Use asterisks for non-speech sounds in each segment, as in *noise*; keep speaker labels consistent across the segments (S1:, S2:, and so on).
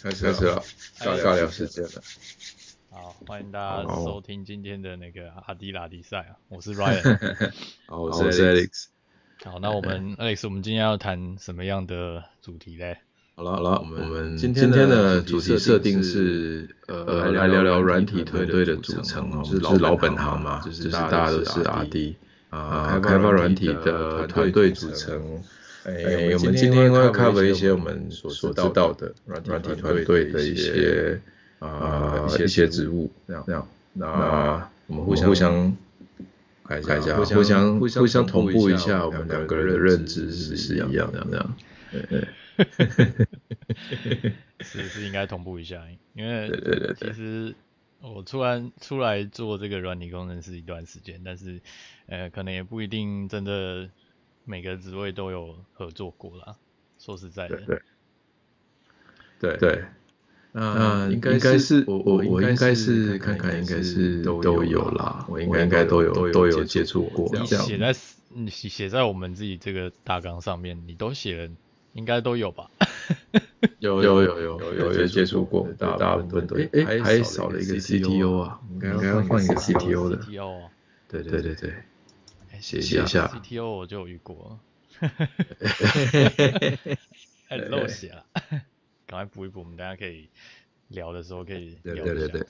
S1: 开始了，
S2: 开始了
S1: 尬聊时间了。
S2: 好，欢迎大家收听今天的那个阿迪拉迪赛
S1: *laughs*
S2: 啊，我是 Ryan。
S1: 好，我
S3: 我
S1: 是
S3: 是
S1: Alex。
S2: 好，那我
S1: *laughs*
S2: 们 Alex，我们今天要谈什么样的主题嘞？
S1: 好了好了，我们
S3: 我们
S1: 今
S3: 今
S1: 天
S3: 天
S1: 的
S3: 的
S1: 主
S3: 主
S1: 题
S3: 题
S1: 设
S3: 设
S1: 定
S3: 定
S1: 是
S3: 是
S1: 呃，
S3: 呃
S1: 来
S3: 来聊
S1: 聊聊
S3: 聊
S1: 软
S3: 软
S1: 体
S3: 体
S1: 团
S3: 团
S1: 队
S3: 队
S1: 的
S3: 的
S1: 组
S3: 组
S1: 成
S3: 成哦
S1: 哦，就是
S3: 就是
S1: 老
S3: 老
S1: 本
S3: 本
S1: 行
S3: 行
S1: 嘛
S3: 嘛，
S1: 就
S3: 就是是
S1: 大
S3: 大
S1: 家
S3: 家
S1: 都
S3: 都
S1: 是
S3: 是
S1: RD
S3: RD
S1: 啊，
S3: 啊
S1: 开发
S3: 开发
S1: 软
S3: 软
S1: 体
S3: 体
S1: 的
S3: 的
S1: 团
S3: 团
S1: 队
S3: 队
S1: 组
S3: 组
S1: 成
S3: 成。
S1: 哎，
S3: 哎我
S1: 我们
S3: 们
S1: 今
S3: 今
S1: 天
S3: 天
S1: 会
S3: 会
S1: cover
S3: cover
S1: 一
S3: 一
S1: 些
S3: 些
S1: 我
S3: 我
S1: 们
S3: 们
S1: 所
S3: 所
S1: 知
S3: 知
S1: 道
S3: 道
S1: 的
S3: 的
S1: 软
S3: 软
S1: 体
S3: 体
S1: 团
S3: 团
S1: 队
S3: 队
S1: 的
S3: 的
S1: 一
S3: 一
S1: 些
S3: 些
S1: 啊
S3: 啊
S1: 一
S3: 一
S1: 些
S3: 些
S1: 职
S3: 职
S1: 务
S3: 务，
S1: 这样
S3: 这样
S1: 那我们互
S3: 我们互
S1: 相
S3: 相
S1: 看一
S3: 看一
S1: 下，
S3: 下
S1: 互相
S3: 互相
S1: 互相
S3: 同
S1: 同
S3: 步
S1: 步
S3: 一
S1: 一
S3: 下
S1: 下，我
S3: 我
S1: 们
S3: 们
S1: 两
S3: 两个
S1: 个人
S3: 人
S1: 的
S3: 的
S1: 认
S3: 认
S1: 知
S3: 知
S1: 是
S3: 是
S1: 不
S3: 不
S1: 是
S3: 是
S1: 一
S3: 一
S1: 样
S3: 样这
S1: 这样
S3: 样。
S2: 是是应该同步一下，因为
S1: 对对对对
S2: 其实我突然出来做这个软体工程师一段时间，但是呃，可能也不一定真的每个职位都有合作过啦。说实在的，
S1: 对对对
S3: 对，
S1: 那
S3: 那
S1: 应
S3: 应
S1: 该
S3: 该
S1: 是
S3: 是
S1: 我
S3: 我
S1: 我
S3: 我
S1: 我
S3: 我
S1: 应
S3: 应
S1: 该
S3: 该
S1: 是
S3: 是看
S1: 看看
S3: 看
S1: 应
S3: 应
S1: 该
S3: 该
S1: 是
S3: 是
S1: 都
S3: 都
S1: 有
S3: 有
S1: 啦
S3: 啦，
S1: 我
S3: 我
S1: 应
S3: 应
S1: 该
S3: 该
S1: 都
S3: 都
S1: 有
S3: 有
S1: 都
S3: 都
S1: 有
S3: 有
S1: 接
S3: 接触
S1: 触过
S3: 过
S2: 你
S1: 这样
S2: 写在你写写在我们自己这个大纲上面，你都写了，应该都有吧？
S1: 有
S3: 有有
S1: 有
S3: 有
S1: 有有
S3: 有
S1: 有
S3: 有
S1: 接
S3: 接
S1: 触
S3: 触
S1: 过
S3: 过，
S1: 对大
S3: 大
S1: 部
S3: 部分
S1: 分都
S3: 都
S1: 哎
S3: 哎
S1: 还
S3: 还
S1: 少
S3: 少
S1: 了
S3: 了
S1: 一
S3: 一
S1: 个
S3: 个
S1: CTO
S3: CTO
S1: 啊
S3: 啊，
S1: 应
S3: 应
S1: 该
S3: 该
S1: 要
S3: 要
S1: 换
S3: 换
S1: 一
S3: 一
S1: 个
S3: 个
S1: CTO
S3: CTO
S1: 的
S3: 的。
S2: CTO 哦，
S3: 对
S1: 对
S3: 对
S1: 对
S3: 对
S1: 对
S3: 对，
S2: 哎
S1: 写一
S2: 写
S1: 下
S2: CTO 我就有遇
S1: *laughs*
S2: 过，哎、
S1: 对
S2: 漏写了，赶快补一补，我们大家可以聊的时候可以聊
S1: 对
S2: 一下。
S1: 对对对，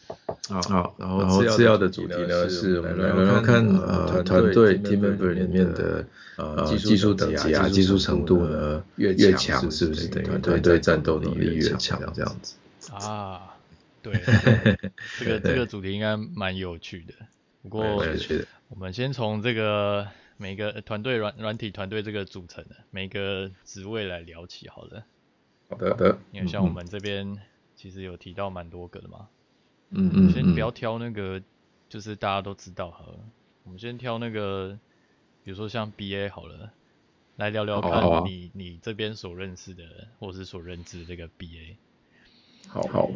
S3: 好，
S1: 然
S3: 然
S1: 后
S3: 后
S1: 次
S3: 次
S1: 要
S3: 要
S1: 的
S3: 的
S1: 主
S3: 主
S1: 题
S3: 题
S1: 呢
S3: 呢，
S1: 是
S3: 是
S1: 我
S3: 我
S1: 们
S3: 们来
S1: 来聊
S3: 聊
S1: 聊
S3: 聊
S1: 看
S3: 看
S1: 呃
S3: 呃
S1: 团
S3: 团
S1: 队
S3: 队
S1: team
S3: team
S1: member
S3: member
S1: 里
S3: 里
S1: 面
S3: 面
S1: 的
S3: 的
S1: 呃
S3: 呃
S1: 技
S3: 技
S1: 术
S3: 术
S1: 等
S3: 等
S1: 级
S3: 级
S1: 啊
S3: 啊
S1: 技
S3: 技
S1: 术
S3: 术
S1: 程
S3: 程
S1: 度
S3: 度
S1: 呢
S3: 呢
S1: 越
S3: 越
S1: 强
S3: 强
S1: 是
S3: 是
S1: 不
S3: 不
S1: 是
S3: 是
S1: 等
S3: 等于
S1: 于团
S3: 团
S1: 队
S3: 队
S1: 战
S3: 战
S1: 斗
S3: 斗
S1: 力
S3: 力
S1: 越
S3: 越
S1: 强
S3: 强
S1: 这
S3: 这
S1: 样
S3: 样
S1: 子
S3: 子？
S2: 啊，对，
S1: *laughs*
S2: 这个这个主题应该蛮有趣的。不过
S1: 蛮有趣的
S2: 我们先从这个每个呃团队软软体团队这个组成的每个职位来聊起好了，
S1: 好的好的
S2: 因为像我们这边其实有提到蛮多个的嘛。
S1: 嗯
S2: 我们
S1: 嗯
S2: 先不要挑那个，就是大家都知道好了。我们先挑那个，比如说像 BA 好了，来聊聊
S1: 好啊好啊
S2: 看你、你这边所认识的或是所认知的这个 BA。
S1: 好好
S3: 好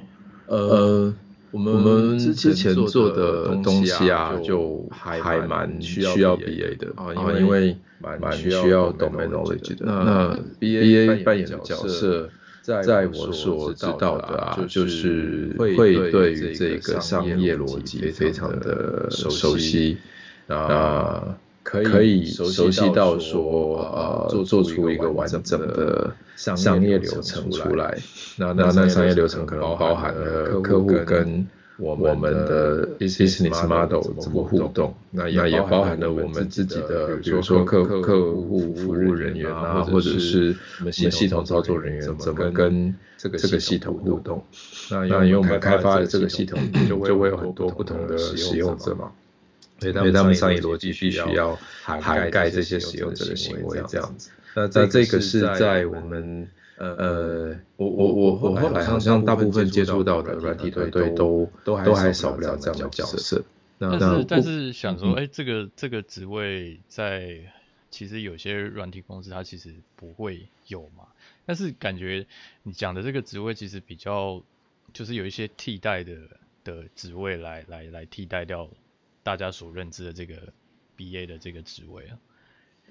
S1: 呃。我
S3: 我
S1: 们
S3: 们
S1: 之
S3: 之
S1: 前
S3: 前
S1: 做
S3: 做
S1: 的
S3: 的
S1: 东
S3: 东
S1: 西
S3: 西
S1: 啊
S3: 啊，
S1: 就
S3: 就
S1: 还
S3: 还
S1: 蛮
S3: 蛮
S1: 需
S3: 需
S1: 要
S3: 要
S1: BA
S3: BA
S1: 的
S3: 的
S1: 啊，
S3: 啊
S1: 因
S3: 因
S1: 为
S3: 为
S1: 蛮
S3: 蛮
S1: 需
S3: 需
S1: 要
S3: 要 domain
S1: domain knowledge
S3: knowledge
S1: 的。
S3: 的
S1: 那
S3: 那
S1: BA
S3: BA
S1: 呃扮
S3: 扮
S1: 演
S3: 演的
S1: 的角
S3: 角
S1: 色
S3: 色，
S1: 在
S3: 在
S1: 我
S3: 我
S1: 所
S3: 所
S1: 知
S3: 知
S1: 道
S3: 道
S1: 的
S3: 的
S1: 啊
S3: 啊，
S1: 就是
S3: 就是
S1: 会
S3: 会
S1: 对
S3: 对
S1: 于
S3: 于
S1: 这
S3: 这
S1: 个
S3: 个
S1: 商
S3: 商
S1: 业
S3: 业
S1: 逻
S3: 逻
S1: 辑
S3: 辑
S1: 非
S3: 非
S1: 常
S3: 常
S1: 的
S3: 的
S1: 熟
S3: 熟
S1: 悉
S3: 悉，
S1: 那可
S3: 可
S1: 以
S3: 以
S1: 熟
S3: 熟
S1: 悉
S3: 悉
S1: 到
S3: 到
S1: 说
S3: 说
S1: 呃
S3: 呃
S1: 做
S3: 做
S1: 出
S3: 出
S1: 一
S3: 一
S1: 个
S3: 个
S1: 完
S3: 完
S1: 整
S3: 整
S1: 的
S3: 的
S1: 商
S3: 商
S1: 业
S3: 业
S1: 流
S3: 流
S1: 程
S3: 程
S1: 出
S3: 出
S1: 来
S3: 来。
S1: 那
S3: 那
S1: 那
S3: 那
S1: 商
S3: 商
S1: 业
S3: 业
S1: 流
S3: 流程
S1: 程可
S3: 可
S1: 能
S3: 能
S1: 包
S3: 包
S1: 含
S3: 含
S1: 了
S3: 了
S1: 客
S3: 客
S1: 户
S3: 户
S1: 跟
S3: 跟
S1: 我
S3: 我
S1: 们
S3: 们
S1: 的
S3: 的
S1: business
S3: business
S1: model
S3: model
S1: 怎
S3: 怎
S1: 么
S3: 么
S1: 互
S3: 互
S1: 动
S3: 动，
S1: 那
S3: 那
S1: 也
S3: 也
S1: 包
S3: 包
S1: 含
S3: 含
S1: 了
S3: 了
S1: 我
S3: 我
S1: 们
S3: 们
S1: 自
S3: 自
S1: 己
S3: 己
S1: 的，
S3: 的
S1: 比
S3: 比
S1: 如
S3: 如
S1: 说
S3: 说
S1: 客
S3: 客
S1: 客
S3: 客
S1: 户
S3: 户
S1: 服
S3: 服
S1: 务
S3: 务
S1: 人
S3: 人
S1: 员
S3: 员
S1: 啊，
S3: 啊
S1: 或
S3: 或
S1: 者
S3: 者
S1: 是
S3: 是
S1: 我们系
S3: 系
S1: 统
S3: 统
S1: 操
S3: 操
S1: 作
S3: 作
S1: 人
S3: 人
S1: 员
S3: 员
S1: 怎
S3: 怎
S1: 么
S3: 么
S1: 跟
S3: 跟
S1: 这个
S3: 这个
S1: 系
S3: 系
S1: 统
S3: 统
S1: 互
S3: 互
S1: 动
S3: 动。
S1: 那
S3: 那因为
S1: 因为我
S3: 我
S1: 们
S3: 们
S1: 开
S3: 开
S1: 发
S3: 发
S1: 了
S3: 了
S1: 这
S3: 这
S1: 个
S3: 个
S1: 系
S3: 系
S1: 统
S3: 统，
S1: 就
S3: 就
S1: 会
S3: 会
S1: 有
S3: 有
S1: 很
S3: 很
S1: 多
S3: 多
S1: 不
S3: 不
S1: 同
S3: 同
S1: 的
S3: 的
S1: 使
S3: 使
S1: 用
S3: 用
S1: 者
S3: 者
S1: 嘛
S3: 嘛，
S1: 所以
S3: 所以
S1: 他
S3: 他
S1: 们
S3: 们
S1: 商
S3: 商
S1: 业
S3: 业
S1: 逻
S3: 逻
S1: 辑
S3: 辑
S1: 必
S3: 必
S1: 须
S3: 须
S1: 要
S3: 要
S1: 涵
S3: 涵
S1: 盖
S3: 盖
S1: 这
S3: 这
S1: 些
S3: 些
S1: 使
S3: 使
S1: 用
S3: 用者
S1: 者的
S3: 的
S1: 行
S3: 行
S1: 为
S3: 为
S1: 这
S3: 这
S1: 样
S3: 样
S1: 子
S3: 子。
S1: 那
S3: 那
S1: 这
S3: 这
S1: 个
S3: 个
S1: 是
S3: 是
S1: 在
S3: 在
S1: 我
S3: 我
S1: 们
S3: 们
S1: 呃
S3: 呃，
S1: 我
S3: 我
S1: 我我
S3: 我
S1: 我
S3: 我
S1: 后
S3: 后
S1: 来
S3: 来
S1: 好
S3: 好
S1: 像
S3: 像
S1: 大
S3: 大
S1: 部
S3: 部
S1: 分
S3: 分
S1: 接
S3: 接
S1: 触
S3: 触
S1: 到
S3: 到
S1: 的
S3: 的
S1: 软
S3: 软
S1: 体
S3: 体团
S1: 团队
S3: 队
S1: 都
S3: 都
S1: 都
S3: 都
S1: 还
S3: 还
S1: 少
S3: 少
S1: 不
S3: 不
S1: 了
S3: 了
S1: 这
S3: 这
S1: 样
S3: 样
S1: 的
S3: 的
S1: 角
S3: 角
S1: 色
S3: 色。
S1: 那
S2: 但
S1: 那
S2: 是但
S1: 啊我
S2: 是想说，
S1: 嗯
S2: 哎、这个这个职位在其实有些软体公司它其实不会有嘛，但是感觉你讲的这个职位其实比较就是有一些替代的的职位来来来替代掉大家所认知的这个 BA 的这个职位啊。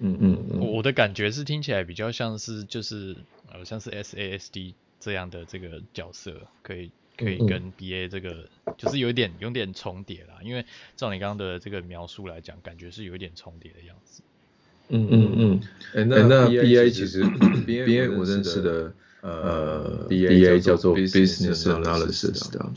S1: 嗯嗯
S2: 我
S1: 嗯
S2: 我的感觉是听起来比较像是就是呃像是 SASD 这样的这个角色，可以可以
S1: 嗯嗯
S2: 跟 BA 这个就是有一点有点重叠啦，因为照你刚刚的这个描述来讲，感觉是有一点重叠的样子。
S1: 嗯嗯
S3: 嗯
S1: 嗯
S3: 嗯，
S1: 哎、
S3: 哎那
S1: 那 BA
S3: BA
S1: 其
S3: 其
S1: 实 *clears throat*
S3: 实
S1: BA
S3: 我
S1: 我认
S3: 认
S1: 识
S3: 识
S1: 的
S3: 的
S1: 呃
S3: 呃
S1: BA
S3: BA
S1: 叫
S3: 叫
S1: 做
S3: 做
S1: business
S3: business
S1: analysis
S3: analysis
S1: 的
S3: 的，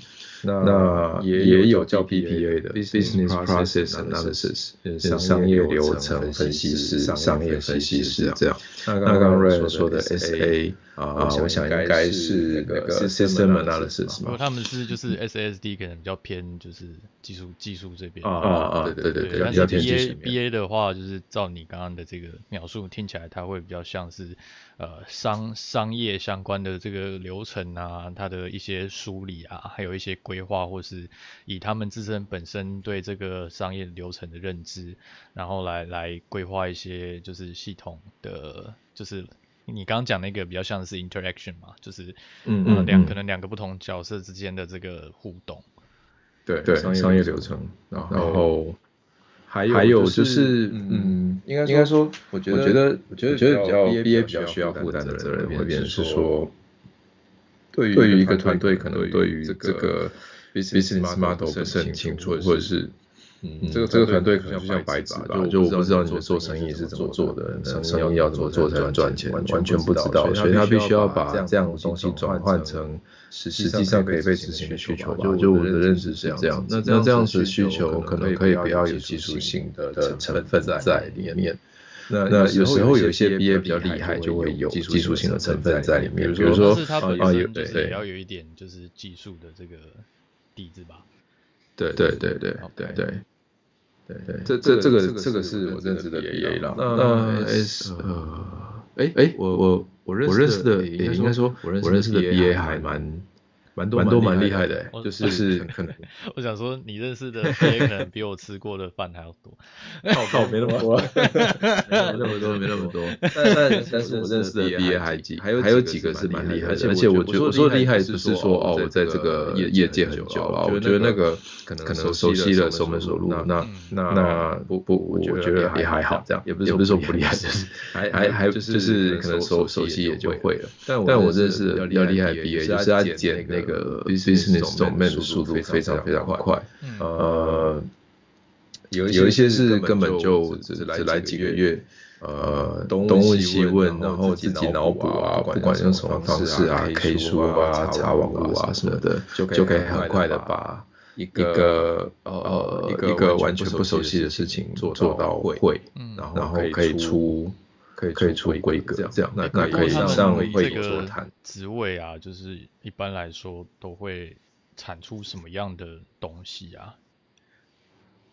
S1: 那
S3: 那
S1: 也
S3: 也
S1: 有
S3: 有
S1: 叫
S3: 叫
S1: BPA
S3: BPA
S1: 的
S3: 的
S1: business
S3: business
S1: process
S3: process
S1: analysis
S3: analysis
S1: 是商
S3: 商
S1: 业
S3: 业
S1: 流
S3: 流
S1: 程
S3: 程
S1: 分
S3: 分
S1: 析
S3: 析师
S1: 师、商
S3: 商业
S1: 业分
S3: 分
S1: 析
S3: 析
S1: 师
S3: 师
S1: 这
S3: 这
S1: 样
S3: 样。
S1: 那
S3: 那刚
S1: 刚刚
S3: 刚
S1: Ryan
S3: Ryan
S1: 说
S3: 说
S1: 的
S3: 的
S1: SA
S3: SA
S1: 啊，我
S3: 我
S1: 想
S3: 想
S1: 应
S3: 应
S1: 该
S3: 该
S1: 是
S3: 是
S1: 那
S3: 那
S1: 个
S3: 个
S1: system
S3: system
S1: analysis
S3: analysis
S2: 不
S1: 嘛
S2: 过。他们是就是
S1: 啊
S2: SASD 可能比较偏就是技术技术这边
S1: 啊
S3: 啊啊，
S1: 对
S3: 对
S1: 对
S3: 对
S1: 对
S3: 对，
S2: 但
S1: 比较
S2: 是
S1: 偏
S3: 技
S2: BA
S3: 术面。
S2: BA 的话，就是照你刚刚的这个描述，听起来它会比较像是呃商商业相关的这个流程啊，它的一些梳理啊，还有一些规划，或是以他们自身本身对这个商业流程的认知，然后来来规划一些就是系统的，就是你刚刚讲那个比较像是 interaction 嘛，就是
S1: 嗯
S2: 呃
S1: 嗯
S2: 两
S1: 嗯
S2: 可能两个不同角色之间的这个互动。
S1: 对
S3: 对
S1: 商
S3: 商
S1: 业
S3: 业
S1: 流
S3: 流
S1: 程
S3: 程，
S1: 然
S3: 然
S1: 后
S3: 后
S1: 还
S3: 还
S1: 有
S3: 有
S1: 就
S3: 就是是
S1: 嗯
S3: 嗯，
S1: 应该
S3: 应该
S1: 说
S3: 说，
S1: 我
S3: 我
S1: 觉
S3: 觉
S1: 得
S3: 得
S1: 我觉
S3: 我觉得
S1: 得比较
S3: 比较
S1: BA 比
S3: BA
S1: 较需
S3: 需要
S1: 要负
S3: 负
S1: 担
S3: 担
S1: 的
S3: 的
S1: 责
S3: 责
S1: 任
S3: 任
S1: 会
S3: 会
S1: 变
S3: 变是
S1: 是说
S3: 说。
S1: 对
S3: 对
S1: 于
S3: 于
S1: 一
S3: 一
S1: 个
S3: 个团
S1: 团队
S3: 队
S1: 可
S3: 可
S1: 能
S3: 能
S1: 对
S3: 对
S1: 于
S3: 于
S1: 这
S3: 这
S1: 个
S3: 个
S1: business
S3: business
S1: model
S3: model
S1: 不
S3: 不
S1: 是
S3: 是
S1: 很
S3: 很
S1: 清
S3: 清
S1: 楚，
S3: 楚，
S1: 或
S3: 或
S1: 者
S3: 者
S1: 是
S3: 是
S1: 嗯，
S3: 这
S1: 这
S3: 个这
S1: 个这
S3: 个
S1: 个
S3: 团
S1: 团
S3: 队
S1: 队
S3: 可
S1: 可
S3: 能就像
S1: 能就像
S3: 白
S1: 白
S3: 纸
S1: 纸
S3: 吧，
S1: 吧，
S3: 就
S1: 就
S3: 我不
S1: 我不
S3: 知道你们
S1: 知道你
S3: 做
S1: 们做
S3: 生意
S1: 生意
S3: 是
S1: 是
S3: 怎
S1: 怎
S3: 么
S1: 么
S3: 做
S1: 做
S3: 的
S1: 的，，
S3: 生生
S1: 生生
S3: 意
S1: 意
S3: 要
S1: 要
S3: 怎
S1: 怎
S3: 么
S1: 么
S3: 做
S1: 做
S3: 才
S1: 才
S3: 能赚
S1: 能赚
S3: 钱
S1: 钱，，
S3: 完
S1: 完
S3: 全
S1: 全
S3: 不
S1: 不
S3: 知
S1: 知
S3: 道，
S1: 道，
S3: 所
S1: 所
S3: 以
S1: 以
S3: 他
S1: 他
S3: 必
S1: 必
S3: 须
S1: 须
S3: 要
S1: 要
S3: 把
S1: 把
S3: 这
S1: 这
S3: 样
S1: 样
S3: 的
S1: 的
S3: 东
S1: 东
S3: 西
S1: 西
S3: 转
S1: 转
S3: 换成
S1: 换成
S3: 实
S1: 实
S3: 际
S1: 际
S3: 上可
S1: 上可
S3: 以
S1: 以
S3: 被
S1: 被
S3: 执
S1: 执
S3: 行
S1: 行
S3: 的
S1: 的
S3: 需
S1: 需
S3: 求
S1: 求
S3: 吧
S1: 吧。
S3: 就
S1: 就
S3: 我
S1: 我
S3: 的
S1: 的
S3: 认
S1: 认
S3: 知是
S1: 知是
S3: 这
S1: 这
S3: 样
S1: 样。
S3: 那
S1: 那
S3: 那
S1: 那
S3: 这
S1: 这
S3: 样
S1: 样
S3: 子的
S1: 子
S3: 需
S1: 需
S3: 求
S1: 求
S3: 可
S1: 可
S3: 能
S1: 能
S3: 可
S1: 可
S3: 以
S1: 以
S3: 不要
S1: 不要
S3: 有
S1: 有
S3: 技
S1: 技
S3: 术
S1: 术
S3: 性
S1: 性
S3: 的
S1: 的
S3: 的成
S1: 成
S3: 分
S1: 分
S3: 在
S1: 在
S3: 里
S1: 里
S3: 面
S1: 面。
S3: 那
S1: 那
S3: 有时
S1: 有时
S3: 候
S1: 候
S3: 有
S1: 有
S3: 一
S1: 一
S3: 些
S1: 些
S3: 比
S1: 比
S3: 较
S1: 较
S3: 厉
S1: 厉
S3: 害，
S1: 害，
S3: 就
S1: 就
S3: 会
S1: 会
S3: 有
S1: 有
S3: 技
S1: 技
S3: 术
S1: 术
S3: 性
S1: 性
S3: 的
S1: 的
S3: 成
S1: 成
S3: 分
S1: 分
S3: 在
S1: 在
S3: 里
S1: 里
S3: 面。
S1: 面。
S3: 比
S1: 比
S3: 如
S1: 如
S2: 但
S3: 说
S1: 说哦
S2: 是它
S3: 呃
S2: 本
S1: 也
S2: 身就
S1: 对
S2: 是
S1: 对
S2: 也要有一点就是技术的这个底子吧。
S1: 对
S3: 对
S1: 对
S3: 对对对
S2: 对
S3: 对对对，这
S1: 这
S3: 这这
S1: 这
S3: 个这
S1: 个这
S3: 个
S1: 个
S3: 是
S1: 是
S3: 我
S1: 我
S3: 认
S1: 认
S3: 知
S1: 知
S3: 的
S1: 的
S3: BA
S1: BA
S3: 啦
S1: 啦。
S3: 那
S1: 那
S3: S
S1: S
S3: 呃
S1: 呃，
S3: 哎哎
S1: 哎，
S3: 我我
S1: 我
S3: 我
S1: 认
S3: 认识
S1: 识
S3: 的
S1: 的
S3: 诶应
S1: 诶应
S3: 该说
S1: 该说
S3: 我认
S1: 我
S3: 识的
S1: 认识的
S3: BA
S1: BA
S3: 还
S1: 还
S3: 蛮
S1: 蛮
S3: 蛮多
S1: 蛮多
S3: 蛮
S1: 蛮
S3: 厉
S1: 厉
S3: 害
S1: 害
S3: 的
S1: 的
S3: 诶，
S1: 诶，
S2: 我
S1: 就是
S3: 就
S1: 就是
S3: 是可能
S2: 我想说，你认识的 BA 可能比我吃过的饭还要
S1: *laughs*
S2: 多。
S3: 靠靠没那么多，
S1: 没那么多，没那么多。
S3: 但
S1: 但
S3: 但
S1: 是
S3: 是
S1: 我
S3: 我
S1: 认
S3: 认
S1: 识
S3: 识
S1: 的
S3: 的
S1: BA
S3: BA
S1: 还
S3: 还
S1: 几
S3: 几
S1: 还
S3: 还
S1: 有
S3: 有
S1: 几
S3: 几
S1: 个
S3: 个
S1: 是
S3: 是
S1: 蛮
S3: 蛮
S1: 厉
S3: 厉
S1: 害
S3: 害
S1: 的
S3: 的，
S1: 而
S3: 而
S1: 且
S3: 且
S1: 我
S3: 我
S1: 觉
S3: 觉
S1: 我
S3: 我
S1: 说
S3: 说
S1: 的厉
S3: 厉害
S1: 害
S3: 不是
S1: 不是
S3: 说
S1: 说
S3: 哦
S1: 哦
S3: 我
S1: 我
S3: 在
S1: 在
S3: 这
S1: 这
S3: 个
S1: 个
S3: 业
S1: 业
S3: 业界
S1: 业界
S3: 很
S1: 很
S3: 久
S1: 久
S3: 了
S1: 了
S3: 吧，
S1: 吧？
S3: 我
S1: 我
S3: 觉
S1: 觉
S3: 得
S1: 得
S3: 那
S1: 那
S3: 个
S1: 个
S3: 可能
S1: 可能
S3: 熟
S1: 熟
S3: 悉
S1: 悉
S3: 了
S1: 了
S3: 熟
S1: 熟
S3: 门
S1: 门
S3: 熟
S1: 熟
S3: 路
S1: 路，，
S3: 那
S1: 那
S3: 那
S1: 那
S3: 不
S1: 不
S3: 不
S1: 不，
S3: 我
S1: 我
S3: 觉
S1: 觉
S3: 得也
S1: 得也
S3: 还
S1: 还
S3: 好这
S1: 好，这
S3: 样
S1: 样
S3: 也
S1: 也
S3: 不
S1: 不
S3: 是不是说
S1: 是不是说
S3: 不
S1: 不
S3: 厉
S1: 厉
S3: 害，
S1: 害，
S3: 就
S1: 就是是
S3: 还还
S1: 还
S3: 还
S1: 还
S3: 就
S1: 就是
S3: 是可
S1: 可
S3: 能
S1: 能
S3: 熟熟
S1: 熟熟
S3: 悉
S1: 悉
S3: 也
S1: 也
S3: 就
S1: 就
S3: 会
S1: 会
S3: 了
S1: 了。。
S3: 但
S1: 但
S3: 我
S1: 我
S3: 认识
S1: 认识
S3: 的
S1: 的
S3: 比
S1: 比
S3: 较
S1: 较
S3: 厉
S1: 厉
S3: 害
S1: 害
S3: 的
S1: 的
S3: BA 就
S1: BA 就是是
S3: 他
S1: 他
S3: 剪
S1: 剪
S3: 那
S1: 那
S3: 个
S1: 个
S3: business
S1: business
S3: domain
S1: domain
S3: 的速
S1: 的速
S3: 度
S1: 度
S3: 非
S1: 非
S3: 常
S1: 常
S3: 非
S1: 非
S3: 常快
S1: 常快，
S2: 嗯
S3: 呃，有
S1: 有
S3: 一
S1: 一
S3: 些是
S1: 些是
S3: 根
S1: 根
S3: 本
S1: 本
S3: 就
S1: 就
S3: 只
S1: 只
S3: 只
S1: 只
S3: 来
S1: 来
S3: 几
S1: 几
S3: 个
S1: 个
S3: 月，
S1: 月，
S3: 呃，
S1: 呃，
S3: 东
S1: 东
S3: 问
S1: 问
S3: 西
S1: 西
S3: 问，
S1: 问，
S3: 然
S1: 然
S3: 后
S1: 后
S3: 自
S1: 自
S3: 己
S1: 己
S3: 脑
S1: 脑
S3: 补
S1: 补
S3: 啊，
S1: 啊，
S3: 不
S1: 不
S3: 管
S1: 管
S3: 用
S1: 用
S3: 什
S1: 什
S3: 么
S1: 么
S3: 方
S1: 方
S3: 式
S1: 式
S3: 啊
S1: 啊
S3: ，K
S1: ，K
S3: 书
S1: 书
S3: 啊、
S1: 啊、
S3: 查
S1: 查
S3: 网
S1: 网
S3: 路
S1: 路
S3: 啊
S1: 啊
S3: 什
S1: 什
S3: 么
S1: 么
S3: 的，
S1: 的，
S3: 就可以
S1: 就可以
S3: 很
S1: 很
S3: 快的
S1: 快的
S3: 把
S1: 把
S3: 一
S1: 一
S3: 个
S1: 个
S3: 呃
S1: 呃
S3: 一
S1: 一
S3: 个
S1: 个
S3: 完
S1: 完
S3: 全不
S1: 全
S3: 熟
S1: 不熟
S3: 悉的
S1: 悉
S3: 事
S1: 的事
S3: 情
S1: 情
S3: 做
S1: 做
S3: 到
S1: 到
S3: 会，
S1: 会，
S2: 嗯
S3: 然
S1: 然
S3: 后
S1: 后
S3: 可以
S1: 可以
S3: 出
S1: 出
S3: 可以
S1: 可以
S3: 出规
S1: 出规
S3: 格
S1: 格
S3: 这样，
S1: 这样，
S3: 那
S2: 那
S1: 那
S3: 可
S2: 不
S1: 可
S2: 过
S1: 以
S2: 他
S3: 以
S2: 们
S1: 让
S3: 让
S2: 这
S1: 会
S3: 会
S1: 有所
S2: 个
S1: 谈。
S2: 职位啊，就是一般来说都会产出什么样的东西啊？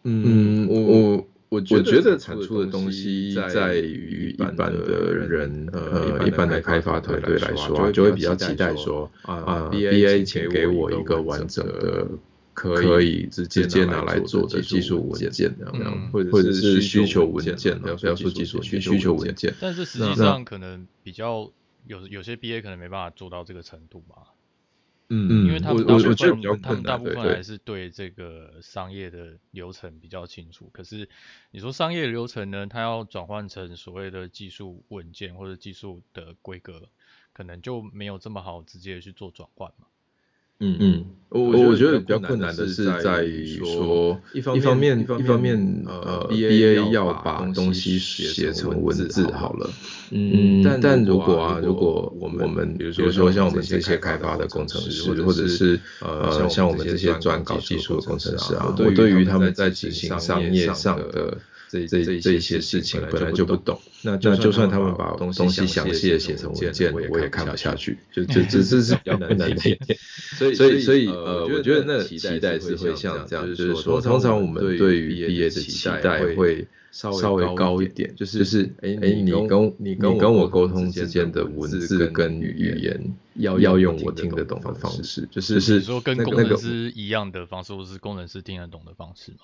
S3: 嗯，
S1: 嗯，
S3: 我
S1: 我我
S3: 我
S1: 觉
S3: 觉
S1: 得
S3: 得
S1: 产
S3: 产
S1: 出
S3: 出
S1: 的
S3: 的
S1: 东
S3: 东
S1: 西
S3: 西
S1: 在
S3: 在
S1: 于
S3: 于
S1: 一
S3: 一
S1: 般
S3: 般
S1: 的
S3: 的
S1: 人，
S3: 人，
S1: 呃，
S3: 呃，
S1: 一
S3: 一
S1: 般
S3: 般
S1: 的
S3: 的
S1: 开
S3: 开
S1: 发
S3: 发
S1: 团
S3: 团
S1: 队
S3: 队
S1: 来
S3: 来
S1: 说
S3: 说
S1: 啊，
S3: 啊，
S1: 就
S3: 就
S1: 会
S3: 会
S1: 比
S3: 比
S1: 较
S3: 较
S1: 期
S3: 期
S1: 待
S3: 待
S1: 说
S3: 说，
S1: 啊
S3: 啊
S1: ，BA
S3: ，BA
S1: 请
S3: 请
S1: 给
S3: 给
S1: 我
S3: 我
S1: 一
S3: 一
S1: 个
S3: 个完
S1: 完整
S3: 整
S1: 的
S3: 的
S1: 可
S3: 可
S1: 以
S3: 以
S1: 直
S3: 直
S1: 接
S3: 接
S1: 拿
S3: 拿
S1: 来
S3: 来
S1: 做
S3: 做
S1: 的
S3: 的
S1: 技
S3: 技
S1: 术
S3: 术
S1: 文
S3: 文
S1: 件
S3: 件，这
S1: 这样，
S2: 嗯
S3: 样，或者
S1: 或者
S3: 是
S1: 是需
S3: 需
S1: 求
S3: 求
S1: 文
S3: 文
S1: 件
S3: 件啊，
S1: 啊，不
S3: 不
S1: 要
S3: 要
S1: 说
S3: 说
S1: 技
S3: 技
S1: 术
S3: 术需
S1: 需
S3: 求
S1: 需求
S3: 文
S1: 文
S3: 件。
S1: 件。
S2: 但是实
S3: 那
S2: 际
S3: 那
S2: 上可能比较有有些 BA 可能没办法做到这个程度嘛，
S3: 嗯，
S2: 因
S1: 嗯
S2: 为，他
S1: 我
S2: 们大
S1: 我
S2: 部
S1: 我觉得
S2: 分
S1: 比较
S2: 他们
S1: 困
S2: 大
S1: 难，
S2: 部
S1: 对
S2: 分
S1: 对
S2: 还是对这个商业的流程比较清楚。可是你说商业流程呢，它要转换成所谓的技术文件或者技术的规格，可能就没有这么好直接去做转换嘛。
S3: 嗯
S1: 嗯，
S3: 我
S1: 我
S3: 我
S1: 我
S3: 觉
S1: 觉
S3: 得
S1: 得
S3: 比
S1: 比
S3: 较
S1: 较
S3: 困
S1: 困
S3: 难
S1: 难
S3: 的
S1: 的
S3: 是
S1: 是
S3: 在
S1: 在
S3: 于
S1: 于
S3: 说
S1: 说，
S3: 一
S1: 一
S3: 方
S1: 方
S3: 面
S1: 面
S3: 一
S1: 一
S3: 方
S1: 方
S3: 面
S1: 面
S3: 呃
S1: 呃
S3: ，BA
S1: ，BA
S3: 要
S1: 要
S3: 把
S1: 把
S3: 东
S1: 东
S3: 西
S1: 西
S3: 写
S1: 写
S3: 成
S1: 成
S3: 文
S1: 文
S3: 字
S1: 字
S3: 好
S1: 好
S3: 了，
S1: 了。
S3: 嗯，
S1: 嗯，
S3: 但
S1: 但
S3: 如
S1: 如
S3: 果
S1: 果
S3: 啊，
S1: 啊，
S3: 如
S1: 如
S3: 果
S1: 果
S3: 我
S1: 我
S3: 们
S1: 们
S3: 比如
S1: 比
S3: 说
S1: 如说
S3: 像我
S1: 像我
S3: 们
S1: 们
S3: 这
S1: 这
S3: 些
S1: 些
S3: 开
S1: 开
S3: 发
S1: 发
S3: 的
S1: 的
S3: 工
S1: 工
S3: 程
S1: 程
S3: 师，
S1: 师，
S3: 或
S1: 或
S3: 者
S1: 者
S3: 是
S1: 是
S3: 呃，
S1: 呃
S3: 像
S1: 像
S3: 我
S1: 我
S3: 们
S1: 们
S3: 这
S1: 这
S3: 些
S1: 些
S3: 专
S1: 专
S3: 搞
S1: 搞
S3: 技
S1: 技
S3: 术的
S1: 术的
S3: 工
S1: 工
S3: 程
S1: 程
S3: 师
S1: 师
S3: 啊，
S1: 啊，
S3: 我对
S1: 我
S3: 于
S1: 对
S3: 他
S1: 于
S3: 们
S1: 他
S3: 在
S1: 们在
S3: 执
S1: 执
S3: 行
S1: 行
S3: 商
S1: 商
S3: 业
S1: 业
S3: 上
S1: 上
S3: 的
S1: 的
S3: 这
S1: 这
S3: 这
S1: 这
S3: 些
S1: 一些
S3: 事
S1: 事
S3: 情，
S1: 情，
S3: 本来
S1: 本
S3: 就
S1: 来
S3: 不
S1: 就不
S3: 懂。
S1: 懂。
S3: 那就
S1: 那就
S3: 算
S1: 算
S3: 他
S1: 他
S3: 们
S1: 们
S3: 把
S1: 把
S3: 东西
S1: 东
S3: 详
S1: 西
S3: 细
S1: 详
S3: 的
S1: 细
S3: 写
S1: 的
S3: 成文
S1: 写成文
S3: 件，
S1: 件，
S3: 我也
S1: 我也
S3: 看不
S1: 看
S3: 下
S1: 不下
S3: 去。就
S1: 去。就
S3: 就
S1: 这
S3: 这
S1: 这
S3: 这
S1: 是
S3: 是
S1: 比
S3: 比较
S1: 较
S3: 困
S1: 困
S3: 难
S1: 难
S3: 的
S1: 的
S3: 一
S1: 一
S3: 点。
S1: 点。
S3: 所以所
S1: 所以，所
S3: 以
S1: 以，
S3: 呃，
S1: 呃，
S3: 我觉
S1: 我觉
S3: 得
S1: 得
S3: 那
S1: 那
S3: 期
S1: 期
S3: 待
S1: 待
S3: 是
S1: 是
S3: 会像这
S1: 会像
S3: 样，
S1: 这
S3: 就
S1: 样，
S3: 是
S1: 就是
S3: 说，
S1: 说，
S3: 通常我
S1: 通常我
S3: 们对
S1: 们对
S3: 于
S1: 于
S3: BA
S1: BA
S3: 的
S1: 的
S3: 期
S1: 期
S3: 待
S1: 待
S3: 会
S1: 会
S3: 稍微
S1: 稍微
S3: 高一
S1: 高一
S3: 点，
S1: 点，
S3: 就
S1: 就是是，
S3: 哎，
S1: 哎，
S3: 你
S1: 你
S3: 跟
S1: 跟
S3: 你跟
S1: 你
S3: 我
S1: 跟我
S3: 沟
S1: 沟
S3: 通
S1: 通
S3: 之
S1: 之
S3: 间
S1: 间
S3: 的
S1: 的
S3: 文
S1: 文
S3: 字
S1: 字
S3: 跟
S1: 跟
S3: 语
S1: 语
S3: 言，
S1: 言，
S3: 要
S1: 要
S3: 用我
S1: 用我
S3: 听得懂
S1: 听得
S3: 的
S1: 懂的
S3: 方
S1: 方
S3: 式，
S1: 式，
S3: 就
S1: 就是
S2: 你
S1: 是
S2: 说跟
S3: 那个
S2: 工
S1: 那
S2: 程
S1: 个
S2: 师一样的方式，或是工程师听得懂的方式吗？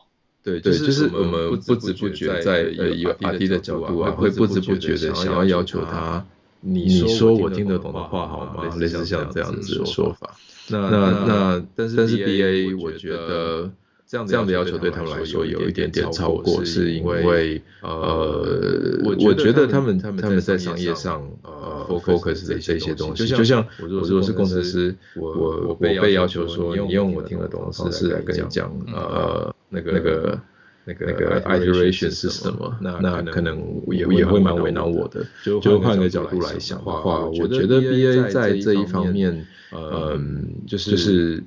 S3: 对，就
S1: 对，就是
S3: 我
S1: 是我
S3: 们不
S1: 们
S3: 知
S1: 不
S3: 不
S1: 知不
S3: 觉
S1: 觉
S3: 在
S1: 在
S3: 呃
S1: 呃
S3: 以
S1: 以
S3: 阿
S1: 阿
S3: 迪
S1: 迪
S3: 的
S1: 的
S3: 角
S1: 角
S3: 度
S1: 度
S3: 啊，
S1: 啊，
S3: 会
S1: 会
S3: 不
S1: 不
S3: 知
S1: 知
S3: 不
S1: 不
S3: 觉
S1: 觉
S3: 的
S1: 的
S3: 想
S1: 想
S3: 要
S1: 要
S3: 要
S1: 要
S3: 求
S1: 求
S3: 他，
S1: 他，
S3: 你
S1: 你
S3: 说
S1: 说
S3: 我听
S1: 我
S3: 得
S1: 听得
S3: 懂
S1: 懂
S3: 的话
S1: 的话
S3: 好
S1: 好
S3: 吗？
S1: 吗？
S3: 类
S1: 类
S3: 似
S1: 似
S3: 像
S1: 像
S3: 这
S1: 这
S3: 样
S1: 样
S3: 子
S1: 子
S3: 的
S1: 的
S3: 说
S1: 说
S3: 法。
S1: 法。
S3: 那
S1: 那
S3: 那
S1: 那
S3: 但是
S1: 但是
S3: BA，
S1: BA，
S3: 我
S1: 我
S3: 觉
S1: 觉
S3: 得
S1: 得
S3: 这样
S1: 这样
S3: 的
S1: 的
S3: 要
S1: 要
S3: 求
S1: 求
S3: 对
S1: 对
S3: 他
S1: 他
S3: 们
S1: 们
S3: 来
S1: 来
S3: 说
S1: 说
S3: 有
S1: 有
S3: 一
S1: 一
S3: 点
S1: 点
S3: 点
S1: 点
S3: 超
S1: 超
S3: 过，
S1: 过，
S3: 是
S1: 是
S3: 因
S1: 因
S3: 为
S1: 为
S3: 呃，
S1: 呃，
S3: 我
S1: 我
S3: 觉得
S1: 觉
S3: 他
S1: 得他
S3: 们
S1: 们
S3: 他们
S1: 他
S3: 在
S1: 们在
S3: 商
S1: 商
S3: 业
S1: 业
S3: 上
S1: 上
S3: 呃
S1: 呃
S3: focus
S1: focus
S3: 的这
S1: 的这
S3: 些
S1: 些
S3: 东
S1: 东
S3: 西，
S1: 西，
S3: 就
S1: 就
S3: 像
S1: 像
S3: 我如果
S1: 我
S3: 是工
S1: 如果是
S3: 程
S1: 工程
S3: 师，
S1: 师，
S3: 我
S1: 我
S3: 我
S1: 我
S3: 被要
S1: 被要
S3: 求
S1: 求
S3: 说你
S1: 说
S3: 用
S1: 你
S3: 我
S1: 用
S3: 听
S1: 我
S3: 得
S1: 听
S3: 懂的
S1: 得懂
S3: 方
S1: 的
S3: 式
S1: 方
S3: 来跟
S1: 式来
S3: 你
S1: 跟你
S3: 讲
S1: 讲，
S3: 呃
S1: 呃，
S3: 那
S1: 那
S3: 个
S1: 个
S3: 那
S1: 那
S3: 个
S1: 个
S3: iteration
S1: iteration
S3: 是
S1: 是
S3: 什
S1: 什
S3: 么？
S1: 么？
S3: 那
S1: 那
S3: 可
S1: 可
S3: 能
S1: 能
S3: 也
S1: 也
S3: 也
S1: 也
S3: 会
S1: 会
S3: 蛮
S1: 蛮
S3: 为
S1: 为
S3: 难
S1: 难
S3: 我
S1: 我
S3: 的。
S1: 的。
S3: 就
S1: 就
S3: 换
S1: 换
S3: 个
S1: 个
S3: 角
S1: 角
S3: 度
S1: 度
S3: 来
S1: 来
S3: 想
S1: 想
S3: 的
S1: 的
S3: 话，
S1: 话，
S3: 我
S1: 我
S3: 觉
S1: 觉
S3: 得
S1: 得
S3: BA 在
S1: BA
S3: 这
S1: 在
S3: 一
S1: 这一
S3: 方
S1: 方
S3: 面，
S1: 面，
S3: 呃，
S1: 嗯，
S3: 就
S1: 就是是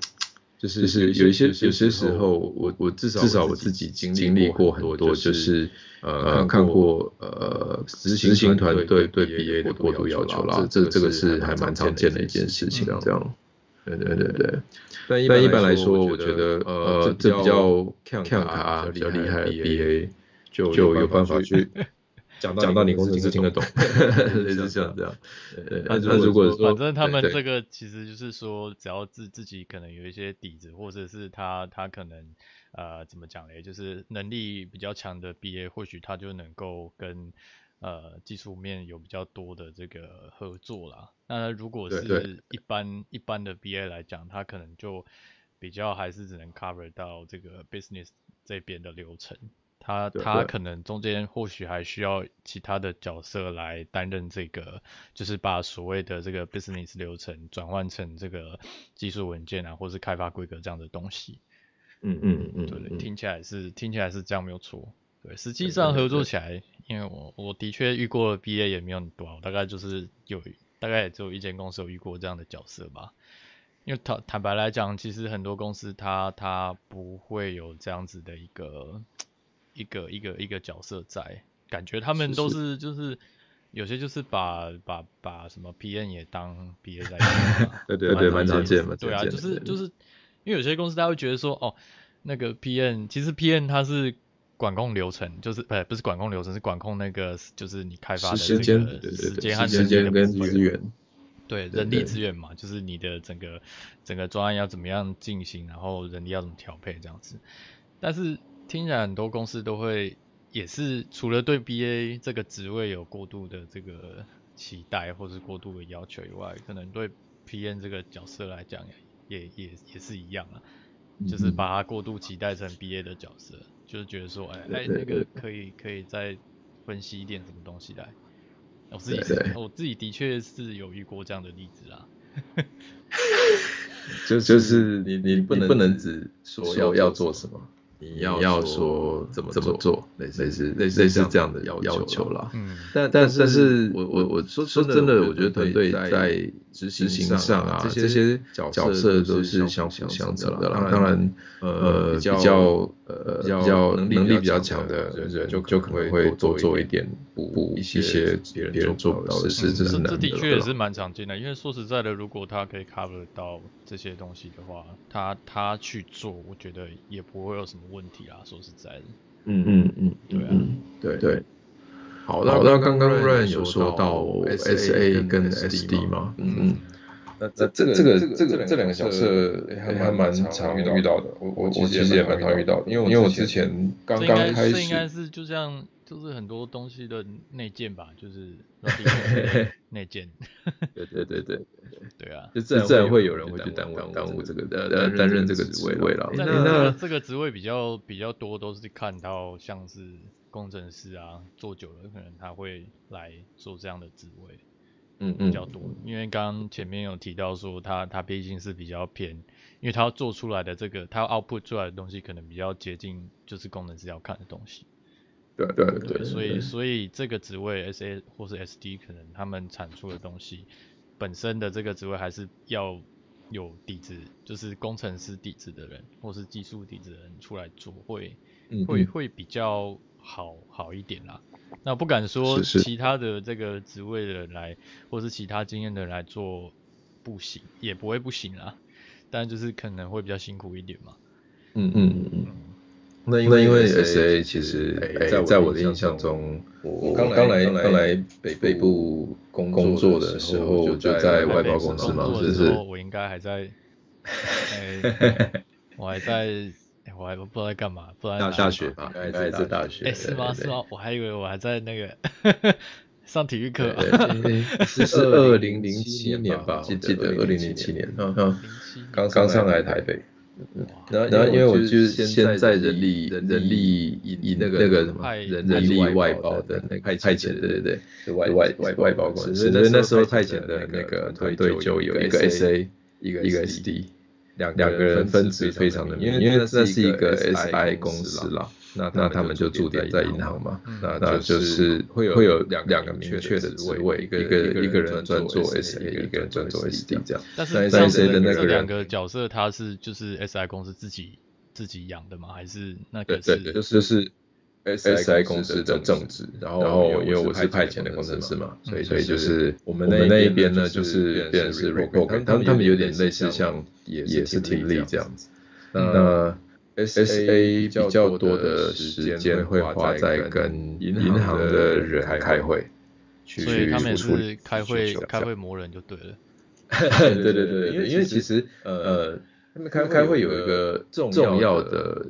S1: 就是
S3: 就是
S1: 有
S3: 有
S1: 一
S3: 一
S1: 些
S3: 些
S1: 有
S3: 有些
S1: 些时
S3: 时
S1: 候，
S3: 候
S1: 我
S3: 我
S1: 我
S3: 我
S1: 至
S3: 至
S1: 少
S3: 少
S1: 我
S3: 我
S1: 自
S3: 自
S1: 己
S3: 己
S1: 经
S3: 经
S1: 历
S3: 历
S1: 过
S3: 过
S1: 很
S3: 很
S1: 多，
S3: 多
S1: 就
S3: 就是是
S1: 呃
S3: 呃
S1: 看
S3: 看
S1: 过
S3: 过
S1: 呃执
S3: 执
S1: 行
S3: 行
S1: 团
S3: 团
S1: 队
S3: 队
S1: 对
S3: 对
S1: BA
S3: BA
S1: 的
S3: 的过
S1: 过度
S3: 度
S1: 要
S3: 要
S1: 求
S3: 求
S1: 啦
S3: 啦，
S1: 这
S3: 这
S1: 这
S3: 这
S1: 个
S3: 个
S1: 是
S3: 是
S1: 还
S3: 还
S1: 蛮
S3: 蛮
S1: 常
S3: 常见
S1: 见的
S3: 的
S1: 一
S3: 一
S1: 件
S3: 件
S1: 事
S3: 事
S1: 情
S3: 情，
S1: 这
S3: 这
S1: 样
S3: 样。
S1: 对
S3: 对
S1: 对
S3: 对
S1: 对
S3: 对。
S1: 但一
S3: 但一
S1: 般
S3: 般
S1: 来
S3: 来
S1: 说，
S3: 说，
S1: 我
S3: 我
S1: 觉
S3: 觉
S1: 得
S3: 得
S1: 呃
S3: 呃，
S1: 这
S3: 这
S1: 比
S3: 比
S1: 较
S3: 较
S1: 看
S3: 看
S1: 卡
S3: 卡
S1: 比
S3: 比
S1: 较
S3: 较
S1: 厉
S3: 厉
S1: 害
S3: 害
S1: 的
S3: 的
S1: BA
S3: BA，
S1: 就
S3: 就
S1: 有
S3: 有办
S1: 办法
S3: 法
S1: 去
S3: 去
S1: 讲
S3: 讲
S1: 到
S3: 到
S1: 你
S3: 你
S1: 工
S3: 工程
S1: 程师
S3: 师
S1: 听
S3: 听
S1: 得
S3: 得
S1: 懂
S3: 懂，
S1: 类
S3: 类似
S1: 似像
S3: 像
S1: 这
S3: 这
S1: 样
S3: 样。
S1: 对
S3: 对，
S1: 那
S3: 那
S1: 如
S3: 如
S1: 果
S3: 果
S1: 说
S2: 反正他们
S1: 对
S2: 这
S1: 对
S2: 个其实就是说，只要自自己可能有一些底子，或者是他他可能呃怎么讲嘞，就是能力比较强的 BA，或许他就能够跟呃技术面有比较多的这个合作啦。那如果
S1: 对对，
S2: 是一般一般的 BA 来讲，他可能就比较还是只能 cover 到这个 business 这边的流程。他
S3: 对
S2: 他
S3: 对
S2: 可能中间或许还需要其他的角色来担任这个，就是把所谓的这个 business 流程转换成这个技术文件啊，或是开发规格这样的东西。
S3: 嗯嗯嗯，
S2: 对
S3: 嗯，
S2: 听起来是听起来是这样没有错。对，实际上合作起来，因为我我的确遇过的 BA 也没有很多啊，我大概就是有大概也只有一间公司有遇过这样的角色吧。因为坦坦白来讲，其实很多公司它它不会有这样子的一个一个一个一个角色在，感觉他们
S3: 是
S2: 都是就是有些就是把把把什么 PN 也当 BA 在用嘛
S1: 对
S3: 对对蛮
S1: 常
S3: 常见
S1: 的
S3: 蛮
S2: 对啊，
S3: 常见
S2: 就
S3: 的
S2: 是
S3: 对
S2: 就是，因为有些公司他会觉得说，哦，那个 PN 其实 PN 它是管控流程，就是不是不是管控流程，是管控那个就是你开发的
S3: 时
S2: 这
S3: 间
S2: 个
S3: 对对
S2: 时
S3: 对
S2: 间和
S3: 时
S2: 人力
S3: 间
S2: 的
S3: 跟
S2: 部分
S3: 资源，
S2: 对
S3: 对
S2: 人力
S3: 对
S2: 资源嘛，就是你的整个整个专案要怎么样进行，然后人力要怎么调配这样子。但是听起来很多公司都会也是除了对 BA 这个职位有过度的这个期待或是过度的要求以外，可能对 PN 这个角色来讲也也也也是一样啊，
S3: 嗯
S2: 就是把它过度期待成 BA 的角色，就是觉得说，哎
S3: 对
S2: 哎，
S3: 对对
S2: 那个可以可以再分析一点什么东西来。我自己
S3: 对对
S2: 是，我自己的确是有遇过这样的例子啊啦。
S3: 就就是你你
S1: 不
S3: 不
S1: 能
S3: 能只
S1: 说
S3: 要
S1: 要
S3: 做
S1: 做
S3: 什么，
S1: 你
S3: 你
S1: 要
S3: 说
S1: 说怎么
S3: 怎么
S1: 做
S3: 做，
S1: 类
S3: 类
S1: 似
S3: 似
S1: 类似
S3: 类似
S1: 这
S3: 这
S1: 样
S3: 样
S1: 的
S3: 的
S1: 要
S3: 要
S1: 求
S3: 求
S1: 啦
S3: 啦。
S2: 嗯，
S3: 但但
S1: 但但是
S3: 是
S1: 我
S3: 我
S1: 我
S3: 我
S1: 我
S3: 我说
S1: 说说
S3: 说真
S1: 真的
S3: 的，
S1: 我
S3: 我
S1: 觉
S3: 觉
S1: 得
S3: 得
S1: 团
S3: 团队
S1: 队在
S3: 在执
S1: 执行
S3: 行
S1: 上
S3: 上
S1: 啊
S3: 啊，
S1: 这
S3: 这
S1: 些
S3: 些
S1: 角
S3: 角
S1: 色
S3: 色
S1: 都
S3: 都
S1: 是
S3: 是
S1: 相
S3: 相
S1: 辅
S3: 辅
S1: 相
S3: 相
S1: 成
S3: 成
S1: 的
S3: 的
S1: 啦
S3: 啦。
S1: 当
S3: 当
S1: 然
S3: 然，
S1: 呃
S3: 呃，
S1: 比
S3: 比
S1: 较
S3: 较
S1: 呃
S3: 呃
S1: 比
S3: 比
S1: 较
S3: 较
S1: 能
S3: 能
S1: 力
S3: 力
S1: 比
S3: 比
S1: 较
S3: 较
S1: 强
S3: 强
S1: 的
S3: 的
S1: 人
S3: 人，
S1: 就
S3: 就
S1: 就
S3: 就
S1: 可
S3: 可
S1: 能
S3: 能
S1: 会
S3: 会
S1: 多
S3: 多
S1: 做
S3: 做
S1: 一
S3: 一
S1: 点
S3: 点
S1: 补
S3: 补
S1: 一
S3: 一
S1: 些
S3: 些别
S1: 别人
S3: 人做
S1: 做不
S3: 不
S1: 到
S3: 到
S1: 的
S3: 的
S1: 事
S3: 事
S1: 情
S3: 情
S2: 这
S3: 真的
S2: 这
S3: 难
S2: 的
S3: 得
S2: 确也
S3: 到
S2: 是蛮常见的，因为说实在的，如果他可以 cover 到这些东西的话，他他去做，我觉得也不会有什么问题啦。说实在的，
S3: 嗯嗯嗯，
S2: 对啊
S3: 嗯对对。
S1: 好，那
S3: 好，
S1: 那
S3: 那
S1: 刚
S3: 刚
S1: 刚
S3: 刚 Ryan
S1: Ryan 有
S3: 有
S1: 说
S3: 说
S1: 到
S3: 到
S1: S A
S3: SA
S1: 跟
S3: 跟
S1: S D
S3: SD
S1: 嘛
S3: 嘛，，
S1: 嗯
S3: 嗯，那这这个这个这个这两个角色还还蛮常遇到的，我我我其实也蛮常遇到的，因为因为我之前刚
S2: 这应
S3: 刚
S2: 该
S3: 开
S2: 这应该
S3: 始，
S2: 是就像就是很多东西的内建吧，
S3: *laughs*
S2: 就是让地方的内建，
S1: 对对对对，
S2: 对啊。
S1: 就
S3: 自
S1: 自
S3: 然
S1: 然会
S3: 会
S1: 有
S3: 有
S1: 人
S3: 人
S1: 会
S3: 会
S1: 去
S3: 去
S1: 耽
S3: 耽
S1: 误
S3: 误
S1: 耽
S3: 耽
S1: 误
S3: 误
S1: 这
S3: 这
S1: 个
S3: 个
S1: 呃
S3: 呃
S1: 担
S3: 担
S1: 任
S3: 任
S1: 这
S3: 这
S1: 个
S3: 个
S1: 职
S3: 职
S1: 位
S3: 位
S1: 了
S3: 了。
S2: 但
S3: 那
S2: 是这个
S3: 那
S2: 这个职位比较比较多都是看到像是工程师啊，做久了可能他会来做这样的职位
S3: 嗯
S2: 比
S3: 嗯
S2: 较多，因为刚刚前面有提到说他他毕竟是比较偏，因为他要做出来的这个他要 output 出来的东西可能比较接近就是工程师要看的东西，
S3: 对啊对对
S2: 对，
S3: 对，
S2: 所以所以这个职位 S A 或是 S D 可能他们产出的东西本身的这个职位还是要有底子，就是工程师底子的人或是技术底子的人出来做会
S3: 嗯
S2: 会
S3: 嗯
S2: 会比较好好一点啦。那不敢说
S3: 是是
S2: 其他的这个职位的人来，或是其他经验的人来做不行，也不会不行啦，但就是可能会比较辛苦一点嘛。
S3: 嗯嗯嗯。
S1: 那
S3: 那因为 SA 其实哎，在我的印象中，我刚来刚来北部工作的时候，就在外包公司嘛，
S2: 工作
S3: 就
S2: 的时
S3: 是
S2: 候我应该还在，
S3: *laughs*
S2: 哎我还在，哎我还不知道在干嘛，不知道在哪里
S3: 大学吧，应该是大学
S2: 哎、，是吗？是吗？我还以为我还在那个 *laughs* 上体育课、啊。
S3: 是是二零零七年吧，我记得二零零七年，嗯，刚刚上来台北，然后然后因为我就是先在人力人力以以那个那个什么人人力外包的那个派遣，对对对，是外外外外包公司，所以那时候派遣的那个团队就有一个 SA 一个一个 SD。
S1: 两
S3: 两个人分
S1: 支
S3: 支
S1: 非
S3: 非
S1: 常
S3: 常
S1: 的
S3: 的
S1: 明
S3: 明，
S1: 显，
S3: 因
S1: 因
S3: 为
S1: 为
S3: 那
S1: 那
S3: 是
S1: 是一
S3: 一
S1: 个
S3: 个
S1: SI
S3: SI 公
S1: 公司
S3: 司
S1: 啦
S3: 啦，，
S1: 那
S3: 那
S1: 他
S3: 他
S1: 们
S3: 们
S1: 就
S3: 就
S1: 驻
S3: 驻
S1: 点
S3: 点
S1: 在
S3: 在
S1: 银
S3: 银
S1: 行
S3: 行
S1: 嘛
S3: 嘛，，嗯
S1: 那
S3: 那
S1: 那
S3: 那
S1: 就
S3: 就是是
S1: 会
S3: 会有
S1: 有两
S3: 两
S1: 两个
S3: 个
S1: 明
S3: 明
S1: 确
S3: 确
S1: 的
S3: 的
S1: 职
S3: 职
S1: 位，
S3: 位，
S1: 一
S3: 一个一
S1: 个一个
S3: 个
S1: 一
S3: 一
S1: 个
S3: 个
S1: 人
S3: 人
S1: 专
S3: 专
S1: 做
S3: 做
S1: SA，
S3: SA，
S1: 一
S3: 一个
S1: 个人
S3: 人
S1: 专
S3: 专
S1: 做
S3: 做
S1: SD
S3: SD 这
S1: 这样
S3: 样。
S2: 但是
S3: 但
S2: 上次
S3: SA 的那
S2: 这
S3: 个人
S2: 两个角色，他是就是 SI 公司自己自己养的吗？还是那
S3: 对
S2: 个是
S3: 对对，就是。SI 公司的正职，然后因为我是派遣的工程师嘛，所以所以就是我们那一边呢，就是变成是 report，他们他们有点类似像也是 team lead 这样子。那 SA 比较多的时间会花在跟银行的人开会，去
S2: 所以他们也
S3: 处理
S2: 是开会
S3: 需求
S2: 开会磨人就对了。
S3: 对对对对，因为其实呃，他们开开会有一个重要的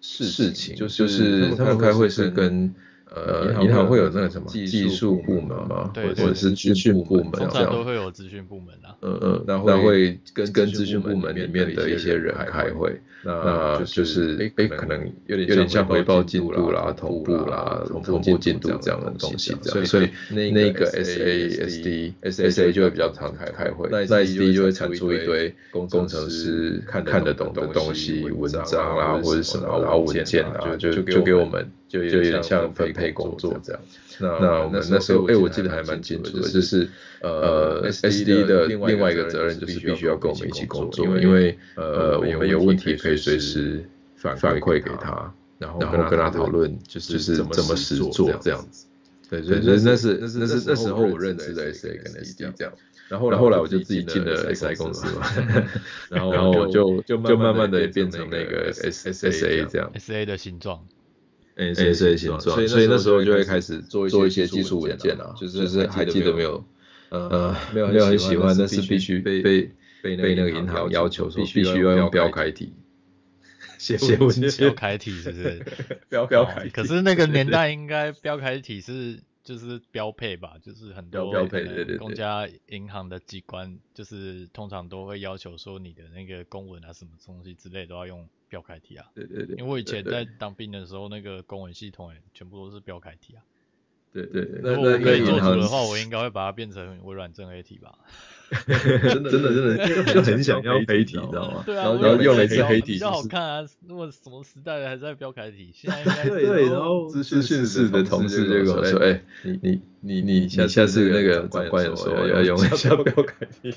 S3: 事情，就是他们开会是跟呃，银行会有那个什么技术部门嘛，
S2: 对
S3: 或
S2: 对
S3: 者是资讯部门这
S2: 通常都
S3: 样。
S2: 会有资讯部门啊。
S3: 嗯嗯，那
S1: 那
S3: 会
S1: 会
S3: 跟
S1: 跟
S3: 跟资
S1: 资
S3: 讯
S1: 讯
S3: 部
S1: 部
S3: 门
S1: 门
S3: 里
S1: 里
S3: 面
S1: 面
S3: 的
S1: 的
S3: 一
S1: 一
S3: 些
S1: 些
S3: 人
S1: 人
S3: 开
S1: 开
S3: 会，那
S1: 那
S3: 就
S1: 就是是
S3: 哎，
S1: 哎
S3: 可
S1: 可
S3: 能
S1: 能
S3: 有
S1: 有
S3: 点
S1: 点
S3: 像
S1: 像
S3: 回
S1: 回
S3: 报
S1: 报
S3: 进
S1: 进
S3: 度
S1: 度
S3: 啦
S1: 啦、
S3: 同
S1: 同
S3: 步
S1: 步
S3: 啦
S1: 啦、
S3: 同
S1: 同
S3: 步
S1: 步
S3: 进
S1: 进
S3: 度
S1: 度
S3: 这
S1: 这
S3: 样
S1: 样
S3: 的
S1: 的
S3: 东
S1: 东
S3: 西
S1: 西，
S3: 这
S1: 这
S3: 样。
S1: 样
S3: 所以
S1: 所以
S3: 那
S1: 那
S3: 个
S1: 个
S3: SASD
S1: SASD
S3: SA 就会比较常开开会，
S1: 那
S3: 那
S1: SD
S3: SD 就
S1: 就
S3: 会
S1: 会
S3: 产
S1: 产
S3: 出
S1: 出
S3: 一
S1: 一
S3: 堆
S1: 堆
S3: 工程
S1: 工程
S3: 师
S1: 师
S3: 看
S1: 看
S3: 得
S1: 得
S3: 懂
S1: 懂
S3: 的
S1: 的
S3: 东
S1: 东
S3: 西、
S1: 西、
S3: 文
S1: 文
S3: 章
S1: 章
S3: 啦，
S1: 啦，
S3: 或
S1: 或
S3: 者
S1: 者
S3: 什
S1: 什
S3: 么，
S1: 么，
S3: 然
S1: 然
S3: 后
S1: 后
S3: 文
S1: 文
S3: 件
S1: 件
S3: 啊，
S1: 啊，
S3: 就
S1: 就就
S3: 就
S1: 就
S3: 给
S1: 给
S3: 我
S1: 我
S3: 们
S1: 们，
S3: 就
S1: 就
S3: 有
S1: 有
S3: 点
S1: 点
S3: 像
S1: 像
S3: 分配
S1: 分配
S3: 工
S1: 工
S3: 作
S1: 作
S3: 这
S1: 这
S3: 样
S1: 样。
S3: 那
S1: 那
S3: 我
S1: 我
S3: 们
S1: 们
S3: 那
S1: 那
S3: 时
S1: 时
S3: 候，
S1: 候，
S3: 哎，
S1: 哎，
S3: 我
S1: 我
S3: 记
S1: 记
S3: 得
S1: 得
S3: 还
S1: 还
S3: 蛮
S1: 蛮
S3: 清
S1: 清
S3: 楚
S1: 楚
S3: 的，
S1: 的，
S3: 就
S1: 就是是
S3: 呃
S1: 呃
S3: ，SD 的
S1: ，SD 的
S3: 另
S1: 另
S3: 外
S1: 外
S3: 一
S1: 一
S3: 个
S1: 个
S3: 责
S1: 责
S3: 任
S1: 任
S3: 就
S1: 就是是
S3: 必
S1: 必
S3: 须
S1: 须
S3: 要
S1: 要
S3: 跟
S1: 跟
S3: 我们
S1: 我们
S3: 一
S1: 一
S3: 起
S1: 起
S3: 工
S1: 工
S3: 作，
S1: 作，
S3: 因
S1: 因
S3: 为
S1: 为
S3: 呃，
S1: 呃，
S3: 我
S1: 我
S3: 们
S1: 们
S3: 有
S1: 有
S3: 问
S1: 问
S3: 题
S1: 题
S3: 可
S1: 可
S3: 以随
S1: 以随
S3: 时
S1: 时
S3: 反
S1: 反
S3: 馈
S1: 馈
S3: 给
S1: 给
S3: 他
S1: 他，
S3: 然后
S1: 然后
S3: 跟
S1: 跟
S3: 他
S1: 他
S3: 讨
S1: 讨
S3: 论
S1: 论
S3: 就
S1: 就是是
S3: 怎么
S1: 怎么
S3: 实
S1: 实
S3: 做
S1: 做
S3: 这
S1: 这
S3: 样
S1: 样
S3: 子
S1: 子。
S3: 对，所
S1: 对，
S3: 以
S1: 所以
S3: 那是
S1: 那是
S3: 那是
S1: 那
S3: 那
S1: 是
S3: 是
S1: 那
S3: 那时
S1: 时
S3: 候
S1: 候
S3: 我
S1: 我
S3: 认
S1: 认
S3: 识
S1: 识
S3: 的
S1: 的
S3: SA
S1: SA
S3: 跟
S1: 跟
S3: SD
S1: SD
S3: 这
S1: 这
S3: 样
S1: 样。
S3: 然后
S1: 然
S3: 后
S1: 后
S3: 来
S1: 来
S3: 我
S1: 我
S3: 就自
S1: 就自
S3: 己
S1: 己
S3: 进
S1: 进
S3: 了
S1: 了
S3: SI
S1: SI
S3: 公
S1: 公
S3: 司
S1: 司
S3: 嘛
S1: 嘛，
S3: *laughs* 然后
S1: 然后
S3: 我
S1: 我
S3: 就
S1: 就
S3: 就慢
S1: 就慢
S3: 慢
S1: 慢
S3: 的
S1: 的
S3: 变
S1: 变
S3: 成
S1: 成
S3: 那
S1: 那
S3: 个
S1: 个
S3: S
S1: S
S3: SA
S1: A
S3: 这
S1: 这
S3: 样
S1: 样。
S2: S A 的形状，
S3: A
S1: A
S3: C
S1: C
S3: 形
S1: 形
S3: 状，
S1: 状，
S3: 所
S1: 所
S3: 以
S1: 以
S3: 那
S1: 那
S3: 时
S1: 时
S3: 候
S1: 候
S3: 就
S1: 就
S3: 会
S1: 会
S3: 开
S1: 开
S3: 始
S1: 始
S3: 做
S1: 做
S3: 一
S1: 一
S3: 些
S1: 些
S3: 技
S1: 技
S3: 术
S1: 术
S3: 文
S1: 文
S3: 件
S1: 件
S3: 啊
S1: 啊，，
S3: 就
S1: 就是是
S3: 还
S1: 还
S3: 记
S1: 记
S3: 得
S1: 得
S3: 没
S1: 没
S3: 有
S1: 有？
S3: 呃
S1: 呃，
S3: 没有
S1: 没有
S3: 很
S1: 很
S3: 喜
S1: 喜
S3: 欢，
S1: 欢，
S3: 但
S1: 但
S3: 是
S1: 是
S3: 必
S1: 必
S3: 须
S1: 须
S3: 被
S1: 被
S3: 被那
S1: 被那
S3: 个
S1: 个
S3: 银
S1: 银
S3: 行
S1: 行
S3: 要
S1: 要
S3: 求
S1: 求
S3: 必
S1: 必
S3: 须
S1: 须
S3: 要
S1: 要
S3: 用
S1: 用
S3: 标
S1: 标
S3: 楷
S1: 楷
S3: 体
S1: 体
S3: 写
S1: 写文件
S2: 标楷体是不是？
S3: 标 *laughs* 标
S2: 哦
S3: 楷体，
S2: 可是那个年代应该标楷体是就是标配吧，就是很多
S3: 标配
S2: 可能
S3: 对对对
S2: 公家银行的机关就是通常都会要求说你的那个公文啊什么东西之类都要用标楷体啊。
S3: 对对对
S2: 因为我以前
S3: 对
S2: 在当兵的时候，那个公文系统也全部都是标楷体啊。
S3: 对对对，
S2: 如
S3: 那
S2: 果
S3: 那
S2: 我可以
S3: 个
S2: 做
S3: 银
S2: 主
S3: 行
S2: 的话，我应该会把它变成微软正 A 体吧。
S3: *laughs* 真的真的真的 *laughs* 就很想要黑体，你知道吗？
S2: 对啊，
S3: 然后
S2: 我
S3: 然后
S2: 以为
S3: 用了一
S2: 比
S3: 次
S2: 较
S3: 黑
S2: 比
S3: 体，
S2: 较好
S3: 就是
S2: 看啊。如果什么时代的还在标楷体，现在应该
S3: 对，然
S1: 然
S3: 后
S1: 后
S3: 资讯
S1: 资
S3: 室
S1: 讯室
S3: 的
S1: 的
S3: 同
S1: 同
S3: 事就
S1: 事就
S3: 跟
S1: 跟
S3: 我
S1: 我
S3: 说
S1: 说：“
S3: 哎
S1: 哎，
S3: 你
S1: 你
S3: 你
S1: 你
S3: 你
S1: 你
S3: 下
S1: 下
S3: 次
S1: 次
S3: 那
S1: 那
S3: 个长
S1: 个长
S3: 官
S1: 官
S3: 有
S1: 有
S3: 说
S1: 说
S3: 要
S1: 要
S3: 用
S1: 用
S3: 一下
S1: 下
S3: 标
S1: 标
S3: 楷体，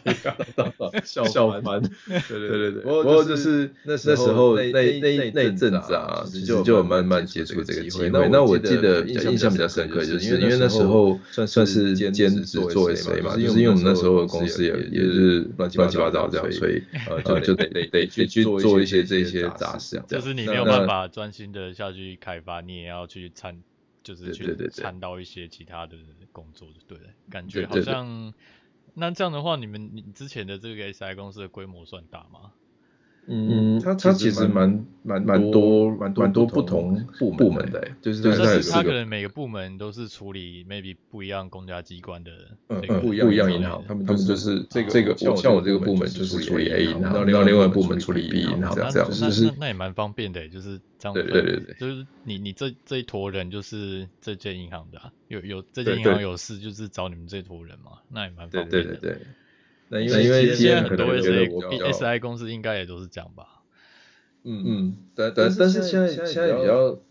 S1: 笑
S3: 笑
S1: 翻
S3: 翻，对对
S1: 对
S3: 对。
S1: 对
S3: 不
S1: 不
S3: 过
S1: 过
S3: 就
S1: 就是是
S3: 那
S1: 那时候
S3: 那那
S1: 那那那
S3: 一
S1: 一阵
S3: 阵
S1: 子
S3: 子啊
S1: 啊，
S3: 其
S1: 其
S3: 实
S1: 实
S3: 就
S1: 就
S3: 有
S1: 有
S3: 慢
S1: 慢
S3: 慢
S1: 慢
S3: 接
S1: 接
S3: 触
S1: 触
S3: 这
S1: 这
S3: 个
S1: 个
S3: 机
S1: 机
S3: 会。
S1: 会。
S3: 那
S1: 那
S3: 我
S1: 我
S3: 记
S1: 记
S3: 得
S1: 得
S3: 印
S1: 印
S3: 象
S1: 象
S3: 比
S1: 比
S3: 较
S1: 较
S3: 深
S1: 深
S3: 刻，
S1: 刻，
S3: 就
S1: 就是是
S3: 因
S1: 因
S3: 为
S1: 为
S3: 那
S1: 那
S3: 时
S1: 时
S3: 候
S1: 候
S3: 算
S1: 算
S3: 是
S1: 是
S3: 兼
S1: 兼
S3: 职
S1: 职
S3: 做
S1: 做
S3: SA
S1: SA
S3: 嘛，
S1: 嘛，
S3: 就
S1: 就是是
S3: 因为
S1: 因为
S3: 我
S1: 我
S3: 们
S1: 们
S3: 那
S1: 那
S3: 时
S1: 时
S3: 候
S1: 候
S3: 公
S1: 公
S3: 司
S1: 司
S3: 也
S1: 也
S3: 也
S1: 也
S3: 是
S1: 是
S3: 乱
S1: 乱
S3: 七
S1: 七
S3: 八
S1: 八
S3: 糟
S1: 糟
S3: 这
S1: 这
S3: 样，
S1: 样，
S3: 所
S1: 所
S3: 以
S1: 以
S3: 呃
S1: 呃
S3: 就
S1: 就
S3: 得
S1: 得
S3: 得
S1: 得
S3: 去
S1: 去
S3: 做
S1: 做
S3: 一
S1: 一
S3: 些
S1: 些
S3: 这
S1: 这
S3: 些
S1: 些
S3: 杂
S1: 杂
S3: 事
S1: 事，
S3: 这样。
S2: 就是你
S3: 那
S2: 没有
S3: 那
S2: 办法专心的下去开发，你也要去参，就是
S3: 对
S2: 去
S3: 对对
S2: 参到一些其他的工作，就对了。感
S3: 对
S2: 觉
S3: 对
S2: 好
S3: 对
S2: 像，那这样的话，你们你之前的这个 SI 公司的规模算大吗？
S3: 嗯，它
S1: 它
S3: 其
S1: 其
S3: 实
S1: 实
S3: 蛮
S1: 蛮
S3: 蛮多
S1: 蛮多
S3: 蛮多
S1: 蛮多
S3: 不
S1: 不
S3: 同
S1: 同
S3: 部
S1: 部
S3: 门
S1: 门
S3: 的
S1: 的，
S3: 就是
S1: 就是
S3: 它有
S1: 它
S2: 但
S1: 有
S2: 是
S1: 四
S2: 它
S1: 个
S2: 可能每个部门都是处理 maybe 不一样公家机关的
S3: 嗯嗯
S2: 这个
S3: 不一
S1: 不一样
S3: 银
S1: 银
S3: 行
S1: 行，，
S3: 他
S1: 他
S3: 们
S1: 们
S3: 就
S1: 就是
S3: 是
S1: 这
S3: 这
S1: 个
S3: 个
S1: 我
S3: 我像
S1: 像
S3: 我
S1: 我
S3: 这
S1: 这
S3: 个
S1: 个
S3: 部
S1: 部
S3: 门
S1: 门
S3: 就
S1: 就是是
S3: 处
S1: 处
S3: 理
S1: 理
S3: A
S1: A
S3: 银
S1: 银
S3: 行，
S1: 行，
S3: 然后
S1: 然后
S3: 另
S1: 另
S3: 外
S1: 外
S3: 一
S1: 一
S3: 个
S1: 个
S3: 部
S1: 部
S3: 门
S1: 门
S3: 处
S1: 处
S3: 理
S1: 理
S3: B
S1: B
S3: 银
S1: 银
S3: 行这
S1: 行，这
S3: 样子，
S1: 样子
S3: 就
S2: 那
S1: 就是
S2: 那那也蛮方便的欸，就是这样
S3: 对
S2: 分。
S3: 对对对
S2: 就是你你这这一坨人就是这间银行的啊、有有这
S3: 对
S2: 间银
S3: 对
S2: 行有事就是找你们这坨人嘛，那也蛮
S3: 哦对
S2: 方便的。
S3: 对对对。那因
S2: 那
S3: 为因为
S2: 其实现在
S3: TM
S2: 很
S3: 可
S2: 多
S3: 能觉得
S2: SI
S3: 我比
S2: B
S3: 较
S2: SI 公司应该也都是这样吧？
S3: 嗯
S1: 嗯，
S3: 但但
S1: 但
S3: 但
S1: 但
S3: 是
S1: 是
S3: 现
S1: 现
S3: 在
S1: 在
S3: 现
S1: 现
S3: 在
S1: 在
S3: 比
S1: 比
S3: 较
S1: 较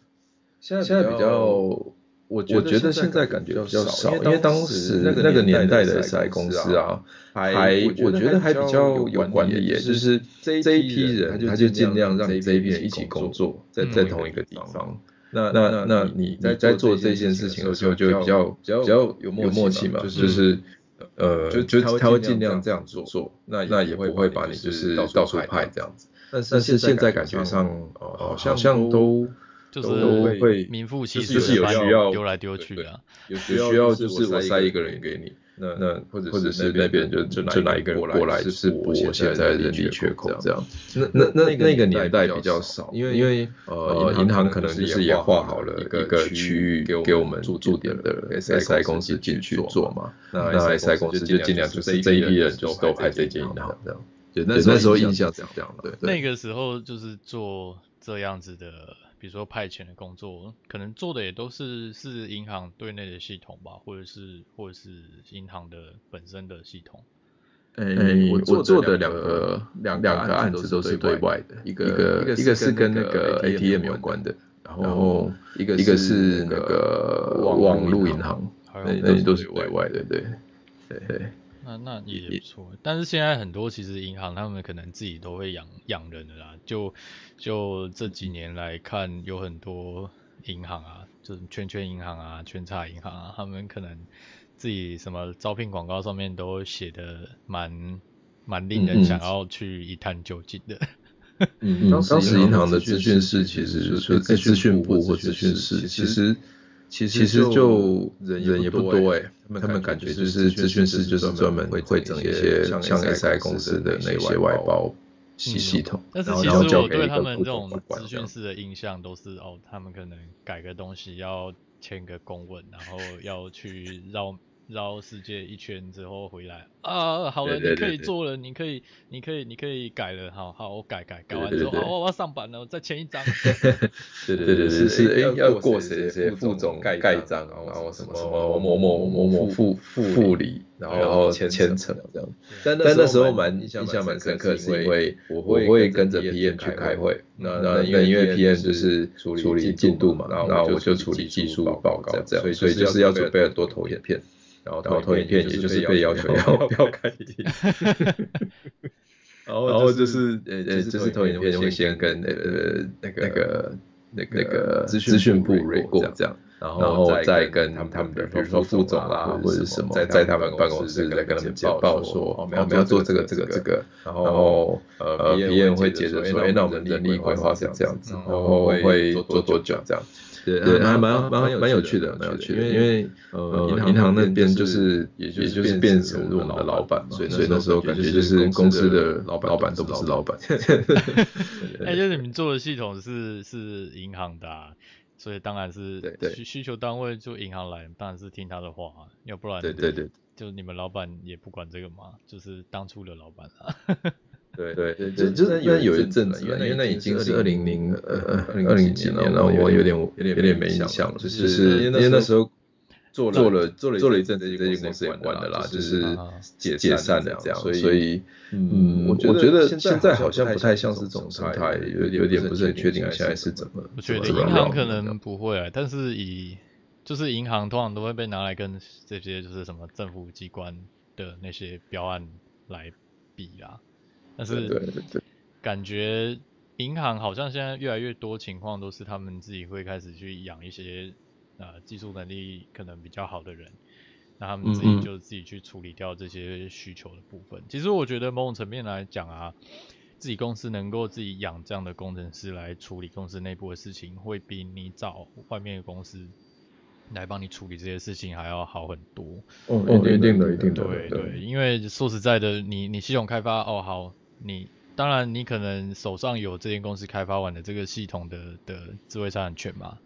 S3: 现在
S1: 现在
S3: 比
S1: 比
S3: 较，
S1: 较
S3: 我
S1: 我觉
S3: 觉得
S1: 得
S3: 现
S1: 现
S3: 在
S1: 在
S3: 感
S1: 感
S3: 觉
S1: 觉
S3: 比
S1: 比
S3: 较
S1: 较
S3: 少，
S1: 少
S3: 因为
S1: 因为
S3: 当
S1: 当时
S3: 时
S1: 那
S3: 个
S1: 个
S3: 年
S1: 年
S3: 代
S1: 代
S3: 的
S1: 的
S3: SI
S1: SI
S3: 公
S1: 公
S3: 司
S1: 司
S3: 啊
S1: 啊，
S3: 还
S1: 还
S3: 我
S1: 我
S3: 觉
S1: 觉
S3: 得
S1: 得
S3: 还
S1: 还
S3: 比较
S1: 比较
S3: 有
S1: 有
S3: 管
S1: 管
S3: 理
S1: 理
S3: 耶，
S1: 耶
S3: 就
S1: 就是是
S3: 这
S1: 这
S3: 一
S1: 一
S3: 批
S1: 批
S3: 人
S1: 人
S3: 他
S1: 他
S3: 就
S1: 就
S3: 尽量
S1: 尽量
S3: 让
S1: 让
S3: 这
S1: 这
S3: 一
S1: 一
S3: 批
S1: 批
S3: 人
S1: 人
S3: 一
S1: 一
S3: 起
S1: 起
S3: 工
S1: 工
S3: 作
S1: 作，
S3: 在
S2: 嗯
S3: 在
S1: 在
S3: 同
S1: 同
S3: 一
S1: 一
S3: 个
S1: 个
S3: 地
S1: 地
S3: 方
S1: 方。
S3: 那那那
S1: 那那
S3: 你
S1: 你
S3: 你
S1: 你
S3: 在
S1: 在
S3: 做
S1: 做
S3: 这
S1: 这
S3: 件
S1: 件
S3: 事
S1: 事
S3: 情
S1: 情
S3: 的
S1: 的
S3: 时
S1: 时
S3: 候
S1: 候
S3: 就
S1: 就
S3: 比较
S1: 比较
S3: 比较
S1: 比较
S3: 有
S1: 有
S3: 默
S1: 默
S3: 契
S1: 契
S3: 嘛，
S1: 嘛
S3: 就
S1: 就是
S3: 呃，
S1: 就
S3: 就
S1: 他
S3: 他会
S1: 会
S3: 尽
S1: 尽
S3: 量
S1: 量
S3: 这
S1: 这
S3: 样
S1: 样
S3: 子
S1: 做
S3: 做，那
S1: 那
S3: 也
S1: 也
S3: 不会
S1: 不
S3: 把
S1: 会
S3: 你就
S1: 把你就是是
S3: 到
S1: 到
S3: 处
S1: 处
S3: 派
S1: 派
S3: 这
S1: 这
S3: 样
S1: 样
S3: 子
S1: 子。
S3: 但是
S1: 但
S3: 现
S1: 是
S3: 在
S1: 现在
S3: 感觉
S1: 感觉
S3: 上，
S1: 上，
S3: 呃，
S1: 呃，
S3: 好
S1: 好
S3: 像
S1: 像
S3: 都
S1: 都
S2: 就
S3: 都
S2: 是
S3: 都会
S2: 名副其
S3: 就是
S2: 实
S3: 有
S2: 的把
S3: 需
S2: 你
S3: 要
S2: 丢来丢
S3: 对
S2: 去
S3: 对
S2: 啊。
S3: 有
S1: 有需
S3: 需要
S1: 要
S3: 就
S1: 就是是
S3: 我
S1: 我
S3: 塞
S1: 塞
S3: 一
S1: 一
S3: 个
S1: 个
S3: 人
S1: 人
S3: 给
S1: 给
S3: 你
S1: 你，
S3: 那
S1: 那
S3: 或者
S1: 或者
S3: 是
S1: 是
S3: 那
S1: 那
S3: 边
S1: 边
S3: 就
S1: 人
S3: 就
S1: 就
S3: 拿
S1: 就
S3: 一
S1: 拿
S3: 个
S1: 一个
S3: 人
S1: 人
S3: 过
S1: 过
S3: 来，
S1: 来，
S3: 就
S1: 就是是
S3: 补
S1: 补
S3: 我
S1: 我
S3: 现
S1: 现
S3: 在
S1: 在
S3: 的
S1: 的
S3: 零
S1: 零
S3: 缺
S1: 缺
S3: 口这
S1: 口
S3: 样
S1: 这。样。
S3: 那那那那
S1: 那那那
S3: 个
S1: 个
S3: 年
S1: 年
S3: 代
S1: 代
S3: 比
S1: 比
S3: 较
S1: 较
S3: 少
S1: 少，，
S3: 因为
S1: 因为
S3: 呃，
S1: 呃，
S3: 银行
S1: 银行
S3: 可
S1: 可
S3: 能
S1: 能
S3: 就是是
S1: 也
S3: 也
S1: 划
S3: 划
S1: 好
S3: 好了
S1: 了
S3: 一
S1: 一
S3: 个
S1: 个
S3: 区
S1: 区
S3: 域
S1: 域
S3: 给
S1: 给
S3: 我
S1: 我
S3: 们
S1: 们
S3: 驻驻
S1: 驻驻
S3: 点
S1: 点
S3: 的
S1: 的
S3: SI
S1: SI
S3: 公
S1: 公
S3: 司
S1: 司
S3: 进
S1: 进
S3: 去
S1: 去
S3: 做
S1: 做
S3: 嘛
S1: 嘛。。
S3: 那
S1: 那
S3: SI
S1: SI
S3: 公
S1: 公
S3: 司
S1: 司
S3: 就
S1: 就
S3: 尽
S1: 尽
S3: 量
S1: 量
S3: 就
S1: 就是是
S3: 这
S1: 这
S3: 一
S1: 一
S3: 批
S1: 批
S3: 人
S1: 人
S3: 就派
S1: 就派
S3: 这
S1: 这
S3: 间
S1: 间
S3: 银
S1: 银
S3: 行
S1: 行
S3: 这样对，
S1: 这样。对，
S3: 那
S1: 那
S3: 时
S1: 时
S3: 候
S1: 候
S3: 印
S1: 印
S3: 象
S1: 象
S3: 是
S1: 是
S3: 这
S1: 这
S3: 样
S1: 样
S3: 的
S1: 的。。
S2: 那
S1: 对，
S2: 个时候就是做这样子的，比如说派遣的工作，可能做的也都是是银行对内的系统吧，或者是或者是银行的本身的系统。
S3: 哎
S1: 哎，，
S3: 我
S1: 我
S3: 做
S1: 做
S3: 的
S1: 的
S3: 两
S1: 两
S3: 个
S1: 个
S3: 两
S1: 两
S3: 个
S1: 个
S3: 案
S1: 案
S3: 子
S1: 子
S3: 都
S1: 都
S3: 是
S1: 是
S3: 对
S1: 对
S3: 外
S1: 外
S3: 的
S1: 的，
S3: 一
S1: 一
S3: 个
S1: 个
S3: 一
S1: 一
S3: 个
S1: 个
S3: 是
S1: 是
S3: 跟
S1: 跟
S3: 那个
S1: 那个
S3: ATM 有
S1: ATM 有
S3: 关
S1: 关
S3: 的
S1: 的，
S3: 然
S1: 然
S3: 后
S1: 后
S3: 一个
S1: 一
S3: 是
S1: 个是
S3: 那
S1: 那
S3: 个
S1: 个
S3: 网
S1: 网
S3: 路
S1: 路
S3: 银
S1: 银
S3: 行
S1: 行，
S2: 好
S3: 那
S2: 像
S1: 那
S2: 都
S1: 那
S2: 是
S1: 都
S3: 都
S1: 是
S3: 是对
S1: 对
S3: 外
S1: 外
S3: 的，
S1: 的，
S3: 对
S1: 对
S3: 对。
S2: 那那也不错，但是现在很多其实银行他们可能自己都会养养人的啦。就就这几年来看，有很多银行啊，就是圈圈银行啊、圈叉银行啊，他们可能自己什么招聘广告上面都写的蛮蛮令人想要去一探究竟的。
S3: 嗯，当时银行的资讯室其实就是在资讯部或资讯室，其实其实就人也不多哎、欸，他们感觉就是资讯室就是专门会整一些像 SI 公司的那些外包系嗯系统，
S2: 嗯但是
S3: 然后
S2: 其
S3: 要
S2: 实
S3: 交
S2: 我
S3: 给
S2: 对
S3: 一
S2: 他
S3: 个
S2: 们
S3: 不
S2: 这
S3: 同
S2: 种
S3: 的管
S2: 资
S3: 这样
S2: 讯式的印象都是哦，他们可能改个东西要签个公文，然后要去绕绕世界一圈之后回来啊，好了，
S3: 对对
S2: 你可
S3: 对
S2: 以
S3: 对
S2: 做了，你可以，你可以，你可以改了，好好，我改改改完之后，
S3: 对对对
S2: 哦，我要上班了，我再签一张。
S3: 对对对，是是，
S1: 哎
S3: 哎，
S1: 要
S3: 要
S1: 过
S3: 过
S1: 谁
S3: 谁
S1: 谁
S3: 谁
S1: 副
S3: 副
S1: 总
S3: 总
S1: 盖
S3: 盖
S1: 章
S3: 章，
S1: 然
S3: 然
S1: 后
S3: 后
S1: 什
S3: 什
S1: 么
S3: 么
S1: 什
S3: 什
S1: 么
S3: 么某某
S1: 某某某
S3: 某
S1: 某
S3: 某
S1: 副
S3: 副
S1: 副
S3: 副
S1: 理
S3: 理，
S1: 然
S3: 然
S1: 后
S3: 后
S1: 牵
S3: 牵
S1: 扯
S3: 扯这样。
S1: 但
S3: 但
S1: 那
S3: 那
S1: 时
S3: 时
S1: 候
S3: 候
S1: 蛮
S3: 蛮
S1: 印
S3: 印
S1: 象
S3: 象
S1: 蛮
S3: 蛮
S1: 深
S3: 深
S1: 刻
S3: 刻，
S1: 是
S3: 是
S1: 因
S3: 因
S1: 为
S3: 为
S1: 我
S3: 我
S1: 会
S3: 会跟
S1: 跟着
S3: 着
S1: PM
S3: PM
S1: 去
S3: 去
S1: 开
S3: 开
S1: 会
S3: 会，
S1: 那
S3: 那
S1: 那
S3: 那
S1: 因
S3: 因
S1: 为
S3: 为
S1: PM
S3: PM
S1: 就
S3: 就是是
S1: 处
S3: 处
S1: 理
S3: 理
S1: 进
S3: 进
S1: 度
S3: 度
S1: 嘛
S3: 嘛，
S1: 然后
S3: 然后
S1: 我就
S3: 我就处
S1: 处理
S3: 理
S1: 技
S3: 技
S1: 术
S3: 术
S1: 报
S3: 报
S1: 告
S3: 告
S1: 这
S3: 这
S1: 样
S3: 样，所
S1: 所以
S3: 以
S1: 就
S3: 就是是
S1: 要
S3: 要
S1: 准
S3: 准备
S1: 备很
S3: 很
S1: 多
S3: 多
S1: 投
S3: 投
S1: 影
S3: 影
S1: 片
S3: 片，
S1: 然后
S3: 然后
S1: 投
S3: 投
S1: 影
S3: 影
S1: 片
S3: 片
S1: 也
S3: 也
S1: 就
S3: 就是是
S1: 被
S3: 被
S1: 要
S3: 要
S1: 求
S3: 求
S1: 要
S3: 要
S1: 要
S3: 要
S1: 开
S3: 开
S1: 机
S3: 机，
S1: 然
S3: 然
S1: 后
S3: 后
S1: 就
S3: 就是
S1: 是
S3: 呃
S1: 就
S3: 呃，
S1: 是
S3: 就是
S1: 投
S3: 投
S1: 影
S3: 影
S1: 片
S3: 片
S1: 会
S3: 会
S1: 先
S3: 先
S1: 跟
S3: 跟呃那
S1: 那
S3: 个那
S1: 那
S3: 个
S1: 资
S3: 资
S1: 讯
S3: 讯
S1: 部
S3: 部
S1: re
S3: 蕊
S1: 过
S3: 过
S1: 这
S3: 这
S1: 样
S3: 样，
S1: 然
S3: 然
S1: 后
S3: 后
S1: 再
S3: 再
S1: 跟
S3: 跟
S1: 他
S3: 他
S1: 们
S3: 们他们
S1: 他们的
S3: 的，
S1: 比
S3: 比
S1: 如
S3: 如
S1: 说
S3: 说
S1: 副
S3: 副
S1: 总
S3: 总
S1: 啦
S3: 啦，
S1: 或
S3: 或
S1: 者
S3: 者是
S1: 是什
S3: 什
S1: 么
S3: 么，
S1: 在
S3: 在
S1: 他
S3: 他
S1: 们
S3: 们办
S1: 办公
S3: 公
S1: 室
S3: 室跟
S1: 跟他
S3: 他们
S1: 们简
S3: 简
S1: 报
S3: 报
S1: 说
S3: 说，
S1: 哦
S3: 哦，
S1: 我
S3: 我
S1: 们
S3: 们
S1: 要
S3: 要
S1: 做
S3: 做这
S1: 这个
S3: 个
S1: 这
S3: 这
S1: 个
S3: 个
S1: 这
S3: 这个，
S1: 个
S3: 然
S1: 然后
S3: 后
S1: 呃
S3: 呃
S1: PM
S3: ，PM
S1: 会
S3: 会解
S1: 解释
S3: 释说，
S1: 说哎
S3: 哎，
S1: 那
S3: 那我
S1: 我们
S3: 们
S1: 的
S3: 的
S1: 例
S3: 例
S1: 规
S3: 规
S1: 划
S3: 划
S1: 是
S3: 是
S1: 这
S3: 这
S1: 样
S3: 样
S1: 子
S3: 子，
S1: 然
S3: 然
S1: 后
S3: 后
S1: 会
S3: 会
S1: 做
S3: 做
S1: 多
S3: 多
S1: 久
S3: 久
S1: 这
S3: 这
S1: 样
S3: 样。
S1: 对
S3: 对，
S1: 还
S3: 还
S1: 蛮
S3: 蛮蛮
S1: 蛮蛮
S3: 蛮
S1: 有
S3: 有
S1: 蛮有趣
S3: 趣
S1: 的
S3: 的，，
S1: 蛮
S3: 蛮
S1: 有
S3: 有
S1: 趣
S3: 趣
S1: 的，
S3: 的，
S1: 因
S3: 因
S1: 为
S3: 为
S1: 呃
S3: 呃，
S1: 银
S3: 银
S1: 行
S3: 行
S1: 那
S3: 那
S1: 边
S3: 边
S1: 就
S3: 就是是
S1: 也
S3: 也
S1: 就
S3: 就是是
S1: 变
S3: 变
S1: 成
S3: 成我
S1: 我们
S3: 们
S1: 的
S3: 的
S1: 老
S3: 老
S1: 板
S3: 板，
S1: 所
S3: 所
S1: 以
S3: 以所以
S1: 那时候
S3: 那时候
S1: 感
S3: 感
S1: 觉
S3: 觉
S1: 就
S3: 就是是
S1: 公
S3: 公
S1: 司
S3: 司
S1: 的
S3: 的
S1: 老板
S3: 老
S1: 都
S3: 板
S1: 不
S3: 都不
S1: 是老
S3: 是
S1: 板
S3: 老板，
S2: 哎、就是你们做的系统是是银行的、啊，所以当然是
S3: 对对
S2: 需需求单位就银行来，当然是听他的话、啊，要不然
S3: 对对对
S2: 就你们老板也不管这个嘛，就是当初的老板啊。
S3: *laughs*
S1: 对
S3: 对
S1: 对，
S3: 对，就
S1: 就就
S3: 就是是因为有
S1: 有一
S3: 一
S1: 阵
S3: 阵
S1: 子
S3: 子
S1: 了，
S3: 了，因
S1: 因为
S3: 为那
S1: 那已
S3: 已
S1: 经
S3: 经
S1: 是
S3: 是
S1: 二
S3: 二
S1: 零
S3: 零
S1: 零
S3: 零
S1: 呃
S3: 呃
S1: 二
S3: 二
S1: 零
S3: 零
S1: 二
S3: 二
S1: 零
S3: 零
S1: 几
S3: 几
S1: 年
S3: 年
S1: 了，
S3: 了，
S1: 我
S3: 我
S1: 有
S3: 有
S1: 点
S3: 点
S1: 有
S3: 有点
S1: 点有
S3: 有
S1: 点
S3: 点
S1: 没
S3: 没
S1: 印
S3: 印
S1: 象
S3: 象
S1: 了，
S3: 了，就
S1: 就
S3: 是是因
S1: 因为
S3: 为
S1: 那
S3: 那
S1: 时
S3: 时
S1: 候
S3: 候
S1: 做了
S3: 做了做了
S1: 做
S3: 做
S1: 了
S3: 了
S1: 一
S3: 一
S1: 阵
S3: 阵
S1: 子
S3: 子
S1: 这
S3: 这间
S1: 间公
S3: 公
S1: 司
S3: 司
S1: 也
S3: 也
S1: 关
S3: 关
S1: 了
S3: 了
S1: 啦
S3: 啦，
S1: 就
S3: 就是是解
S1: 解解
S3: 解
S1: 散
S3: 散
S1: 了
S3: 了
S1: 这
S3: 这样，
S1: 样所
S3: 所
S1: 以
S3: 以
S1: 嗯
S3: 嗯，
S1: 我
S3: 我
S1: 觉
S3: 觉
S1: 得
S3: 得
S1: 现
S3: 现
S1: 在
S3: 在
S1: 好
S3: 好像
S1: 像不
S3: 不
S1: 太
S3: 太
S1: 像
S3: 像
S1: 是
S3: 是这
S1: 这种
S3: 种常
S1: 常态
S3: 态，
S1: 有
S3: 有
S1: 有
S3: 有
S1: 点
S3: 点
S1: 不
S3: 不
S1: 是
S3: 是
S1: 很
S3: 很
S1: 确
S3: 确
S1: 定
S3: 定
S1: 现
S3: 现
S1: 在
S3: 在
S1: 是
S3: 是怎
S1: 怎么
S3: 么
S2: 我觉得
S1: 怎么
S2: 银
S1: 绕
S2: 行可能不会啊，但是以就是银行通常都会被拿来跟这些就是什么政府机关的那些标案来比啦。但
S3: 对
S2: 是
S3: 对对
S2: 感觉银行好像现在越来越多情况都是他们自己会开始去养一些呃技术能力可能比较好的人，那他们自
S3: 嗯
S2: 己
S3: 嗯
S2: 就自己去处理掉这些需求的部分。其实我觉得某种层面来讲啊，自己公司能够自己养这样的工程师来处理公司内部的事情，会比你找外面的公司来帮你处理这些事情还要好很多。
S3: 哦
S1: 哦一
S3: 一
S1: 定
S3: 定
S1: 的
S3: 的
S1: 一
S3: 一
S1: 定
S3: 定
S1: 的
S3: 的，
S2: 对对，因为说实在的，你你系统开发哦好，你当然你可能手上有这间公司开发完的这个系统的的智慧财产权嘛，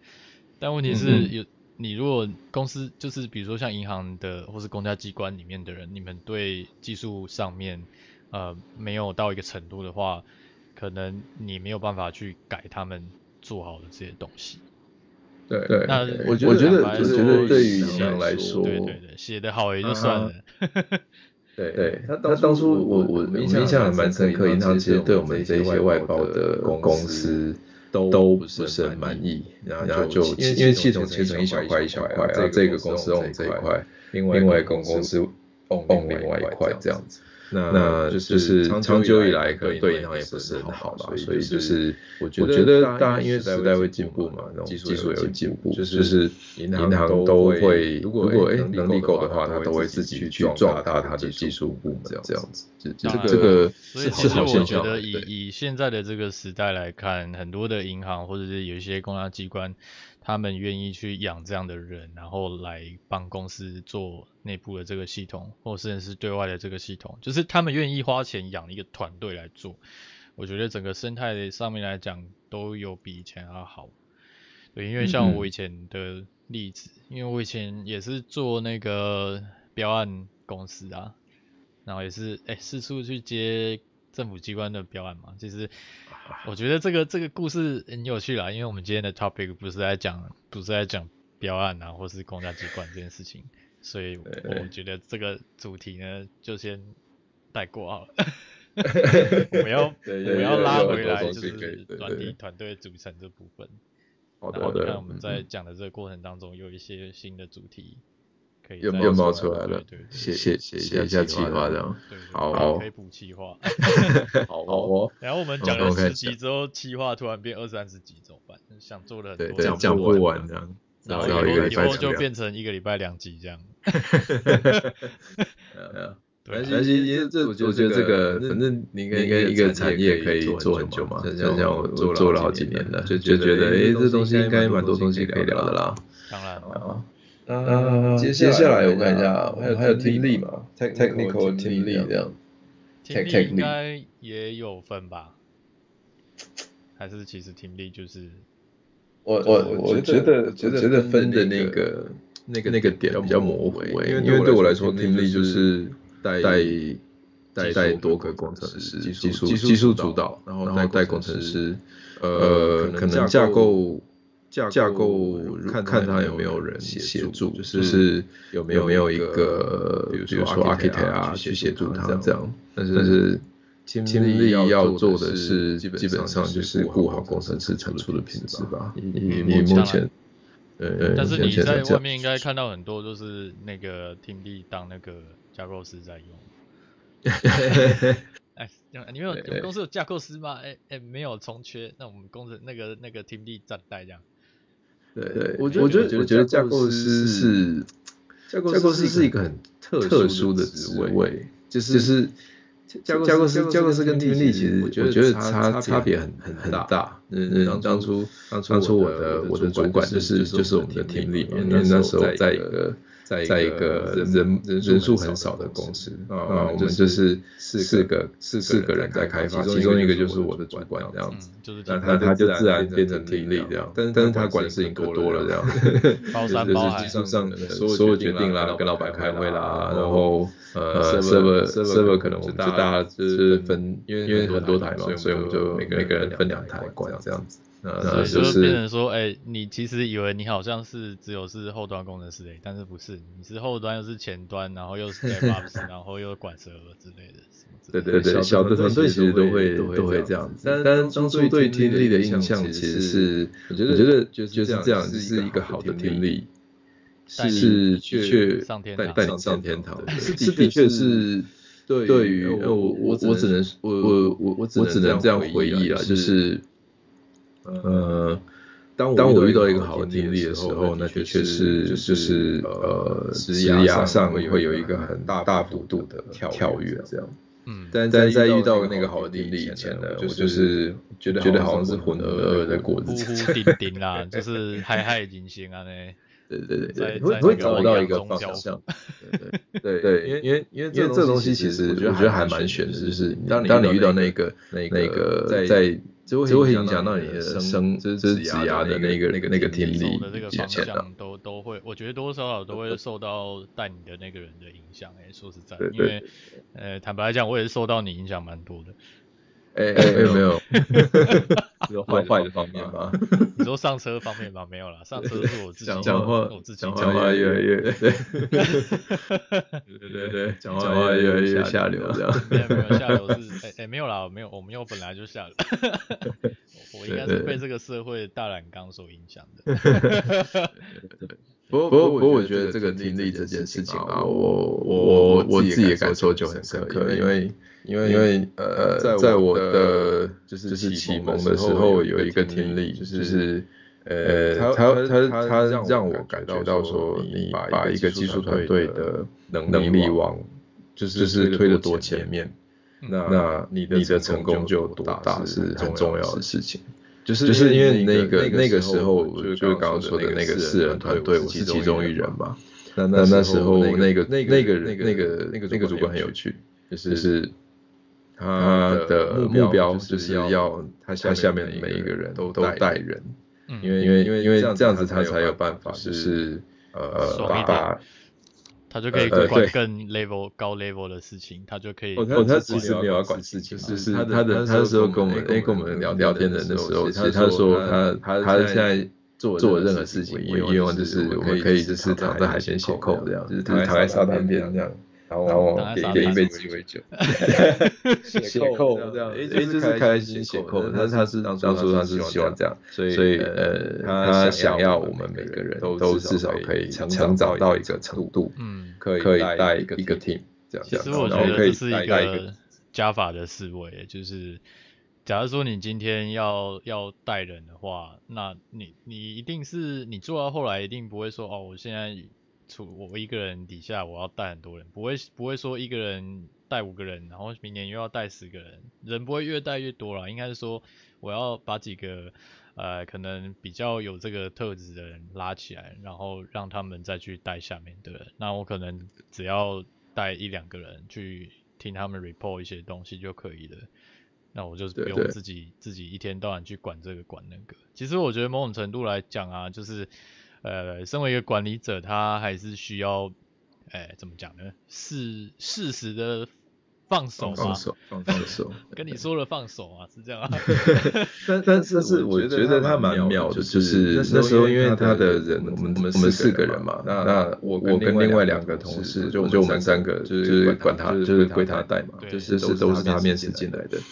S2: 但问题是
S3: 嗯
S2: 有、你如果公司就是比如说像银行的或是公家机关里面的人，你们对技术上面呃没有到一个程度的话，可能你没有办法去改他们做好的这些东西。
S3: 对对，
S2: 那
S3: 我
S2: 我
S3: 觉
S2: 觉
S3: 得
S2: 得
S3: 我觉得对于
S1: 银
S3: 银
S1: 行
S3: 行来说，
S1: 说
S2: 对对对，写得好也就算
S3: 啊
S2: 了。
S1: 对
S3: 对
S1: 他
S3: 他
S1: 当
S3: 当
S1: 初
S3: 初
S1: 我
S3: 我
S1: 我
S3: 我
S1: 我印
S3: 印
S1: 象
S3: 象
S1: 还
S3: 还
S1: 蛮
S3: 蛮
S1: 深
S3: 深
S1: 刻，
S3: 刻，
S1: 银
S3: 银
S1: 行
S3: 行
S1: 其
S3: 其
S1: 实
S3: 实对
S1: 对我
S3: 我
S1: 们
S3: 们
S1: 这
S3: 这些
S1: 些外
S3: 外
S1: 包
S3: 包
S1: 的
S3: 的
S1: 公
S3: 公
S1: 司
S3: 司
S1: 都
S3: 都
S1: 不
S3: 不
S1: 是
S3: 是
S1: 很
S3: 很
S1: 满
S3: 满
S1: 意
S3: 意，
S1: 然
S3: 然
S1: 后
S3: 后
S1: 就
S3: 就
S1: 因为
S3: 因为
S1: 系
S3: 系
S1: 统
S3: 统
S1: 切
S3: 切
S1: 成
S3: 成
S1: 一
S3: 一
S1: 小
S3: 小
S1: 块
S3: 块
S1: 一
S3: 一
S1: 小
S3: 小
S1: 块
S3: 块，
S1: 然
S3: 然
S1: 后
S3: 后
S1: 这
S3: 这
S1: 个
S3: 个
S1: 公
S3: 公
S1: 司
S3: 司
S1: 用
S3: 用这
S1: 这一
S3: 一
S1: 块
S3: 块，
S1: 另
S3: 另
S1: 外
S3: 外
S1: 一
S3: 一个
S1: 个公
S3: 公
S1: 司
S3: 司
S1: 用
S3: on
S1: 另
S3: 另外
S1: 外一
S3: 一
S1: 块
S3: 块
S1: 这
S3: 这
S1: 样
S3: 样
S1: 子
S3: 子。
S1: 那
S3: 那
S1: 就
S3: 就是是
S1: 长
S3: 长
S1: 久
S3: 久
S1: 以
S3: 以
S1: 来
S3: 来
S1: 可
S3: 可
S1: 能
S3: 能
S1: 对
S3: 对
S1: 银
S3: 银行
S1: 行也
S3: 也不
S1: 不是
S3: 是
S1: 很
S3: 很
S1: 好
S3: 好
S1: 嘛
S3: 嘛，
S1: 所
S3: 所
S1: 以
S3: 以
S1: 就
S3: 就是是
S1: 我
S3: 我
S1: 觉
S3: 觉
S1: 得
S3: 得
S1: 大
S3: 大
S1: 家
S3: 家
S1: 因
S3: 因
S1: 为
S3: 为
S1: 时
S3: 时
S1: 代
S3: 代
S1: 会
S3: 会
S1: 进
S3: 进
S1: 步
S3: 步
S1: 嘛
S3: 嘛，那
S1: 那种
S3: 种
S1: 技
S3: 技
S1: 术
S3: 术
S1: 有
S3: 有
S1: 进
S3: 进
S1: 步
S3: 步，
S1: 就
S3: 就是是
S1: 银
S3: 银
S1: 行
S3: 行
S1: 都
S3: 都
S1: 会
S3: 会，
S1: 如
S3: 如
S1: 果
S3: 果
S1: 哎
S3: 能
S1: 能
S3: 力
S1: 力
S3: 够
S1: 够
S3: 的
S1: 的
S3: 话，
S1: 话
S3: 他都
S1: 他都会
S3: 会自
S1: 自己
S3: 己
S1: 去
S3: 去
S1: 壮
S3: 壮
S1: 大
S3: 大
S1: 他
S3: 他
S1: 的
S3: 的
S1: 技
S3: 技
S1: 术
S3: 术
S1: 部
S3: 部
S1: 门
S3: 门
S1: 这
S3: 这
S1: 样
S3: 样
S1: 子
S3: 子。这
S2: 当
S3: 这
S2: 然
S3: 这个
S2: 所以
S3: 是
S2: 其实
S3: 好
S2: 我
S3: 现
S2: 觉
S3: 象，
S2: 得以
S3: 对
S2: 以现在的这个时代来看，很多的银行或者是有一些公家机关，他们愿意去养这样的人，然后来帮公司做内部的这个系统，或甚至是对外的这个系统，就是他们愿意花钱养一个团队来做。我觉得整个生态上面来讲，都有比以前要好。对，因为像
S3: 嗯
S2: 我以前的例子，因为我以前也是做那个标案公司啊，然后也是哎、四处去接政府机关的标案嘛。其实我觉得这个这个故事很有趣啦，因为我们今天的 topic 不是在讲不是在讲标案啊，或是公家机关这件事情，所以我觉得这个主题呢就先带过
S1: *laughs*
S2: 好了。我们要
S1: 对
S2: 我们要
S1: 有
S2: 拉
S1: 有
S2: 回
S1: 很多
S2: 来，
S1: 东
S2: 就
S1: 西可以
S2: 是
S1: 对
S2: 软
S1: 对
S2: 体团队组成这部分。
S1: 好
S2: 然后你看我
S1: 的
S2: 们
S3: 嗯
S2: 在讲的这个过程当中，有一些新的主题可以
S3: 又
S2: 再
S3: 冒
S2: 说
S3: 出来了
S2: 对对，对
S3: 写写写一下计划这样。
S2: 对对对
S3: 好
S2: 可以补气化。
S1: 好哦，
S2: 然后我们
S3: *laughs* 好
S2: 讲了
S3: 我开
S2: 十
S3: 始
S2: 集之后，气化突然变二三十集怎么办？想做的很
S3: 对
S2: 多，
S3: 对，讲不完这样，
S2: 然
S3: 只
S2: 后
S3: 好
S2: 以
S3: 一
S2: 后
S3: 个
S2: 以
S3: 礼拜
S2: 后
S3: 讲
S2: 就
S3: 两
S2: 变成一个礼拜两集这样。
S3: 嗯
S2: 对
S3: 但
S2: 啊，
S3: 是这这，我觉得这个反正你跟一个产业可以做很久嘛，就像我我做了好几年了，就觉得哎，这东西应该蛮多东西可以聊的啦。
S2: 当然
S3: 啊，
S1: 那接
S3: 呃接
S1: 下
S3: 下
S1: 来
S3: 来
S1: 我
S3: 我看
S1: 看一
S3: 一
S1: 下
S3: 下，
S1: 还
S3: 还
S1: 有
S3: 有
S1: team
S3: team
S1: lead
S3: lead
S1: 嘛
S3: 嘛
S1: technical
S3: ，technical
S1: team
S3: team lead
S1: lead 这
S3: 这
S1: 样
S3: 样，
S2: 听力
S3: Tech-
S2: 应该也有分吧？还是其实听力就是
S3: 我我啊我觉得觉得分的那个那个那个点比较模糊、欸，因为因为对我来说听力就是带带带多个工程师，技术技术主导，然后带工程师，呃，可能架构。架架构看看他有没有人协助，就是有没有一个比如说 architect 啊去协助他这样。但是但是力要做的是基本上就是顾好工程师产出的品质吧。你你目前对，
S2: 但是你在外面应该看到很多就是那个听力当那个架构师在用。哎，你们有你们公司有架构师吗？哎哎，没有重缺，那我们公司那个那个 team 力暂代这样。
S3: 对对，我觉得我觉得我觉得架构师是架构师是一个很特殊的职位，就是就是架构架构师架构师跟听力其实我觉得差差别很很很大。嗯嗯，当初当初我的我的主管就是就是我们的听力，因为那时候在一个在一个人人数很少的公司，啊，我们就是四个四四个人在开发，其中一个就是我的主管这样子，
S2: 就是
S3: 那他他就自然变成听力这样，但是但是他管的事情可多了这样，
S2: 包
S3: 山
S2: 包海，
S3: 技术上所有决定啦，跟老板开会啦，然后呃 server server 可能我们就大家就是分，因为因为很多台嘛，所以我们就每个人分两台管这样子。
S2: 那就是变成说，哎、欸，你其实以为你好像是只有是后端工程师哎、欸，但是不是，你是后端又是前端，然后又是 DevOps，然后又管 server 之类的。
S3: 对对对，小的团队其实都会都会这样子。但但当初对听力的印象其实是，我觉得觉得就是这样，是一个好的听力，是
S2: 却
S3: 带带你上天堂，是的确是。对于我我我只能我我我我只能这样回忆啊，就是。呃，当当我遇到一个好的经历的时候，那的确是就是呃，职涯上会有一个很大大幅度的跳跃这样。
S2: 嗯，
S3: 但在在遇到那个好的经历以前呢，我就是觉得觉得好像是浑噩噩的过
S2: 日子，糊糊顶顶啦，就是嗨嗨人生啊呢。
S3: 对对对，会会找不到一个方 *laughs* 向。对对，因为因为因为因为这东西其实我觉得还蛮悬的，就是当你当你遇到那个那个在。就会影响到你的生，就是指牙的那个、那个、那个听力
S2: 的这个方向都都会，我觉得多多少少都会受到带你的那个人的影响。哎，说实在，因为呃，坦白讲，我也是受到你影响蛮多的。
S3: 哎哎哎，没有，有坏坏的方面吗？
S2: 你说上车方面吗？没有啦，上车是我自己
S3: 讲话，
S2: 我自己
S3: 讲话越来越对，对对对，讲话越来越下流这样。
S2: 没有没有下流是哎哎没有啦，没有我们又本来就下流。我应该是被这个社会大染缸所影响的。
S3: 不过不过不过，我觉得这个听力这件事情啊，我我我自己的感受就很深刻，因为因为因为呃，在我的就是启蒙的时候有一个听力，就是呃，他他他让我感觉到说，你把一个技术团队的能力往就是就是推得多前面。那那你的你的成功就多大是很重要的事情，就是就是因为那个那个时候就是刚刚说的那个四人团队，我是其中一人嘛。那那那时候那个那个那个那个那个主管很有趣，就是他的目标就是要他他下面每一个人都都带人，因为因为因为因为这样子他才有办法就是呃把。
S2: 他就可以管更 level 高 level 的事情，他就可以。
S3: 哦，他其实没有要管事情，就是他的他那时候跟我们哎跟我们聊聊天的那时候，其实他说他他他现在做做任何事情，应用就是我们可以就是躺在海边写扣这样，就是躺在沙滩边这样，然后点点一杯鸡尾酒， *laughs* 写扣这样，哎就是开心写扣，但是他是当初他是希望这样，所以呃他想要我们每个人都至少可以成长到一个程度，
S2: 嗯。
S3: 可以可以带一个 team 这样，
S2: 其实我觉得这是一个加法的思维，就是假如说你今天要要带人的话，那你你一定是你做到后来一定不会说哦，我现在除我一个人底下我要带很多人，不会不会说一个人带五个人，然后明年又要带十个人，人不会越带越多了，应该是说我要把几个。呃，可能比较有这个特质的人拉起来，然后让他们再去带下面的人。那我可能只要带一两个人去听他们 report 一些东西就可以了。那我就是
S3: 对
S2: 不用
S3: 对
S2: 自己自己一天到晚去管这个管那个。其实我觉得某种程度来讲啊，就是呃，身为一个管理者，他还是需要，哎、怎么讲呢？适适时的放手嘛
S3: 放，手，放放手。
S2: 跟你说了放手啊，是这样啊。
S3: 但但但
S1: 是
S3: 是
S1: 我
S3: 我
S1: 觉
S3: 觉
S1: 得
S3: 得
S1: 他
S3: 他
S1: 蛮
S3: 蛮
S1: 妙
S3: 妙
S1: 的
S3: 的，
S1: 就
S3: 就是是
S1: 那
S3: 那
S1: 时
S3: 时
S1: 候
S3: 候
S1: 因
S3: 因
S1: 为
S3: 为
S1: 他
S3: 他
S1: 的
S3: 的
S1: 人
S3: 人，
S1: 我
S3: 我
S1: 们
S3: 们
S1: 我
S3: 我
S1: 们
S3: 们
S1: 四
S3: 四
S1: 个
S3: 个
S1: 人
S3: 人
S1: 嘛
S3: 嘛，
S1: 那
S3: 那
S1: 那
S3: 那我
S1: 我我
S3: 我
S1: 跟
S3: 跟
S1: 另
S3: 另
S1: 外
S3: 外
S1: 两
S3: 两
S1: 个
S3: 个
S1: 同
S3: 同
S1: 事
S3: 事，就
S1: 就就
S3: 就
S1: 我
S3: 我
S1: 们
S3: 们
S1: 三
S3: 三
S1: 个
S3: 个，
S1: 就
S3: 就是是
S1: 管
S3: 管
S1: 他
S3: 他，
S1: 就
S3: 就是是
S1: 归
S3: 归
S1: 他
S3: 他
S1: 带
S3: 带
S1: 嘛
S3: 嘛，
S2: 对
S3: 就是
S1: 都
S3: 都
S1: 是
S3: 是
S1: 他
S3: 他
S1: 面
S3: 面
S1: 试
S3: 试进
S1: 进来
S3: 来
S1: 的
S3: 的。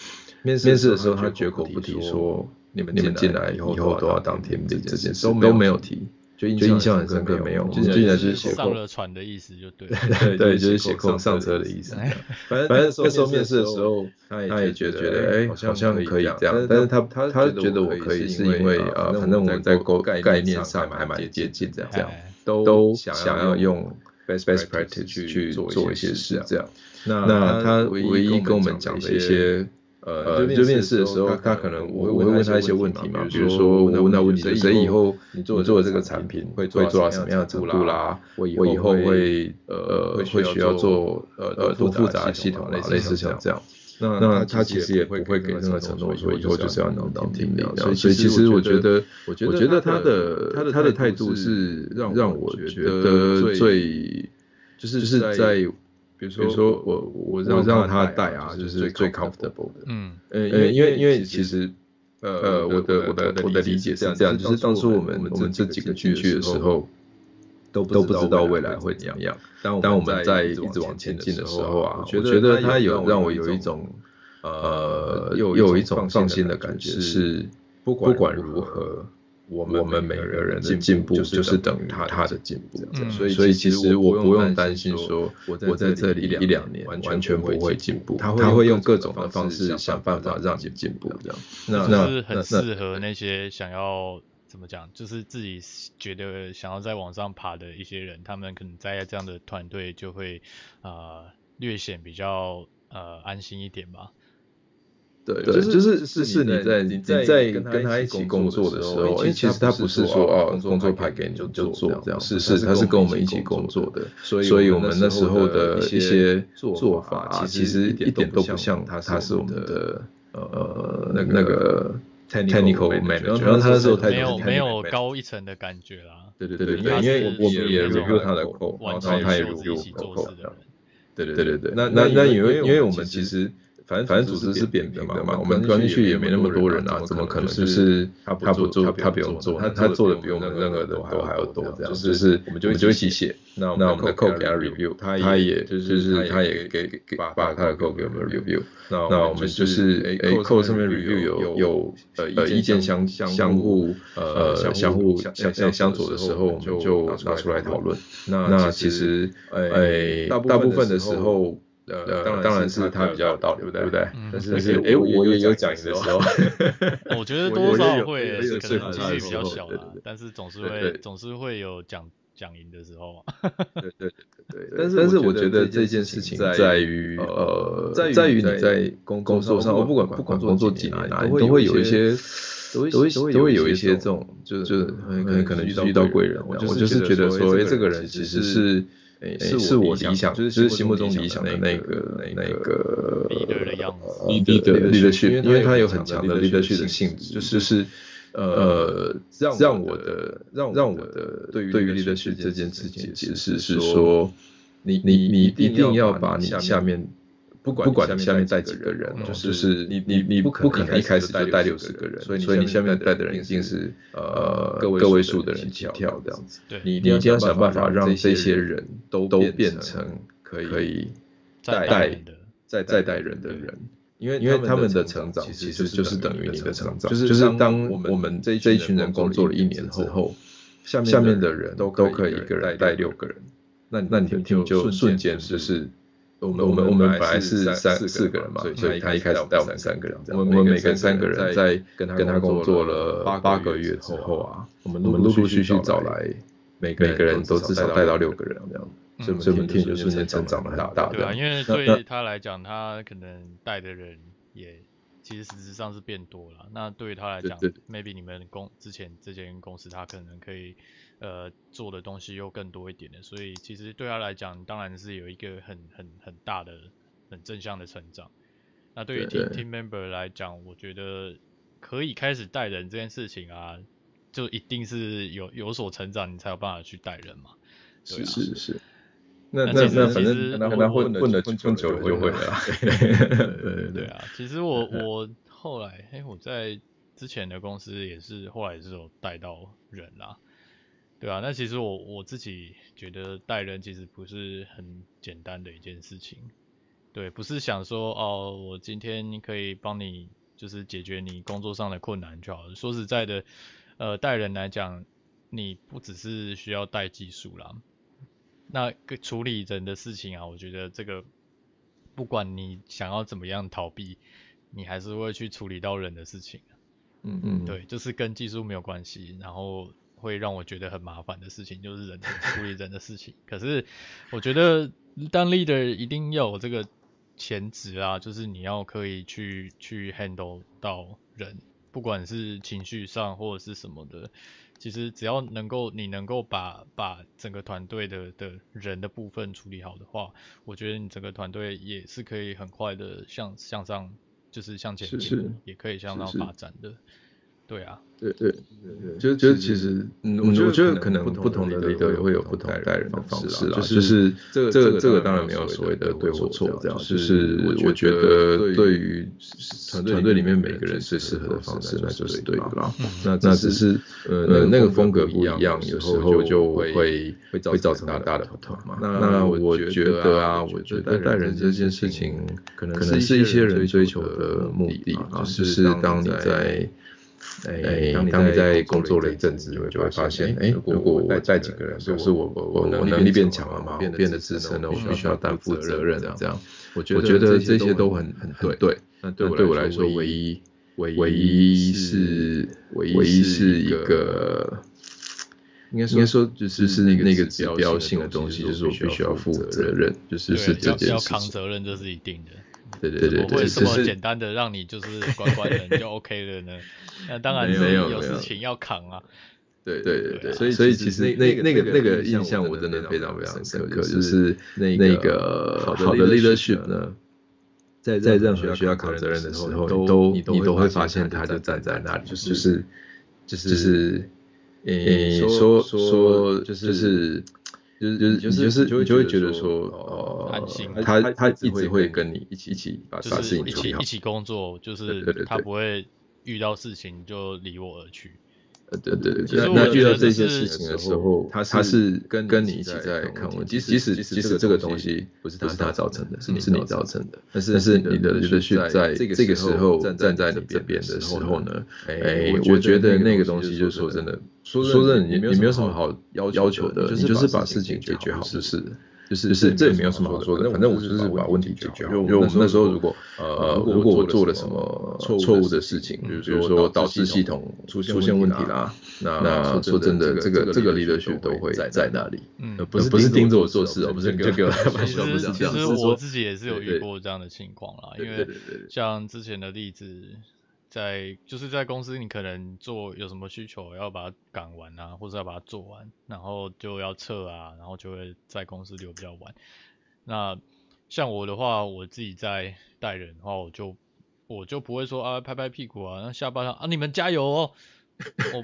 S1: 面
S3: 面
S1: 试
S3: 试
S1: 的
S3: 的
S1: 时
S3: 时
S1: 候
S3: 候，
S1: 他
S3: 他
S1: 绝
S3: 绝
S1: 口
S3: 口
S1: 不
S3: 不
S1: 提
S3: 提
S1: 说
S3: 说
S1: 你们
S3: 你
S1: 进
S3: 们进
S1: 来
S3: 来
S1: 以
S3: 以
S1: 后
S3: 后
S1: 都
S3: 都
S1: 要
S3: 要
S1: 当
S3: 当
S1: team
S3: team
S1: lead
S3: lead
S1: 这
S3: 这
S1: 件
S3: 件
S1: 事
S3: 事，
S1: 都
S3: 都
S1: 没
S3: 没
S1: 有
S3: 有
S1: 提
S3: 提，就
S1: 就印
S3: 印
S1: 象
S3: 象很
S1: 很深
S3: 深
S1: 刻
S3: 刻
S1: 没
S3: 没
S1: 有
S3: 有，
S1: 就
S3: 就是竟然
S2: 就是是
S3: 写
S2: 上
S3: 扣
S2: 了船的意思就对了。
S3: 对对，就
S1: 就
S3: 是是
S1: 写
S3: 写
S1: 扣
S3: 扣
S1: 上
S3: 上
S1: 车
S3: 车
S1: 的
S3: 的
S1: 意
S3: 意
S1: 思哎
S3: 思。
S1: 反
S3: 反
S1: 正
S3: 正
S1: 那
S3: 那
S1: 时
S3: 时
S1: 候
S3: 候
S1: 面
S3: 面
S1: 试
S3: 试
S1: 的
S3: 的
S1: 时
S3: 时
S1: 候
S3: 候，
S1: 他
S3: 他
S1: 也
S3: 也觉
S1: 觉得
S3: 觉
S1: 哎
S3: 得哎，
S1: 好
S3: 好
S1: 像
S3: 像
S1: 可以
S3: 可
S1: 这
S3: 以
S1: 样
S3: 这样，
S1: 但
S3: 但
S1: 是
S3: 是
S1: 他
S3: 他
S1: 他
S3: 他
S1: 觉
S3: 觉
S1: 得
S3: 得
S1: 我
S3: 我
S1: 可
S3: 可
S1: 以
S3: 以
S1: 是
S3: 是
S1: 因
S3: 因为
S1: 为啊
S3: 啊，
S1: 反
S3: 反
S1: 正
S3: 正
S1: 我
S3: 我
S1: 们
S3: 们
S1: 在
S3: 在
S1: 构
S3: 构
S1: 概
S3: 概
S1: 念
S3: 念
S1: 上
S3: 上
S1: 还
S3: 还
S1: 蛮
S3: 蛮
S1: 接
S3: 接
S1: 近
S3: 近
S1: 这
S3: 这
S1: 样
S3: 样，
S2: 都
S3: 都
S1: 都
S3: 想
S1: 想要
S3: 要
S1: 用
S3: 用
S1: best
S3: best
S1: practice
S3: practice
S1: 去
S3: 去
S1: 做
S3: 做
S1: 一
S3: 一些
S1: 些事
S3: 事
S1: 啊
S3: 这样。
S1: 那
S3: 那
S1: 他
S3: 他
S1: 唯
S3: 唯
S1: 一
S3: 一
S1: 跟
S3: 跟
S1: 我
S3: 我
S1: 们
S3: 们
S1: 讲
S3: 讲
S1: 的
S3: 的
S1: 一
S3: 一
S1: 些
S3: 些
S1: 呃
S3: 呃，
S1: 就
S3: 就
S1: 面
S3: 面
S1: 试
S3: 试
S1: 的
S3: 的
S1: 时
S3: 时
S1: 候
S3: 候，
S1: 他
S3: 他
S1: 可
S3: 可
S1: 能
S3: 能
S1: 我
S3: 我
S1: 会
S3: 会
S1: 问
S3: 问
S1: 他
S3: 他
S1: 一
S3: 一
S1: 些
S3: 些
S1: 问
S3: 问
S1: 题
S3: 题
S1: 嘛
S3: 嘛，
S1: 比
S3: 比
S1: 如
S3: 如
S1: 说
S3: 说
S1: 我
S3: 我
S1: 问
S3: 问他
S1: 他问
S3: 问
S1: 题
S3: 题
S1: 是
S3: 是
S1: 谁
S3: 谁
S1: 以
S3: 以
S1: 后
S3: 后
S1: 你
S3: 你
S1: 做
S3: 做
S1: 了
S3: 了
S1: 这
S3: 这
S1: 个
S3: 个
S1: 产
S3: 产
S1: 品
S3: 品
S1: 会
S3: 会
S1: 抓
S3: 抓
S1: 什么
S3: 什
S1: 样
S3: 么样的
S1: 的程
S3: 程
S1: 度
S3: 度
S1: 啦
S3: 啦？
S1: 我
S3: 我
S1: 以
S3: 以
S1: 后
S3: 后
S1: 会
S3: 会
S1: 呃
S3: 呃会
S1: 会需
S3: 需
S1: 要
S3: 要
S1: 做
S3: 做
S1: 呃
S3: 呃
S1: 多
S3: 多
S1: 复
S3: 复
S1: 杂
S3: 杂
S1: 的
S3: 的
S1: 系
S3: 系
S1: 统
S3: 统
S1: 啊
S3: 啊，
S1: 类
S3: 类
S1: 似
S3: 似
S1: 像
S3: 像
S1: 这
S3: 这
S1: 样
S3: 样。
S1: 那
S3: 那
S1: 他
S3: 他
S1: 其
S3: 其
S1: 实
S3: 实
S1: 也
S3: 也
S1: 不
S3: 不
S1: 会
S3: 会
S1: 给
S3: 给
S1: 任
S3: 任
S1: 何
S3: 何
S1: 承
S3: 承诺
S1: 诺说
S3: 说
S1: 以
S3: 以
S1: 后
S3: 后
S1: 就
S3: 就是是
S1: 要
S3: 要
S1: 能
S3: 能
S1: 当
S3: 当
S1: team
S3: team
S1: lead 啊
S3: lead
S1: 所
S3: 的。所以
S1: 以其
S3: 其
S1: 实
S3: 实
S1: 我
S3: 我
S1: 觉
S3: 觉
S1: 得
S3: 得，
S1: 我
S3: 我
S1: 觉
S3: 觉
S1: 得
S3: 得
S1: 他
S3: 他
S1: 的
S3: 的
S1: 他的
S3: 他的态
S1: 态度
S3: 度
S1: 是
S3: 是
S1: 让
S3: 让
S1: 我
S3: 我
S1: 觉
S3: 觉
S1: 得
S3: 得
S1: 最
S3: 最
S1: 就是
S3: 就是
S1: 在
S3: 在
S1: 比如
S3: 比如
S1: 说
S3: 说
S1: 我
S3: 我我
S1: 我
S3: 让
S1: 让他
S3: 他
S1: 带
S3: 带啊，
S1: 啊
S3: 就
S1: 就
S3: 是是
S1: 最
S3: 最
S1: comfortable
S3: comfortable 的。
S2: 嗯
S1: 呃
S3: 呃，因
S1: 因
S3: 为
S1: 为因
S3: 因为
S1: 为
S3: 其
S1: 其实
S3: 实，
S1: 呃
S3: 呃，
S1: 我
S3: 我
S1: 的
S3: 的
S1: 我
S3: 我
S1: 的
S3: 的
S1: 我
S3: 我的
S1: 的理
S3: 理
S1: 解
S3: 解
S1: 是
S3: 是
S1: 这
S3: 这
S1: 样，
S3: 样，
S1: 就
S3: 就是是
S1: 当
S3: 当
S1: 初
S3: 初
S1: 我
S3: 我
S1: 们
S3: 们
S1: 我
S3: 我
S1: 们
S3: 们
S1: 这
S3: 这
S1: 几
S3: 几
S1: 个
S3: 个
S1: 进
S3: 进
S1: 去
S3: 去
S1: 的
S3: 的
S1: 时
S3: 时
S1: 候
S3: 候，
S1: 都不
S3: 都
S1: 知
S3: 不
S1: 道
S3: 知
S1: 未
S3: 道
S1: 来
S3: 未来
S1: 会怎
S3: 会
S1: 么
S3: 怎
S1: 样
S3: 么。样。
S1: 当
S3: 当
S1: 我
S3: 我
S1: 们
S3: 们
S1: 在
S3: 在
S1: 一
S3: 一
S1: 直
S3: 直
S1: 往前
S3: 往前
S1: 进的
S3: 进
S1: 时
S3: 的
S1: 候
S3: 时
S1: 啊
S3: 候啊，
S1: 我
S3: 我
S1: 觉
S3: 觉
S1: 得
S3: 得
S1: 它
S3: 它
S1: 有
S3: 有
S1: 让
S3: 让
S1: 我
S3: 我
S1: 有
S3: 有
S1: 一
S3: 一
S1: 种
S3: 种，
S1: 呃
S3: 呃，
S1: 又
S3: 又
S1: 有
S3: 有
S1: 一
S3: 一种
S1: 种放
S3: 放
S1: 心
S3: 心
S1: 的
S3: 的
S1: 感
S3: 感
S1: 觉
S3: 觉
S1: 是
S3: 是，
S1: 不
S3: 不
S1: 管
S3: 管
S1: 如
S3: 如
S1: 何
S3: 何，
S1: 我
S3: 我
S1: 们
S3: 们每
S1: 每个
S3: 个
S1: 人
S3: 人
S1: 的
S3: 的
S1: 进
S3: 进
S1: 步
S3: 步
S1: 就
S3: 就是是
S1: 等
S3: 等
S1: 于
S3: 于
S1: 他
S3: 他
S1: 的
S3: 的
S1: 进
S3: 进
S1: 步
S3: 步，
S1: 这
S3: 这
S1: 样
S3: 样。
S1: 所
S3: 所
S1: 以
S3: 以
S1: 其
S3: 其
S1: 实
S3: 实
S1: 我
S3: 我
S1: 不
S3: 不用
S1: 用担
S3: 担
S1: 心
S3: 心
S1: 说
S3: 说
S1: 我
S3: 我
S1: 在
S3: 在
S1: 这
S3: 这
S1: 里
S3: 里
S1: 一
S3: 一两
S1: 两年
S3: 年
S1: 完
S3: 完
S1: 全
S3: 全
S1: 不
S3: 不
S1: 会
S3: 会
S1: 进
S3: 进
S1: 步
S3: 步，
S1: 他
S3: 他
S1: 会
S3: 会
S1: 用
S3: 用
S1: 各
S3: 各
S1: 种
S3: 种
S1: 的
S3: 的
S1: 方
S3: 方
S1: 式
S3: 式
S1: 想
S3: 想
S1: 办
S3: 办
S1: 法
S3: 法
S1: 让
S3: 让
S1: 你
S3: 你
S1: 进
S3: 进
S1: 步
S3: 步，
S1: 这
S3: 这样。
S2: 这
S1: 样那
S2: 就是
S1: 那
S2: 很适合那些想要怎么讲，就是自己觉得想要在往上爬的一些人，他们可能在这样的团队就会呃略显比较呃安心一点吧。
S1: 对，
S3: 对，
S1: 就
S3: 就是是
S1: 就是是
S3: 你
S1: 你
S3: 在
S1: 在
S3: 你
S1: 你
S3: 在
S1: 在跟
S3: 跟
S1: 他
S3: 他
S1: 一
S3: 一
S1: 起
S3: 起
S1: 工
S3: 工
S1: 作
S3: 作
S1: 的
S3: 的
S1: 时
S3: 时
S1: 候，
S3: 候，
S1: 因
S3: 因
S1: 为
S3: 为
S1: 其
S3: 其
S1: 实
S3: 实
S1: 他
S3: 他
S1: 不
S3: 不
S1: 是
S3: 是
S1: 说
S3: 说
S1: 哦
S3: 哦，
S1: 工
S3: 工
S1: 作
S3: 作
S1: 派
S3: 派
S1: 给
S3: 给
S1: 你
S3: 你
S1: 就
S3: 就
S1: 就
S3: 就
S1: 做
S3: 做
S1: 这
S3: 这
S1: 样，
S3: 样，是
S1: 是是
S3: 是，
S1: 他
S3: 他
S1: 是
S3: 是
S1: 跟
S3: 跟
S1: 我
S3: 我们
S1: 们一
S3: 一
S1: 起
S3: 起
S1: 工
S3: 工
S1: 作
S3: 作
S1: 的
S3: 的，，
S1: 所以
S3: 所以
S1: 我
S3: 我
S1: 们
S3: 们
S1: 那
S3: 那
S1: 时
S3: 时
S1: 候
S3: 候
S1: 的
S3: 的一
S1: 一些
S3: 些
S1: 做
S3: 做
S1: 法
S3: 法
S1: 啊，
S3: 啊，
S1: 其
S3: 其
S1: 实
S3: 实
S1: 一
S3: 一
S1: 点都
S3: 点
S1: 不
S3: 都不
S1: 像
S3: 像
S1: 他
S3: 他
S1: 是
S3: 他是
S1: 我
S3: 我
S1: 们
S3: 们
S1: 的
S3: 的
S1: 呃
S3: 呃
S1: 那
S3: 那那
S1: 个
S3: 个
S1: technical
S3: technical
S1: manager，
S3: manager，
S1: 然
S3: 然
S1: 后
S3: 后他
S1: 他那
S3: 那
S1: 时
S3: 时
S1: 候
S3: 候
S1: 态
S3: 态
S1: 度
S3: 度
S2: 没
S3: 是
S2: 有没
S1: 是 technical
S2: 有
S1: manager
S2: 高一层的感觉啦，
S1: 对对
S3: 对
S1: 对，
S3: 对
S1: 因
S3: 对，因为
S1: 为因为我
S3: 我们
S1: 们也
S3: 也
S2: 那种
S3: review 他
S1: 他的
S3: 的 code，然
S1: code，然后
S3: 后
S2: 完
S1: 他
S3: 他
S2: 全
S1: 也
S3: 也
S2: 做自
S1: review
S3: review
S2: 己
S1: 我
S2: 起
S3: 我
S2: 做事
S1: 们的 code，
S3: code，
S2: 的
S1: 这样
S2: 人。
S1: 对对
S3: 对
S1: 对
S3: 对
S1: 对
S3: 对，，
S1: 那
S3: 那
S1: 那
S3: 那
S1: 因
S3: 因
S1: 为
S3: 为
S1: 因
S3: 因
S1: 为
S3: 为
S1: 我
S3: 我
S1: 们
S3: 们
S1: 其
S3: 其
S1: 实
S3: 实
S1: 反
S3: 反
S1: 正
S3: 正
S1: 组
S3: 组织
S1: 织是
S3: 是
S1: 扁
S3: 扁
S1: 平
S3: 平
S1: 的
S3: 的嘛，
S1: 嘛，我
S3: 我
S1: 们
S3: 们
S1: 专
S3: 专
S1: 业
S3: 业
S1: 学
S3: 学
S1: 也
S3: 也
S1: 没
S3: 没
S1: 那
S3: 那
S1: 么
S3: 么
S1: 多
S3: 多
S1: 人
S3: 人
S1: 啊，
S3: 啊，
S1: 怎
S3: 怎
S1: 么
S3: 么
S1: 可
S3: 可
S1: 能
S3: 能
S1: 就
S3: 就是是
S1: 他不
S3: 他不
S1: 做
S3: 做
S1: 他比
S3: 他
S1: 我们
S3: 比我
S1: 做
S3: 们做，
S1: 他
S3: 他他
S1: 他做
S3: 做
S1: 的
S3: 的
S1: 比
S3: 比
S1: 我
S3: 我
S1: 们
S3: 们
S1: 那
S3: 那
S1: 个
S3: 个
S1: 都
S3: 都
S1: 还
S3: 还
S1: 要
S3: 要
S1: 多
S3: 多这
S1: 这
S3: 样，
S1: 样，就
S3: 就是是我
S1: 我们
S3: 们
S1: 就
S3: 就
S1: 一
S3: 一
S1: 起
S3: 起
S1: 写，
S3: 写，
S1: 那我们
S3: 那
S1: 的
S3: 我们
S1: code
S3: 的 code 给
S1: 给他
S3: 他
S1: review，
S3: review，他
S1: 他也
S3: 也
S1: 就
S3: 就是是
S1: 他
S3: 他
S1: 也
S3: 也
S1: 给
S3: 给
S1: 给
S3: 给
S1: 把
S3: 把把
S1: 把
S3: 他
S1: 他的
S3: 的
S1: code
S3: code 给
S1: 给我
S3: 我
S1: 们
S3: 们
S1: review
S3: review，
S1: 那我
S3: 那
S1: 们
S3: 我
S1: 就
S3: 们
S1: 是
S3: 就是
S1: 诶
S3: 诶
S1: code 上
S3: ，code 上
S1: 面
S3: 面
S1: review
S3: review 有
S1: 有
S3: 有呃
S1: 意
S3: 意
S1: 见
S3: 见
S1: 相
S3: 相
S1: 相
S3: 相
S1: 互
S3: 互
S1: 呃
S3: 呃
S1: 相
S3: 相
S1: 互
S3: 互
S1: 相
S3: 相
S1: 诶相
S3: 诶相
S1: 左
S3: 左
S1: 的
S3: 的
S1: 时
S3: 时候，
S1: 候我
S3: 我
S1: 们
S3: 们
S1: 就
S3: 就
S1: 拿出
S3: 拿
S1: 来
S3: 出来
S1: 讨论
S3: 讨论。
S1: 那
S3: 那
S1: 其
S3: 其
S1: 实
S3: 实
S1: 诶
S3: 诶，
S1: 大
S3: 大
S1: 部
S3: 部
S1: 分
S3: 分
S1: 的
S3: 的
S1: 时
S3: 时
S1: 候
S3: 候，
S1: 呃
S3: 呃，当
S1: 当然
S3: 然
S1: 是
S3: 是
S1: 他
S3: 他
S1: 比
S3: 比
S1: 较
S3: 较
S1: 有
S3: 有道
S1: 道理
S3: 理，对
S1: 对不
S3: 不
S1: 对
S3: 对？
S2: 嗯
S3: 但是
S1: 但
S3: 但
S1: 是
S3: 是
S1: 诶
S3: 诶，
S1: 我
S3: 我
S1: 也
S3: 也
S1: 有
S3: 有
S1: 讲
S3: 讲赢
S1: 赢的
S3: 的
S1: 时
S3: 时
S1: 候 *laughs*
S3: 候，
S2: 我觉得
S1: 我
S2: 多
S1: 也
S2: 少
S1: 有
S2: 会
S1: 我也
S2: 耶是
S1: 有
S2: 可
S1: 说
S2: 能
S1: 服
S2: 几
S1: 他
S2: 率
S1: 的
S2: 比
S1: 时
S2: 较
S1: 候
S2: 小
S1: 对
S2: 啦
S1: 对，
S2: 但是总是
S1: 对
S2: 会
S1: 对
S2: 总是会有讲讲赢的时候嘛。
S1: 对对对对，
S3: 对，
S1: 但是
S3: 但是
S1: 我
S3: 我
S1: 觉
S3: 觉
S1: 得
S3: 得
S1: 这
S3: 这
S1: 件
S3: 件
S1: 事
S3: 事
S1: 情
S3: 情
S1: 在
S3: 在
S1: 于
S3: 于
S1: 呃
S3: 呃，，
S1: 在
S3: 在
S1: 于
S3: 于你
S1: 你在
S3: 在
S1: 工
S3: 工
S1: 作
S3: 作
S1: 上，
S3: 上，
S1: 我
S3: 我不
S1: 不管
S3: 管不
S1: 不
S3: 管
S1: 管工
S3: 工
S1: 作
S3: 作
S1: 几
S3: 几
S1: 年
S3: 年
S1: 啊，
S3: 啊，
S1: 你
S3: 你
S1: 都
S3: 都
S1: 会
S3: 会
S1: 有
S3: 有
S1: 一
S3: 一些
S1: 些，都会
S3: 都会
S1: 都会
S3: 都
S1: 有
S3: 会
S1: 一
S3: 有一
S1: 些这
S3: 些这
S1: 种，
S3: 种，就
S1: 就是
S3: 是
S1: 很
S3: 很
S1: 很
S3: 很
S1: 可
S3: 可
S1: 能
S3: 能
S1: 遇
S3: 遇
S1: 到
S3: 到
S1: 贵
S3: 贵
S1: 人
S3: 人啊。
S1: 啊我
S3: 我
S1: 就
S3: 就是是
S1: 觉得
S3: 觉得
S1: 说，
S3: 说，
S1: 哎，
S3: 哎，
S1: 这
S3: 这
S1: 个
S3: 个
S1: 人
S3: 人
S1: 其
S3: 其实
S1: 实是
S3: 是
S1: 哎
S3: 哎，
S1: 是
S3: 是
S1: 我
S3: 我
S1: 理
S3: 理
S1: 想，
S3: 想，
S1: 就
S3: 就是是
S1: 心
S3: 心
S1: 目
S3: 目
S1: 中
S3: 中
S1: 理
S3: 理想
S1: 想的
S3: 的
S1: 那
S3: 那
S1: 个
S3: 个
S1: 那
S3: 那
S1: 个
S2: ，leader
S3: 个
S2: 的样子，
S1: leader
S3: leader
S1: leadership，
S3: leadership，
S1: 因为
S3: 因为
S1: 他
S3: 他
S1: 有
S3: 有
S1: 很
S3: 很
S1: 强
S3: 强
S1: 的
S3: 的
S1: leadership
S3: leadership
S1: 的
S3: 的
S1: 性
S3: 性
S1: 质，
S3: 质，
S1: 就
S3: 就是是呃，
S1: 让
S3: 让
S1: 我
S3: 我
S1: 的
S3: 的
S1: 让
S3: 让
S1: 我
S3: 我
S1: 的
S3: 的
S1: 对
S3: 对
S1: 于
S3: 于
S1: leadership
S3: leadership
S1: 这
S3: 这件
S1: 件事
S3: 事
S1: 情
S3: 情
S1: 解
S3: 解
S1: 释
S3: 释
S1: 是
S3: 是
S1: 说
S3: 说，
S1: 你
S3: 你
S1: 你
S3: 你
S1: 一
S3: 一
S1: 定
S3: 定
S1: 要
S3: 要
S1: 把
S3: 把
S1: 你
S3: 你
S1: 下
S3: 下
S1: 面
S3: 面
S1: 不
S3: 不
S1: 管
S3: 管
S1: 你
S3: 你
S1: 下
S3: 下
S1: 面
S3: 面
S1: 带
S3: 带
S1: 几
S3: 几
S1: 个
S3: 个
S1: 人
S3: 人
S1: 哦，
S3: 哦，就
S1: 就
S3: 是是
S1: 你
S3: 你
S1: 你
S3: 你
S1: 你
S3: 你
S1: 不
S3: 不可
S1: 可能
S3: 能
S1: 一
S3: 一
S1: 开
S3: 开
S1: 始
S3: 始
S1: 就
S3: 就
S1: 带
S3: 带
S1: 六
S3: 六
S1: 十
S3: 十
S1: 个
S3: 个
S1: 人
S3: 人，
S1: 所
S3: 所
S1: 以
S3: 以
S1: 你
S3: 你
S1: 下
S3: 下
S1: 面
S3: 面
S1: 带
S3: 带
S1: 的
S3: 的
S1: 人
S3: 人
S1: 一
S3: 一
S1: 定
S3: 定
S1: 是
S3: 是
S1: 呃
S3: 呃个
S1: 个位
S3: 位
S1: 数
S3: 数
S1: 的
S3: 的
S1: 人
S3: 人
S1: 起
S3: 起
S1: 跳
S3: 跳这
S1: 这样
S3: 样
S1: 子
S3: 子。
S2: 对
S3: 你
S1: 你
S3: 一
S1: 一定
S3: 定
S1: 要
S3: 要
S1: 想
S3: 想
S1: 办
S3: 办
S1: 法
S3: 法
S1: 让
S3: 让
S1: 这
S3: 这
S1: 些
S3: 些
S1: 人
S3: 人
S1: 都
S3: 都
S1: 变
S3: 变
S1: 成
S3: 成
S1: 可
S3: 可
S1: 以
S3: 以
S2: 再
S1: 带
S2: 带人的，
S3: 在
S1: 在带
S3: 带
S1: 带
S3: 人
S1: 人的
S3: 的
S1: 人
S3: 人，
S1: 因为
S3: 因为
S1: 他
S3: 他
S1: 们
S3: 们
S1: 的
S3: 的
S1: 成
S3: 成
S1: 长
S3: 长
S1: 其
S3: 其
S1: 实
S3: 实
S1: 就
S3: 就是是
S1: 等
S3: 等
S1: 于
S3: 于
S1: 你
S3: 你
S1: 的
S3: 的
S1: 成
S3: 成
S1: 长，
S3: 长，
S1: 就
S3: 就是是
S1: 当
S3: 当
S1: 我
S3: 我
S1: 们
S3: 们
S1: 我们这
S3: 这
S1: 一
S3: 一
S1: 群
S3: 群
S1: 人
S3: 人
S1: 工
S3: 工
S1: 作
S3: 作
S1: 了
S3: 了
S1: 一
S3: 一
S1: 年
S3: 年
S1: 之
S3: 之
S1: 后
S3: 后，，
S1: 下
S3: 下
S1: 面
S3: 面
S1: 的
S3: 的
S1: 人
S3: 人
S1: 都
S3: 都
S1: 可
S3: 可
S1: 以
S3: 以
S1: 一
S3: 一
S1: 个
S3: 个
S1: 人
S3: 人
S1: 带
S3: 带
S1: 六
S3: 六
S1: 个
S3: 个
S1: 人
S3: 人，
S1: 那你
S3: 那
S1: 的
S3: 你的
S1: team
S3: team
S1: 就
S3: 就
S1: 瞬
S3: 瞬
S1: 间
S3: 间
S1: 就
S3: 就是是
S1: 我
S3: 我
S1: 们
S3: 们
S1: 我
S3: 我
S1: 们
S3: 们我们本
S1: 我们本来
S3: 来
S1: 是
S3: 是
S1: 三
S3: 三
S1: 四
S3: 四个
S1: 个人
S3: 人嘛，
S1: 嘛所以
S3: 所以
S1: 他
S3: 他
S1: 一
S3: 一
S1: 开
S3: 开
S1: 始
S3: 始
S1: 带
S3: 带
S1: 我
S3: 我
S1: 们
S3: 们
S1: 三
S3: 三
S1: 个
S3: 个人这样，我
S1: 人这样我们
S3: 们
S1: 每
S3: 每个
S1: 个三
S3: 三
S1: 个
S3: 个
S1: 人
S3: 人
S1: 在
S3: 在
S1: 跟
S3: 跟
S1: 他
S3: 他
S1: 工
S3: 工
S1: 作
S3: 作
S1: 了
S3: 了
S1: 八
S3: 八
S1: 个
S3: 个
S1: 月
S3: 月
S1: 之
S3: 之
S1: 后
S3: 后
S1: 啊
S3: 啊，
S1: 我
S3: 我
S1: 们
S3: 们
S1: 陆
S3: 陆
S1: 陆
S3: 陆
S1: 续
S3: 续
S1: 续
S3: 续
S1: 找
S3: 找
S1: 来
S3: 来
S1: 每个
S3: 每个
S1: 人
S3: 人
S1: 都
S3: 都
S1: 至
S3: 至少
S1: 少带
S3: 带
S1: 到
S3: 到
S1: 六
S3: 六
S1: 个
S3: 个
S1: 人
S3: 人
S1: 这
S3: 这
S1: 样
S3: 样，所
S1: 所以
S3: 以
S1: 我
S3: 我们
S1: 们 team
S3: team
S1: 就
S3: 就
S1: 瞬
S3: 瞬
S1: 间
S3: 间成
S1: 成
S3: 长
S1: 长很
S3: 很
S1: 大
S3: 大
S1: 的
S3: 的。
S2: 对啊，因为
S3: 那
S2: 对他来讲，他可能带的人也其实实质上是变多了。那对于他来
S1: 对
S2: 讲
S1: 对
S2: ，maybe 你们公之前这间公司，他可能可以呃做的东西又更多一点的，所以其实对他来讲，当然是有一个很很很大的很正向的成长。那对于
S1: 对
S2: team team member 来讲，我觉得可以开始带人这件事情啊，就一定是有有所成长，你才有办法去带人嘛。对啊，
S1: 是是，
S3: 那
S2: 那
S3: 那
S2: 其实
S3: 那
S2: 其
S3: 反
S2: 实
S3: 正跟
S2: 我
S3: 他混
S1: 我
S3: 混了混久了就会 *laughs* 了啊。
S1: 对对
S2: 对啊，其实
S1: *laughs*
S2: 我我后来，哎、我在之前的公司也是后来也是有带到人啦，对啊，那其实我我自己觉得带人其实不是很简单的一件事情，对，不是想说哦，我今天可以帮你就是解决你工作上的困难就好了。说实在的，呃，带人来讲，你不只是需要带技术啦，那个处理人的事情啊，我觉得这个不管你想要怎么样逃避，你还是会去处理到人的事情。
S3: 嗯嗯，
S2: 对，就是跟技术没有关系，然后会让我觉得很麻烦的事情就是人处理人的事情。可是我觉得当 leader 一定要有这个前职啊，就是你要可以去去 handle 到人，不管是情绪上或者是什么的。其实只要能够你能够把把整个团队的的人的部分处理好的话，我觉得你整个团队也是可以很快的向向上，就是向前进，
S1: 是是
S2: 也可以向上
S1: 是是
S2: 发展的。对啊，
S1: 对对，
S3: 对，
S1: 就是
S3: 就
S1: 就是是
S3: 其
S1: 其
S3: 实
S1: 实，
S3: 嗯，
S1: 嗯
S3: 我
S1: 我
S3: 觉
S1: 觉
S3: 得
S1: 得
S3: 可
S1: 可
S3: 能
S1: 能
S3: 不
S1: 不
S3: 同
S1: 同
S3: 的
S1: 的
S3: leader
S1: leader
S3: 也
S1: 也
S3: 会
S1: 会
S3: 有
S1: 有
S3: 不
S1: 不
S3: 同
S1: 同
S3: 带
S1: 带
S3: 人
S1: 人
S3: 方
S1: 方
S3: 式
S1: 式
S3: 啦
S1: 啦，
S3: 就
S1: 就是是
S3: 这
S1: 这
S3: 这
S1: 这
S3: 个
S1: 个
S3: 当
S1: 当
S3: 然
S1: 然
S3: 没
S1: 没
S3: 有
S1: 有
S3: 所
S1: 所
S3: 谓
S1: 谓
S3: 的
S1: 的
S3: 对
S1: 对
S3: 或错
S1: 或错，
S3: 这
S1: 这
S3: 样
S1: 样
S3: 就是
S1: 是
S3: 我觉
S1: 我觉
S3: 得
S1: 得
S3: 对
S1: 对
S3: 于
S1: 于
S3: 团
S1: 团
S3: 队
S1: 队
S3: 里
S1: 里
S3: 面
S1: 面
S3: 每
S1: 每
S3: 个
S1: 个
S3: 人
S1: 人
S3: 最
S1: 最
S3: 适
S1: 适
S3: 合
S1: 合
S3: 的
S1: 的
S3: 方
S1: 方
S3: 式
S1: 式，
S3: 那
S1: 那
S3: 就
S1: 就是是
S3: 对
S1: 对
S3: 吧
S1: 吧？
S3: 那
S1: 那
S3: 只
S1: 只
S3: 是
S1: 是
S3: 呃
S1: 呃
S3: 那
S1: 那
S3: 个
S1: 个
S3: 风
S1: 风
S3: 格
S1: 格
S3: 不
S1: 不
S3: 一
S1: 一
S3: 样，
S1: 样
S3: 有
S1: 有
S3: 时
S1: 时
S3: 候
S1: 候
S3: 就
S1: 就
S3: 会
S1: 会
S3: 会
S1: 会
S3: 造
S1: 造
S3: 成大
S1: 成大
S3: 大
S1: 大
S3: 的
S1: 的
S3: 不
S1: 不
S3: 同
S1: 同
S3: 嘛
S1: 嘛。
S3: 那
S1: 那
S3: 我
S1: 我
S3: 觉
S1: 觉
S3: 得
S1: 得
S3: 啊，
S1: 啊
S3: 我
S1: 我
S3: 觉
S1: 觉
S3: 得
S1: 得
S3: 带
S1: 带
S3: 人
S1: 人
S3: 这
S1: 这
S3: 件
S1: 件
S3: 事
S1: 事
S3: 情
S1: 情
S3: 可
S1: 可
S3: 能是
S1: 能是
S3: 一
S1: 一
S3: 些
S1: 些
S3: 人
S1: 人
S3: 追
S1: 追
S3: 求
S1: 求
S3: 的
S1: 的
S3: 目
S1: 目
S3: 的
S1: 的
S3: 啊，
S1: 啊，
S3: 就
S1: 就是是
S3: 当
S1: 当
S3: 你
S1: 你
S3: 在
S1: 在
S3: 哎，
S1: 哎，
S3: 当你
S1: 当你
S3: 在
S1: 在
S3: 工
S1: 工
S3: 作
S1: 作
S3: 了
S1: 了
S3: 一
S1: 一
S3: 阵
S1: 阵
S3: 子，
S1: 子，
S3: 你
S1: 你
S3: 会
S1: 会
S3: 发
S1: 发
S3: 现，
S1: 现，
S3: 哎
S1: 哎，，
S3: 如
S1: 如
S3: 果
S1: 果
S3: 我
S1: 我
S3: 带
S1: 带
S3: 几
S1: 几
S3: 个
S1: 个
S3: 人，
S1: 人，
S3: 表
S1: 表
S3: 示
S1: 示
S3: 我
S1: 我
S3: 我
S1: 我
S3: 我
S1: 我
S3: 能
S1: 能
S3: 力
S1: 力
S3: 变
S1: 变
S3: 强
S1: 强
S3: 了
S1: 了
S3: 嘛，
S1: 嘛，
S3: 我
S1: 我
S3: 变
S1: 变
S3: 得
S1: 得
S3: 资
S1: 资
S3: 深
S1: 深
S3: 了，
S1: 了，
S3: 我
S1: 我
S3: 必
S1: 必
S3: 须
S1: 须
S3: 要
S1: 要
S3: 担
S1: 担
S3: 负
S1: 负
S3: 责
S1: 责
S3: 任，
S1: 任，
S3: 这
S1: 这
S3: 样
S1: 样。。
S3: 我觉
S1: 我
S3: 得这
S1: 觉得
S3: 些
S1: 这
S3: 都
S1: 些都
S3: 很
S1: 很
S3: 很对
S1: 很对，
S3: 那对
S1: 那
S3: 我
S1: 对我
S3: 来
S1: 来
S3: 说
S1: 说，
S3: 唯
S1: 唯
S3: 一
S1: 一
S3: 唯
S1: 唯
S3: 一
S1: 一
S3: 是
S1: 是
S3: 唯
S1: 唯
S3: 一
S1: 一
S3: 是
S1: 是
S3: 一
S1: 一
S3: 个
S1: 个，
S3: 应该
S1: 应该说
S3: 就
S1: 就是是
S3: 那
S1: 那
S3: 个指
S1: 个指
S3: 标
S1: 标
S3: 性
S1: 性
S3: 的
S1: 的
S3: 东
S1: 东
S3: 西，
S1: 西，
S3: 就
S1: 就
S3: 我必
S1: 是是我必
S3: 须
S1: 须
S3: 要
S1: 要
S3: 负
S1: 负
S3: 责
S1: 责
S3: 任
S1: 任，
S3: 就是
S2: 对啊
S3: 是这
S2: 要
S3: 件
S2: 要
S3: 事
S2: 扛
S3: 情。
S2: 责任这是一定的。
S3: 对对
S1: 对
S3: 对
S1: 对
S2: 怎么会
S1: 对对
S2: 这
S1: 就
S2: 么
S1: 是
S2: 简单的让你就是乖乖人就 OK 了
S3: *laughs*
S2: 呢？那当然
S3: 没有
S2: 是
S3: 没有
S2: 有
S3: 没有
S2: 事情要扛啊。
S3: 对
S1: 对
S3: 对
S1: 对
S3: 对，
S2: 对
S1: 对，
S3: 所
S1: 所
S3: 以
S1: 以
S3: 其
S1: 其
S3: 实
S1: 实
S3: 那那
S1: 那那
S3: 个
S1: 个
S3: 那
S1: 那
S3: 个
S1: 个
S3: 印
S1: 印
S3: 象
S1: 象
S3: 我
S1: 我
S3: 真
S1: 真
S3: 的
S1: 的
S3: 非
S1: 非
S3: 常
S1: 常
S3: 非
S1: 非
S3: 常
S1: 常
S3: 深
S1: 深
S3: 刻，
S1: 刻，
S3: 就
S1: 就是是
S3: 那
S1: 那
S3: 个
S1: 个
S3: 好
S1: 好
S3: 的
S1: 的
S3: leadership 呢
S1: leadership 呢，，
S3: 在
S1: 在
S3: 任
S1: 任
S3: 何
S1: 何
S3: 需
S1: 需
S3: 要
S1: 要
S3: 扛
S1: 扛
S3: 责
S1: 责
S3: 任
S1: 任
S3: 的
S1: 的
S3: 时
S1: 时
S3: 候，
S1: 候，
S3: 你都
S1: 你都
S3: 你
S1: 你
S3: 都
S1: 都
S3: 会
S1: 会
S3: 发
S1: 发
S3: 现
S1: 现
S3: 他
S1: 他
S3: 就
S1: 就
S3: 站
S1: 站
S3: 在
S1: 在
S3: 那
S1: 那
S3: 里，
S1: 里，
S3: 就
S1: 就是是
S3: 就
S1: 就是是
S3: 诶，
S1: 诶，
S3: 说
S1: 说
S3: 说
S1: 说
S3: 就
S1: 就是是
S3: 就是你
S1: 就是你
S3: 就
S1: 就是
S3: 你
S1: 是你
S3: 就
S1: 就
S3: 会
S1: 会
S3: 觉
S1: 觉
S3: 得
S1: 得
S3: 说，
S1: 说
S3: 哦
S2: 安心，
S1: 嘛
S3: 他他
S1: 他
S3: 一
S1: 一
S3: 直
S1: 直
S3: 会
S1: 会
S3: 跟
S1: 跟
S3: 你一起一起把
S2: 就
S3: 把事
S2: 是
S3: 情
S2: 一
S3: 处
S2: 起
S3: 理好
S2: 一，起工作，就是
S3: 对对对
S2: 他不会遇到事情就离我而去。
S3: 呃对对对
S2: 其
S3: 对，
S2: 实
S3: 那
S2: 我
S3: 遇
S2: 觉
S3: 到
S2: 得
S3: 这
S2: 这
S3: 些
S2: 是
S3: 事情的时
S1: 候
S3: 候，他
S1: 他
S3: 是
S1: 是
S3: 跟
S1: 跟
S3: 你
S1: 你
S3: 一
S1: 一
S3: 起
S1: 起
S3: 在
S1: 在
S3: 看
S1: 看
S3: 问
S1: 问
S3: 题，
S1: 题
S3: 即使即
S1: 即使
S3: 使
S1: 即使
S3: 这
S1: 这
S3: 个
S1: 个
S3: 东
S1: 东
S3: 西
S1: 西
S3: 不
S1: 不
S3: 是
S1: 是
S3: 他造
S1: 他造
S3: 成
S1: 成
S3: 的，
S1: 的
S3: 是
S1: 是
S3: 你
S1: 你
S3: 自
S1: 自
S3: 己
S1: 己
S3: 造
S1: 造
S3: 成
S1: 成
S3: 的
S1: 的，
S3: 但是
S1: 但是
S3: 你
S1: 你
S3: 的
S1: 的
S3: leadership
S1: leadership
S3: 在
S1: 在
S3: 这
S1: 这
S3: 个时
S1: 个时
S3: 候
S1: 候
S3: 站
S1: 站
S3: 在
S1: 在
S3: 你
S1: 你
S3: 这
S1: 这
S3: 边
S1: 边
S3: 的
S1: 的
S3: 时
S1: 时
S3: 候
S1: 候
S3: 呢
S1: 呢，
S3: 哎，
S1: 哎
S3: 我
S1: 我
S3: 觉
S1: 觉
S3: 得
S1: 得
S3: 那
S1: 那
S3: 个
S1: 个
S3: 东
S1: 东
S3: 西
S1: 西
S3: 就
S1: 就是
S3: 说
S1: 说
S3: 真
S1: 真
S3: 的
S1: 的，
S3: 说
S1: 说
S3: 真
S1: 真
S3: 的
S1: 的
S3: 你
S1: 你
S3: 你
S1: 没
S3: 没
S1: 有
S3: 有
S1: 什
S3: 什么
S1: 么
S3: 好
S1: 好
S3: 要求
S1: 要求
S3: 的，
S1: 的，
S3: 你
S1: 你
S3: 就
S1: 就是是
S3: 把
S1: 把
S3: 事
S1: 事
S3: 情
S1: 情
S3: 解
S1: 解
S3: 决
S1: 决
S3: 好
S1: 好
S3: 就
S1: 就是是
S3: 了
S1: 了。
S3: 就是
S1: 就是
S3: 这
S1: 这
S3: 也
S1: 也
S3: 没
S1: 没
S3: 有
S1: 有
S3: 什
S1: 什
S3: 么
S1: 么
S3: 好
S1: 好
S3: 说
S1: 说
S3: 的，
S1: 的，
S3: 那
S1: 那
S3: 反正
S1: 反正
S3: 我
S1: 我
S3: 就
S1: 就是是
S3: 把
S1: 把
S3: 问
S1: 问
S3: 题
S1: 题
S3: 解
S1: 解
S3: 决
S1: 决
S3: 好
S1: 好。
S3: 就我
S1: 就
S3: 们那
S1: 我们那
S3: 时
S1: 时
S3: 候
S1: 候
S3: 如
S1: 如
S3: 果
S1: 果
S3: 呃
S1: 呃
S3: 如
S1: 如
S3: 果
S1: 果
S3: 做
S1: 做
S3: 了
S1: 了
S3: 什
S1: 什
S3: 么
S1: 么
S3: 错
S1: 错
S3: 误的
S1: 误的
S3: 事
S1: 事
S3: 情
S1: 情，
S3: 比
S1: 比
S3: 如
S1: 如
S3: 说
S1: 说
S3: 导
S1: 导
S3: 致
S1: 致
S3: 系
S1: 系
S3: 统
S1: 统
S3: 出
S1: 出
S3: 现
S1: 现
S3: 问题
S1: 问题
S3: 啦
S1: 啦，
S3: 那
S1: 那
S3: 说
S1: 说
S3: 真
S1: 真
S3: 的
S1: 的，
S3: 这
S1: 这
S3: 个
S1: 个
S3: 这
S1: 这
S3: 个
S1: 个
S3: leadership
S1: leadership
S3: 都
S1: 都
S3: 会
S1: 会
S3: 在
S1: 在
S3: 那
S1: 那
S3: 里
S1: 里，
S2: 嗯
S3: 呃，
S1: 而
S3: 是
S1: 不是
S3: 盯
S1: 盯
S3: 着
S1: 着
S3: 我
S1: 我
S3: 做
S1: 做
S3: 事
S1: 事
S3: 哦，
S1: 哦，
S3: 不
S1: 不
S3: 是
S1: 是
S3: 给
S1: 给
S3: 我
S1: 我
S3: 开玩
S1: 开
S2: 其
S1: 玩
S3: 笑，不
S2: 实
S1: 笑，不
S3: 是
S1: 是
S3: 这
S2: 其
S3: 样
S1: 这
S2: 实
S1: 样，
S3: 子。
S1: 是
S2: 我
S1: 说
S2: 自己也是有遇
S3: 对对
S2: 过这样的情况啦，因
S3: 对
S2: 为
S3: 对对对，
S2: 像之前的例子，在就是在公司你可能做有什么需求要把它赶完啊，或者要把它做完，然后就要撤啊，然后就会在公司留比较晚。那像我的话，我自己在带人的话，我就我就不会说啊拍拍屁股啊，那下班了啊你们加油哦，
S3: *laughs*
S2: 我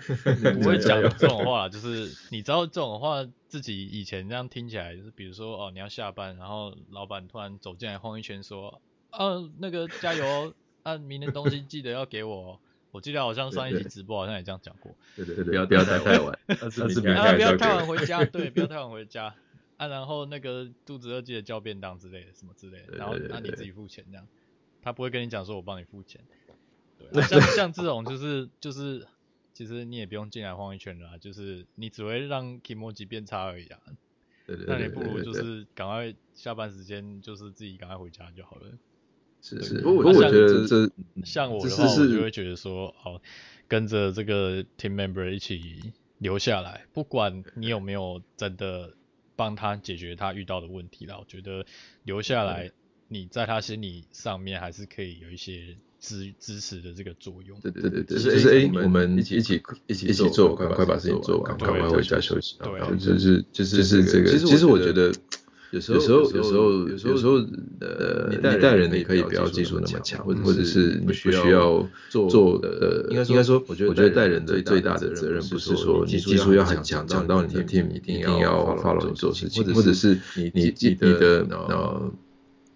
S2: 不会讲这种话啦，就是你知道这种话自己以前这样听起来，就是比如说哦你要下班，然后老板突然走进来晃一圈说，啊那个加油哦，啊明天东西记得要给我哦。我记得好像上一
S3: 对
S2: 期直播好像也这样讲过，
S3: 对对对，
S1: 不要
S3: 不要太
S1: 太
S3: 太
S1: 晚
S3: 晚，但是
S1: 但是
S3: 明 *laughs* 天
S1: 明天
S2: 啊，
S3: 还
S2: 不
S3: 是要给
S2: 要太
S3: 我。
S2: 晚回家，对，不要太晚回
S3: *laughs*
S2: 家啊。然后那个肚子饿，记得叫便当之类的，什么之类的。
S3: 对
S2: 然后
S3: 对
S2: 那、啊你
S3: 对
S2: 自己付钱这样，他不会跟你讲说我帮你付钱。
S3: *laughs*
S2: 对、啊，像像这种就是就是，其实你也不用进来晃一圈啦、啊就是你只会让 Kimoji 变差而已啊。
S3: 对对
S2: 那
S3: 对
S2: 你不如
S3: 对
S2: 就
S3: 对，
S2: 是赶快下班时间，就是自己赶快回家就好了。
S3: 是
S1: 对
S3: 是。
S1: 不
S3: 不
S1: 过
S3: 过
S1: 我
S3: 我
S1: 觉
S3: 觉得
S1: 得
S3: 这
S2: 像我
S3: 这
S2: 的
S3: 是
S2: 话，我
S3: 是
S2: 就会觉得说，哦，跟着这个 team member 一起留下来，不管你有没有真的帮他解决他遇到的问题啦，我觉得留下来，你在他心理上面还是可以有一些支支持的这个作用。
S3: 对对对对，
S1: 就是
S3: 就是
S1: 哎
S3: 哎，我
S1: 我
S3: 们
S1: 们
S3: 一起
S1: 一
S3: 一起
S1: 起
S3: 一
S1: 一
S3: 起做，
S1: 起做
S3: 赶
S1: 赶
S3: 快
S1: 快
S3: 把
S1: 把
S3: 事
S1: 事
S3: 情
S1: 情
S3: 做
S1: 做
S3: 完，
S1: 完
S3: 赶
S1: 赶
S3: 快
S1: 快
S3: 回
S1: 回
S3: 家
S1: 家
S3: 休
S1: 休
S3: 息。
S2: 对
S3: 然
S2: 啊
S3: 后就是就
S1: 就是是
S3: 这
S1: 这
S3: 个，
S1: 个
S3: 其实我觉得
S1: 有时候
S3: 有时候有时
S1: 时
S3: 候
S1: 候
S3: 有
S1: 时候
S3: 时候呃，
S1: 你
S3: 你
S1: 带
S3: 带
S1: 人
S3: 人
S1: 你
S3: 你
S1: 可
S3: 可
S1: 以
S3: 以
S1: 不
S3: 不
S1: 要
S3: 要
S1: 技
S3: 技
S1: 术
S3: 术
S1: 那
S3: 那么
S1: 么强
S3: 强，
S1: 或
S3: 或
S1: 者
S3: 者
S1: 是
S3: 是
S1: 不
S3: 不
S1: 需
S3: 需
S1: 要
S3: 要
S1: 做
S3: 做
S1: 的
S3: 的，
S1: 应该
S3: 应该
S1: 说
S3: 说，
S1: 我
S3: 我
S1: 觉得
S3: 觉
S1: 带
S3: 得带
S1: 人
S3: 人
S1: 最
S3: 最
S1: 大的
S3: 的
S1: 责
S3: 责任
S1: 任不
S3: 不
S1: 是
S3: 是
S1: 说
S3: 说
S1: 你
S3: 你
S1: 技
S3: 技
S1: 术
S3: 术
S1: 要
S3: 要
S1: 很
S3: 很
S1: 强
S3: 强，
S1: 强
S3: 强
S1: 到
S3: 到
S1: 你
S3: 你
S1: 的
S3: 的
S1: team
S3: team 一
S1: 一
S3: 定
S1: 定要
S3: 要
S1: follow
S3: follow
S1: 你
S3: 你
S1: 做
S3: 做
S1: 事
S3: 事
S1: 情
S3: 情，
S1: 或
S3: 或
S1: 者
S3: 者
S1: 是
S3: 是
S1: 你
S3: 你
S1: 你
S3: 你
S1: 的
S3: 的
S1: 呃
S3: 呃，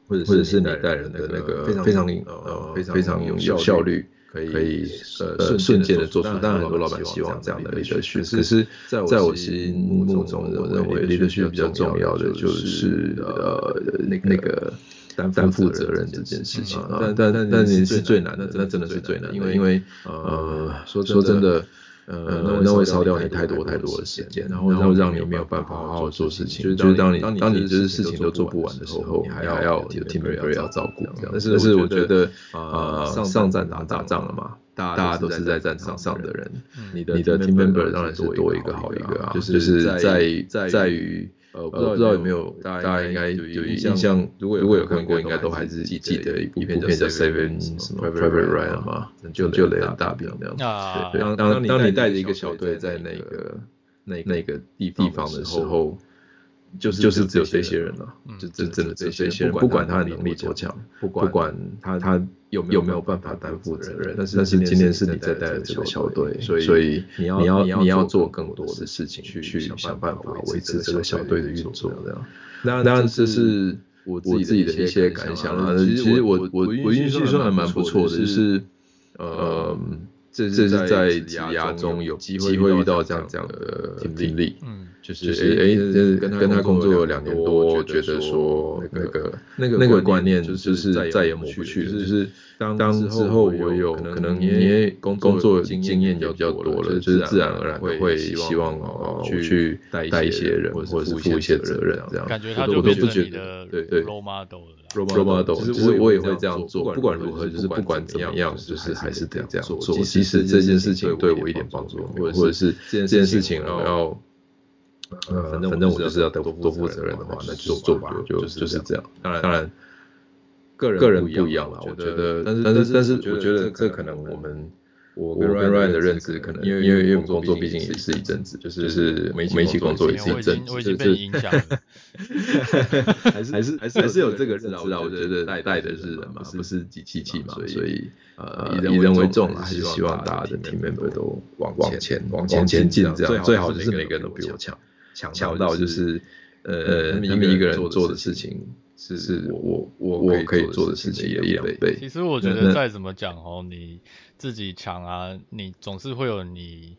S1: 或者
S3: 或者
S1: 是
S3: 是
S1: 你
S3: 你
S1: 带
S3: 带
S1: 人
S3: 人的
S1: 的那
S3: 那
S1: 个
S3: 个
S1: 非
S3: 非
S1: 常
S3: 常
S1: 呃
S3: 呃
S1: 非
S3: 非
S1: 常
S3: 常
S1: 有
S3: 有
S1: 效
S3: 效
S1: 率
S3: 率，
S1: 可
S3: 可
S1: 以
S3: 以
S1: 呃
S3: 呃
S1: 瞬
S3: 瞬
S1: 间
S3: 间
S1: 的
S3: 的
S1: 做
S3: 做
S1: 出
S3: 出。当
S1: 当然
S3: 然很多
S1: 很多老
S3: 老
S1: 板
S3: 板
S1: 希
S3: 希
S1: 望
S3: 望
S1: 这
S3: 这
S1: 样
S3: 样
S1: 的
S3: 的
S1: leadership，
S3: leadership，可
S1: 可是
S3: 是
S1: 在
S3: 在
S1: 我
S3: 我
S1: 心
S3: 心
S1: 目
S3: 目
S1: 中
S3: 中，
S1: 我
S3: 我
S1: 认
S3: 认
S1: 为
S3: 为
S1: leadership
S3: leadership
S1: 比
S3: 比
S1: 较
S3: 较
S1: 重
S3: 重
S1: 要
S3: 要
S1: 的
S3: 的
S1: 就
S3: 就是是
S1: 呃
S3: 呃
S1: 那
S3: 那
S1: 个
S3: 个
S1: 担
S3: 担
S1: 负
S3: 负
S1: 责
S3: 责
S1: 任
S3: 任
S1: 这
S3: 这
S1: 件
S3: 件
S1: 事
S3: 事
S1: 情
S3: 情
S1: 啊
S3: 啊，
S1: 但
S3: 但
S1: 但
S3: 但
S1: 你
S3: 你
S1: 是
S3: 是
S1: 最
S3: 最
S1: 难
S3: 难
S1: 的
S3: 的，
S1: 那
S3: 那
S1: 真
S3: 真
S1: 的
S3: 的
S1: 是
S3: 是
S1: 最
S3: 最
S1: 难
S3: 难
S1: 的
S3: 的，
S1: 因
S3: 因
S1: 为
S3: 为
S1: 呃
S3: 呃
S1: 说
S3: 说
S1: 真
S3: 真
S1: 的
S3: 的，
S1: 呃
S3: 呃
S1: 那
S3: 那
S1: 会
S3: 会
S1: 烧
S3: 烧
S1: 掉
S3: 掉
S1: 你
S3: 你
S1: 太
S3: 太
S1: 多
S3: 多
S1: 太
S3: 太
S1: 多
S3: 多
S1: 的
S3: 的
S1: 时
S3: 时
S1: 间
S3: 间，
S1: 然
S3: 然
S1: 后
S3: 后
S1: 让
S3: 让
S1: 你
S3: 你
S1: 没
S3: 没
S1: 有
S3: 有
S1: 办
S3: 办
S1: 法
S3: 法
S1: 好
S3: 好
S1: 好
S3: 好
S1: 做
S3: 做
S1: 事
S3: 事情，
S1: 情就
S3: 就是是
S1: 当
S3: 当
S1: 你
S3: 你
S1: 当
S3: 当
S1: 你
S3: 你
S1: 这
S3: 这
S1: 些
S3: 些
S1: 事
S3: 事
S1: 情
S3: 情
S1: 都
S3: 都做
S1: 做不
S3: 不
S1: 完
S3: 完
S1: 之
S3: 之
S1: 后
S3: 后，
S1: 你
S3: 你
S1: 还
S3: 还
S1: 要
S3: 要
S1: 有
S3: 有
S1: team
S3: team player
S1: player 要
S3: 要
S1: 照
S3: 照
S1: 顾
S3: 顾
S1: 这样
S3: 但
S1: 但是
S3: 是但是
S1: 我
S3: 我
S1: 觉
S3: 觉
S1: 得
S3: 得
S1: 呃
S3: 呃
S1: 上
S3: 上
S1: 战
S3: 战
S1: 场
S3: 场
S1: 打
S3: 打
S1: 仗
S3: 仗
S1: 了
S3: 了
S1: 嘛
S3: 嘛，大
S1: 大家
S3: 家
S1: 都
S3: 都
S1: 是
S3: 是在
S1: 在战
S3: 战场
S1: 场上
S3: 上
S1: 的
S3: 的
S1: 人
S3: 人，
S2: 嗯
S1: 你
S3: 你
S1: 的
S3: 的
S1: team
S3: team
S1: member
S3: member
S1: 当
S3: 当
S1: 然
S3: 然
S1: 是
S3: 是
S1: 多
S3: 多
S1: 一
S3: 一
S1: 个
S3: 个
S1: 好
S3: 好
S1: 一
S3: 一
S1: 个
S3: 个
S1: 啊
S3: 啊，
S1: 就
S3: 就是是
S1: 在
S3: 在
S1: 在
S3: 在
S1: 于
S3: 于
S1: 呃我
S3: 我
S1: 不
S3: 不
S1: 知
S3: 知
S1: 道
S3: 道
S1: 有没
S3: 有
S1: 有
S3: 没有
S1: 大家
S3: 大家
S1: 应
S3: 应
S1: 该
S3: 该
S1: 对
S3: 对
S1: 于
S3: 于
S1: 印
S3: 印
S1: 象
S3: 象如
S1: 如果
S3: 果
S1: 有
S3: 有
S1: 看
S3: 看
S1: 过
S3: 过，
S1: 应
S3: 应
S1: 该
S3: 该都
S1: 都还
S3: 还
S1: 是
S3: 是
S1: 记
S3: 记
S1: 得
S3: 得
S1: 一
S3: 一
S1: 部
S3: 部
S1: 片
S3: 片
S1: 叫
S3: 叫《
S1: 《Saving
S3: Saving
S1: Private
S3: Private
S1: Ryan
S3: Ryan》
S1: 嘛
S3: 嘛，
S1: 就
S3: 就
S1: 雷
S3: 雷
S1: 达
S3: 达
S1: 比
S3: 比
S1: 那
S3: 那
S1: 样
S3: 样。
S2: 啊
S3: 对，
S1: 当
S3: 当
S1: 当
S3: 当
S1: 你
S3: 当
S1: 带
S3: 你
S1: 着
S3: 带
S1: 一
S3: 着一
S1: 个
S3: 个
S1: 小
S3: 小
S1: 队
S3: 队
S1: 在
S3: 在
S1: 那
S3: 那
S1: 个
S3: 个
S1: 那
S3: 那
S1: 个
S3: 个
S1: 地
S3: 地
S1: 方
S3: 方
S1: 的
S3: 的
S1: 时
S3: 时
S1: 候
S3: 候，
S1: 就是
S3: 就是
S1: 只
S3: 只
S1: 有
S3: 有
S1: 这
S3: 这
S1: 些
S3: 些
S1: 人
S3: 人
S1: 了、
S3: 了，
S2: 嗯
S1: 就
S3: 就
S1: 真
S3: 真
S1: 的
S3: 的只有
S1: 只有这
S3: 这
S1: 些
S3: 些
S1: 人，
S3: 人，
S1: 不
S3: 不
S1: 管
S3: 管他
S1: 他能
S3: 能
S1: 力
S3: 力
S1: 多
S3: 多
S1: 强
S3: 强，，
S1: 不
S3: 不
S1: 管
S3: 管
S1: 他
S3: 他
S1: 他
S3: 他
S1: 有没
S3: 有
S1: 有
S3: 没有
S1: 办法
S3: 办法
S1: 担
S3: 担
S1: 负
S3: 负
S1: 责
S3: 责
S1: 任
S3: 任，，
S1: 但
S3: 但是
S1: 是今
S3: 今
S1: 天
S3: 天
S1: 是
S3: 是
S1: 你
S3: 你
S1: 带
S3: 带着
S1: 着这个
S3: 这
S1: 球
S3: 个球
S1: 队，
S3: 队，
S1: 所
S3: 所
S1: 以
S3: 以
S1: 你
S3: 你
S1: 要
S3: 要
S1: 你
S3: 你
S1: 要
S3: 要
S1: 做
S3: 做
S1: 更
S3: 更
S1: 多
S3: 多
S1: 的
S3: 的
S1: 事
S3: 事情
S1: 情去
S3: 去
S1: 想
S3: 想办
S1: 办法
S3: 法
S1: 维
S3: 维
S1: 持
S3: 持
S1: 这
S3: 这
S1: 个
S3: 个
S1: 小
S3: 小
S1: 队
S3: 队
S1: 的
S3: 的
S1: 运
S3: 运
S1: 作
S3: 作。
S1: 这
S3: 这
S1: 样
S3: 样，
S1: 那
S3: 当
S1: 当
S3: 然
S1: 然
S3: 这
S1: 这
S3: 是
S1: 是我
S3: 我
S1: 自
S3: 自
S1: 己
S3: 己
S1: 的
S3: 的
S1: 一
S3: 一
S1: 些
S3: 些
S1: 感
S3: 感
S1: 想
S3: 想
S1: 啊
S3: 啊。
S1: 但
S3: 但
S1: 是
S3: 是
S1: 其
S3: 其
S1: 实
S3: 实
S1: 我
S3: 我
S1: 我
S3: 我
S1: 运
S3: 运
S1: 气
S3: 气
S1: 算
S3: 算还
S1: 还蛮
S3: 蛮
S1: 不
S3: 不
S1: 错
S3: 错的，
S1: 的就
S3: 就是是
S1: 呃
S3: 呃，
S1: 这
S3: 这
S1: 是
S3: 是
S1: 在
S3: 在
S1: 职
S3: 职
S1: 涯
S3: 涯
S1: 中
S3: 中
S1: 有
S3: 有
S1: 机
S3: 机
S1: 会
S3: 会
S1: 遇
S3: 遇到
S1: 到这
S3: 这
S1: 样
S3: 样
S1: 这
S3: 这样
S1: 样的
S3: 的
S1: team
S3: team
S1: lead
S3: lead，
S2: 嗯
S1: 就是
S3: 就是
S1: 哎，
S3: 哎，
S1: 诶
S3: 诶
S1: 跟
S3: 跟
S1: 他
S3: 跟他
S1: 工
S3: 工
S1: 作
S3: 作
S1: 有
S3: 有
S1: 两
S3: 两
S1: 年
S3: 年
S1: 多，
S3: 多，
S1: 觉
S3: 觉
S1: 得
S3: 得
S1: 说
S3: 说
S1: 那
S3: 那
S1: 个
S3: 个
S1: 那
S3: 那
S1: 个
S3: 个
S1: 观
S3: 观
S1: 念
S3: 念
S1: 就
S3: 就是
S1: 再
S3: 是
S1: 也
S3: 再也
S1: 抹
S3: 抹
S1: 不
S3: 不
S1: 去
S3: 去
S1: 了，
S3: 了，
S1: 就
S3: 就是是
S1: 当
S3: 当
S1: 之
S3: 之
S1: 后
S3: 后
S1: 我
S3: 我
S1: 有可
S3: 有可
S1: 能
S3: 能
S1: 因
S3: 因
S1: 为
S3: 为
S1: 工
S3: 工
S1: 作
S3: 作
S1: 经
S3: 经
S1: 验
S3: 验也
S1: 也比
S3: 比
S1: 较
S3: 较
S1: 多
S3: 多
S1: 了，
S3: 了，
S1: 就
S3: 就是是
S1: 自
S3: 自
S1: 然
S3: 然
S1: 而
S3: 而
S1: 然
S3: 然
S1: 会
S3: 会
S1: 会
S3: 会
S1: 希
S3: 希
S1: 望
S3: 望
S1: 哦
S3: 哦我
S1: 我去
S3: 去
S1: 带
S3: 带
S1: 一
S3: 一
S1: 些
S3: 些
S1: 人
S3: 人，
S1: 或
S3: 或者
S1: 者是
S3: 是
S1: 负
S3: 负
S1: 一
S3: 一
S1: 些
S3: 些
S1: 责
S3: 责
S1: 任
S3: 任
S1: 这
S3: 这样。
S1: 样，
S2: 感觉
S1: 我
S2: 他
S1: 都
S2: 就
S1: 我都
S2: 变
S1: 觉
S2: 成
S1: 得
S2: 你的
S1: 对
S2: role model 了啦。
S1: role
S3: role
S1: model，
S3: model，就
S1: 就
S3: 是是
S1: 我
S3: 我
S1: 也
S3: 也
S1: 会
S3: 会
S1: 这
S3: 这
S1: 样
S3: 样
S1: 做
S3: 做，
S1: 不
S3: 不管
S1: 管如
S3: 如
S1: 何
S3: 何，
S1: 就
S3: 就是是
S1: 不
S3: 不
S1: 管
S3: 管怎
S1: 怎么
S3: 么
S1: 样
S3: 样，就
S1: 就
S3: 是是
S1: 还
S3: 还
S1: 是
S3: 是
S1: 得
S3: 得这
S1: 这样
S3: 样
S1: 做
S3: 做。
S1: 即
S3: 即
S1: 使
S3: 使
S1: 这
S3: 这
S1: 件
S3: 件
S1: 事
S3: 事
S1: 情
S3: 情
S1: 对
S3: 对
S1: 我
S3: 我
S1: 一
S3: 一
S1: 点
S3: 点
S1: 帮
S3: 帮
S1: 助
S3: 助
S1: 都
S3: 都
S1: 没
S3: 没
S1: 有
S3: 有，
S1: 或
S3: 或
S1: 者
S3: 者
S1: 是
S3: 是
S1: 这件
S3: 这
S1: 事
S3: 件
S1: 情
S3: 事情
S1: 我要
S3: 我要
S1: 呃
S3: 呃，
S1: 反
S3: 反
S1: 正
S3: 正
S1: 我
S3: 我
S1: 就
S3: 就是是
S1: 要
S3: 要
S1: 多
S3: 多
S1: 多
S3: 多
S1: 负
S3: 负
S1: 责
S3: 责
S1: 任
S3: 任
S1: 的
S3: 的
S1: 话
S3: 话，
S1: 那
S3: 那
S1: 就
S3: 就
S1: 做
S3: 做
S1: 吧
S3: 吧，
S1: 就
S3: 就
S1: 就
S3: 就是是
S1: 这
S3: 这
S1: 样
S3: 样。
S1: 当
S3: 当
S1: 然
S3: 然，
S1: 个人
S3: 个人
S1: 不一样
S3: 不一
S1: 啦
S3: 样啦，
S1: 我
S3: 我
S1: 觉
S3: 觉得，
S1: 得但是
S3: 但
S1: 但
S3: 是
S1: 是
S3: 但是
S1: 我
S3: 我
S1: 觉
S3: 觉
S1: 得
S3: 得
S1: 这
S3: 这
S1: 可
S3: 可能
S1: 能我
S3: 我
S1: 们
S3: 们
S1: 我
S3: 我
S1: 跟
S3: 跟
S1: Ryan
S3: Ryan
S1: 的
S3: 的
S1: 认
S3: 认
S1: 知
S3: 知
S1: 可
S3: 可
S1: 能
S3: 能，
S1: 因为
S3: 因为因
S1: 因为
S3: 为
S1: 我
S3: 我
S1: 们
S3: 们
S1: 毕
S3: 毕
S1: 竟
S3: 竟
S1: 是
S3: 是
S1: 一
S3: 一
S1: 阵
S3: 阵
S1: 子
S3: 子，就
S1: 就
S3: 是是
S1: 我
S3: 我
S1: 们
S3: 们
S1: 一
S3: 一
S1: 起
S3: 起
S1: 工
S3: 工
S1: 作
S3: 作
S1: 一
S3: 一
S1: 起
S2: 没
S1: 一
S2: 有，
S3: 起
S2: 我已经我
S1: 阵子，
S2: 已
S1: 就
S2: 经被你
S1: 是
S2: 影响了。
S1: 还是
S3: 还是
S1: 还
S3: 还
S1: 是
S3: 是
S1: 有
S3: 有这
S1: 这个
S3: 个
S1: 认
S3: 认
S1: 知
S3: 知
S1: 啦。
S3: 啦。
S1: 我
S3: 我
S1: 觉
S3: 觉
S1: 得
S3: 得
S1: 带
S3: 带带
S1: 带的
S3: 的
S1: 是
S3: 是
S1: 人
S3: 人
S1: 嘛
S3: 嘛，
S1: 不
S3: 不
S1: 是
S3: 是
S1: 机
S3: 机器
S1: 器器
S3: 器
S1: 嘛，
S3: 嘛，
S1: 所
S3: 所
S1: 以
S3: 以
S1: 呃
S3: 呃
S1: 以
S3: 以人
S1: 人为
S3: 为
S1: 重
S3: 重啦，还
S1: 啦，还是
S3: 是
S1: 希
S3: 希
S1: 望
S3: 望
S1: 大家
S3: 大家
S1: 的
S3: 的
S1: team
S3: team
S1: member
S3: member
S1: 都
S3: 都
S1: 往
S3: 往
S1: 前
S3: 前
S1: 往
S3: 往
S1: 前
S3: 前
S1: 进
S3: 进，这
S1: 这样
S3: 样
S1: 最
S3: 最
S1: 好
S3: 好
S1: 就
S3: 就是是
S1: 每
S3: 每
S1: 个
S3: 个
S1: 人
S3: 人
S1: 都
S3: 都
S1: 比
S3: 比
S1: 我
S3: 我
S1: 强
S3: 强，
S1: 强
S3: 强
S1: 到
S3: 到
S1: 就
S3: 就是是
S1: 呃
S3: 呃
S1: 他
S3: 他
S1: 们
S3: 们
S1: 一
S3: 一
S1: 个
S3: 个
S1: 人
S3: 人做
S1: 做的事
S3: 的事
S1: 情
S3: 情
S1: 是
S3: 是
S1: 我
S3: 我
S1: 我
S3: 我
S1: 可
S3: 可
S1: 以
S3: 以
S1: 做
S3: 做
S1: 的
S3: 的
S1: 事
S3: 事
S1: 情
S3: 情
S1: 的
S3: 的
S1: 一
S3: 一
S1: 两
S3: 两
S1: 倍
S3: 倍。
S2: 其实我觉
S3: 那
S2: 得
S3: 那
S2: 再怎么讲哦，你自己强啊，你总是会有你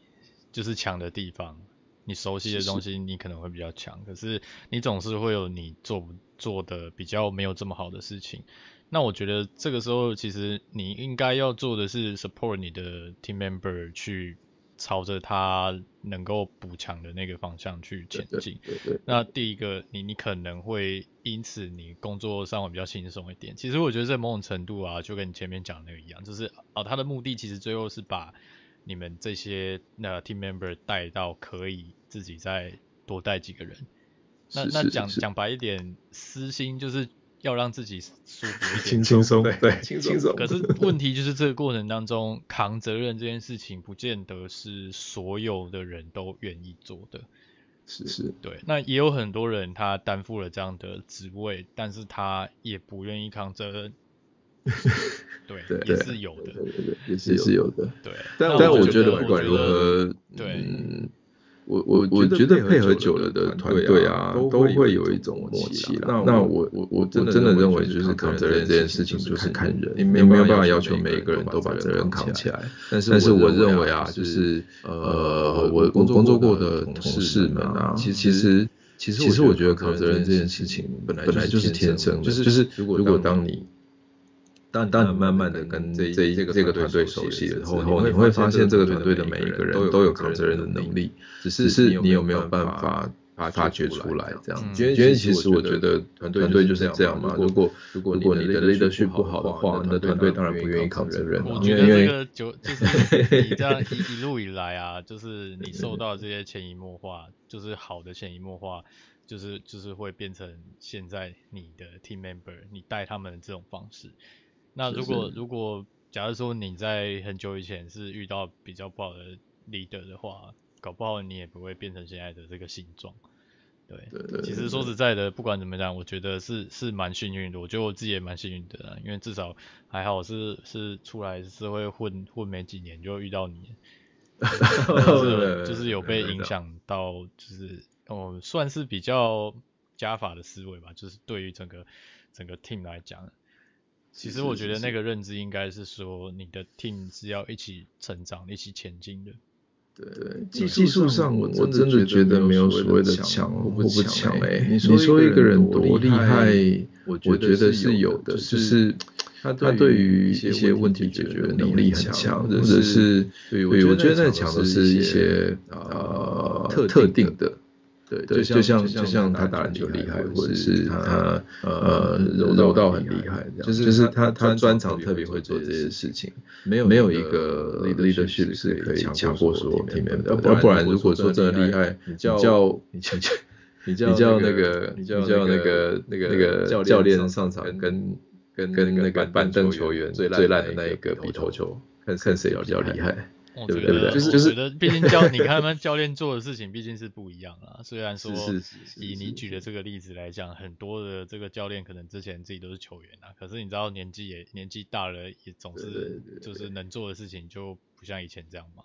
S2: 就是强的地方，你熟悉的东西你可能会比较强，可是你总是会有你做不做的比较没有这么好的事情。那我觉得这个时候其实你应该要做的是 support 你的 team member 去朝着他能够补强的那个方向去前进。
S1: 对对
S2: 那第一个，你你可能会因此你工作上会比较轻松一点。其实我觉得在某种程度啊，就跟你前面讲的那个一样，就是哦，他的目的其实最后是把你们这些呃 team member 带到可以自己再多带几个人。那
S1: 是
S2: 那
S1: 是
S2: 讲
S1: 是
S2: 讲白一点，私心就是要让自己舒服一点
S3: 轻，轻松，对，
S1: *laughs* 轻
S3: 轻
S1: 松
S3: 松。
S2: 可是问题就是这个过程当中，扛责任这件事情，不见得是所有的人都愿意做的。
S1: 是是
S2: 对，那也有很多人他担负了这样的职位，但是他也不愿意扛责任。对，
S1: 对
S2: 也是有的。
S1: 对对对也是
S3: 也是
S1: 有
S3: 有的，
S2: 对，
S1: 但
S2: 那
S3: 但
S1: 我
S3: 我
S1: 觉
S3: 觉
S1: 得
S3: 得不
S2: 我
S1: 不
S3: 管
S2: 觉
S3: 如
S2: 得
S3: 何，
S2: 对
S3: 嗯，我我
S1: 我
S3: 我
S1: 觉
S3: 觉
S1: 得
S3: 得
S1: 配
S3: 配
S1: 合
S3: 合
S1: 久
S3: 久
S1: 了
S3: 了
S1: 的
S3: 的
S1: 团
S3: 团
S1: 队
S3: 队
S1: 啊
S3: 啊，
S1: 都
S3: 都
S1: 会
S3: 会
S1: 有
S3: 有
S1: 一
S3: 一
S1: 种
S3: 种
S1: 默
S3: 默
S1: 契
S3: 契
S1: 啦
S3: 啦。
S1: 那
S3: 那
S1: 我
S3: 我我
S1: 我
S3: 我
S1: 真
S3: 真
S1: 的
S3: 的
S1: 认
S3: 认
S1: 为
S3: 为
S1: 就
S3: 就是是
S1: 扛
S3: 扛
S1: 责
S3: 责
S1: 任
S3: 任
S1: 这
S3: 这件
S1: 件事
S3: 事
S1: 情
S3: 情
S1: 就
S3: 就是是
S1: 看
S3: 看
S1: 人
S3: 人，
S1: 你
S3: 你
S1: 没
S3: 没
S1: 有
S3: 有办
S1: 办法
S3: 法
S1: 要
S3: 要
S1: 求
S3: 求
S1: 每
S3: 每
S1: 个
S3: 个
S1: 人
S3: 人
S1: 都
S3: 都
S1: 把
S3: 把
S1: 责
S3: 责
S1: 任
S3: 任
S1: 扛
S3: 扛
S1: 起
S3: 起
S1: 来
S3: 来。
S1: 但是
S3: 但是
S1: 我
S3: 我
S1: 认
S3: 认
S1: 为
S3: 为
S1: 啊
S3: 啊，
S1: 就
S3: 就是是呃，我我工作过的同事们啊，其实其实
S1: 其实
S3: 其实我觉得
S1: 扛
S3: 扛
S1: 责
S3: 责
S1: 任
S3: 任
S1: 这
S3: 这
S1: 件
S3: 件
S1: 事
S3: 事
S1: 情
S3: 情
S1: 本
S3: 本
S1: 来
S3: 来
S1: 就
S3: 就是是
S1: 天
S3: 天
S1: 生
S3: 生
S1: 的
S3: 的，
S1: 就是
S3: 就是
S1: 如果
S3: 如果
S1: 当
S3: 当
S1: 你
S3: 你当当你慢慢的跟这这一这个团队熟悉了之后，你会发现这个团队的每一个人都有扛责任的能力，
S1: 只
S3: 只
S1: 是
S3: 是
S1: 你
S3: 你
S1: 有
S3: 有
S1: 没
S3: 没
S1: 有
S3: 有
S1: 办
S3: 办
S1: 法
S3: 法
S1: 发
S3: 发
S1: 掘
S3: 掘
S1: 出
S3: 出
S1: 来
S3: 来？
S1: 这
S3: 这
S1: 样
S3: 样，
S1: 因为
S3: 因为
S1: 其
S3: 其
S1: 实
S3: 实
S1: 我
S3: 我
S1: 觉
S3: 觉
S1: 得
S3: 得
S1: 团
S3: 团
S1: 队
S3: 队
S1: 就
S3: 就是是
S1: 这
S3: 这
S1: 样
S3: 样
S1: 嘛
S3: 嘛。
S1: 如
S3: 如
S1: 果
S3: 果
S1: 如果
S3: 如
S1: 你
S3: 果
S1: 的
S3: 你的
S1: leadership
S3: leadership
S1: 不
S3: 不
S1: 好
S3: 好
S1: 的
S3: 的
S1: 话
S3: 话，
S1: 那
S3: 那
S1: 团
S3: 团队
S1: 队
S3: 当
S1: 当然
S3: 然不
S1: 不愿
S3: 愿
S1: 意
S3: 意
S1: 扛
S3: 扛
S1: 责
S3: 责
S1: 任
S3: 任
S1: 嘛
S3: 嘛。因
S2: 我觉
S3: 为
S2: 得
S3: 因
S2: 这
S3: 为
S2: 个就就是你这样
S3: *laughs*
S2: 一一路以来啊，就是你受到这些潜移默化，就是好的潜移默化，就是就是会变成现在你的 team member，你带他们的这种方式。那如果如果假如说你在很久以前是遇到比较不好的 leader 的话，搞不好你也不会变成现在的这个形状。对对，其实说实在的，不管怎么讲，我觉得是是蛮幸运的。我觉得我自己也蛮幸运的啦，因为至少还好是是出来社会混混没几年就遇到你，就是就是有被影响到，就是哦算是比较加法的思维吧，就是对于整个整个 team 来讲，其实我觉得那个认知应该是说你的 team 是要一起成长、一起前进的。
S3: 对，技技术上我真的觉得没有所谓的强或不强哎。你说一个人多厉害，我觉得是有的，就是他对于一些问题解决能力很强，或者是对我觉得那强的是一些呃特定的。对对，就像就像他打篮球厉害，或者是他呃柔柔道很厉害，这样就是他他专长特别会做这些事情。没有没有一个 leadership 是可以强过所有 team member，不啊不然如果说真的厉害，你叫 *laughs* 你叫 *laughs* 你叫那个你叫那个那个那个教练上场跟跟跟那个板凳球员最烂的那一个比投球，看看谁比较厉害。
S2: 我
S3: 觉
S2: 得，
S3: 就是就是，
S2: 毕竟教你看他们教练做的事情毕竟是不一样啊。虽然说以你举的这个例子来讲，很多的这个教练可能之前自己都是球员啊，可是你知道年纪也年纪大了，也总是就是能做的事情就不像以前这样嘛。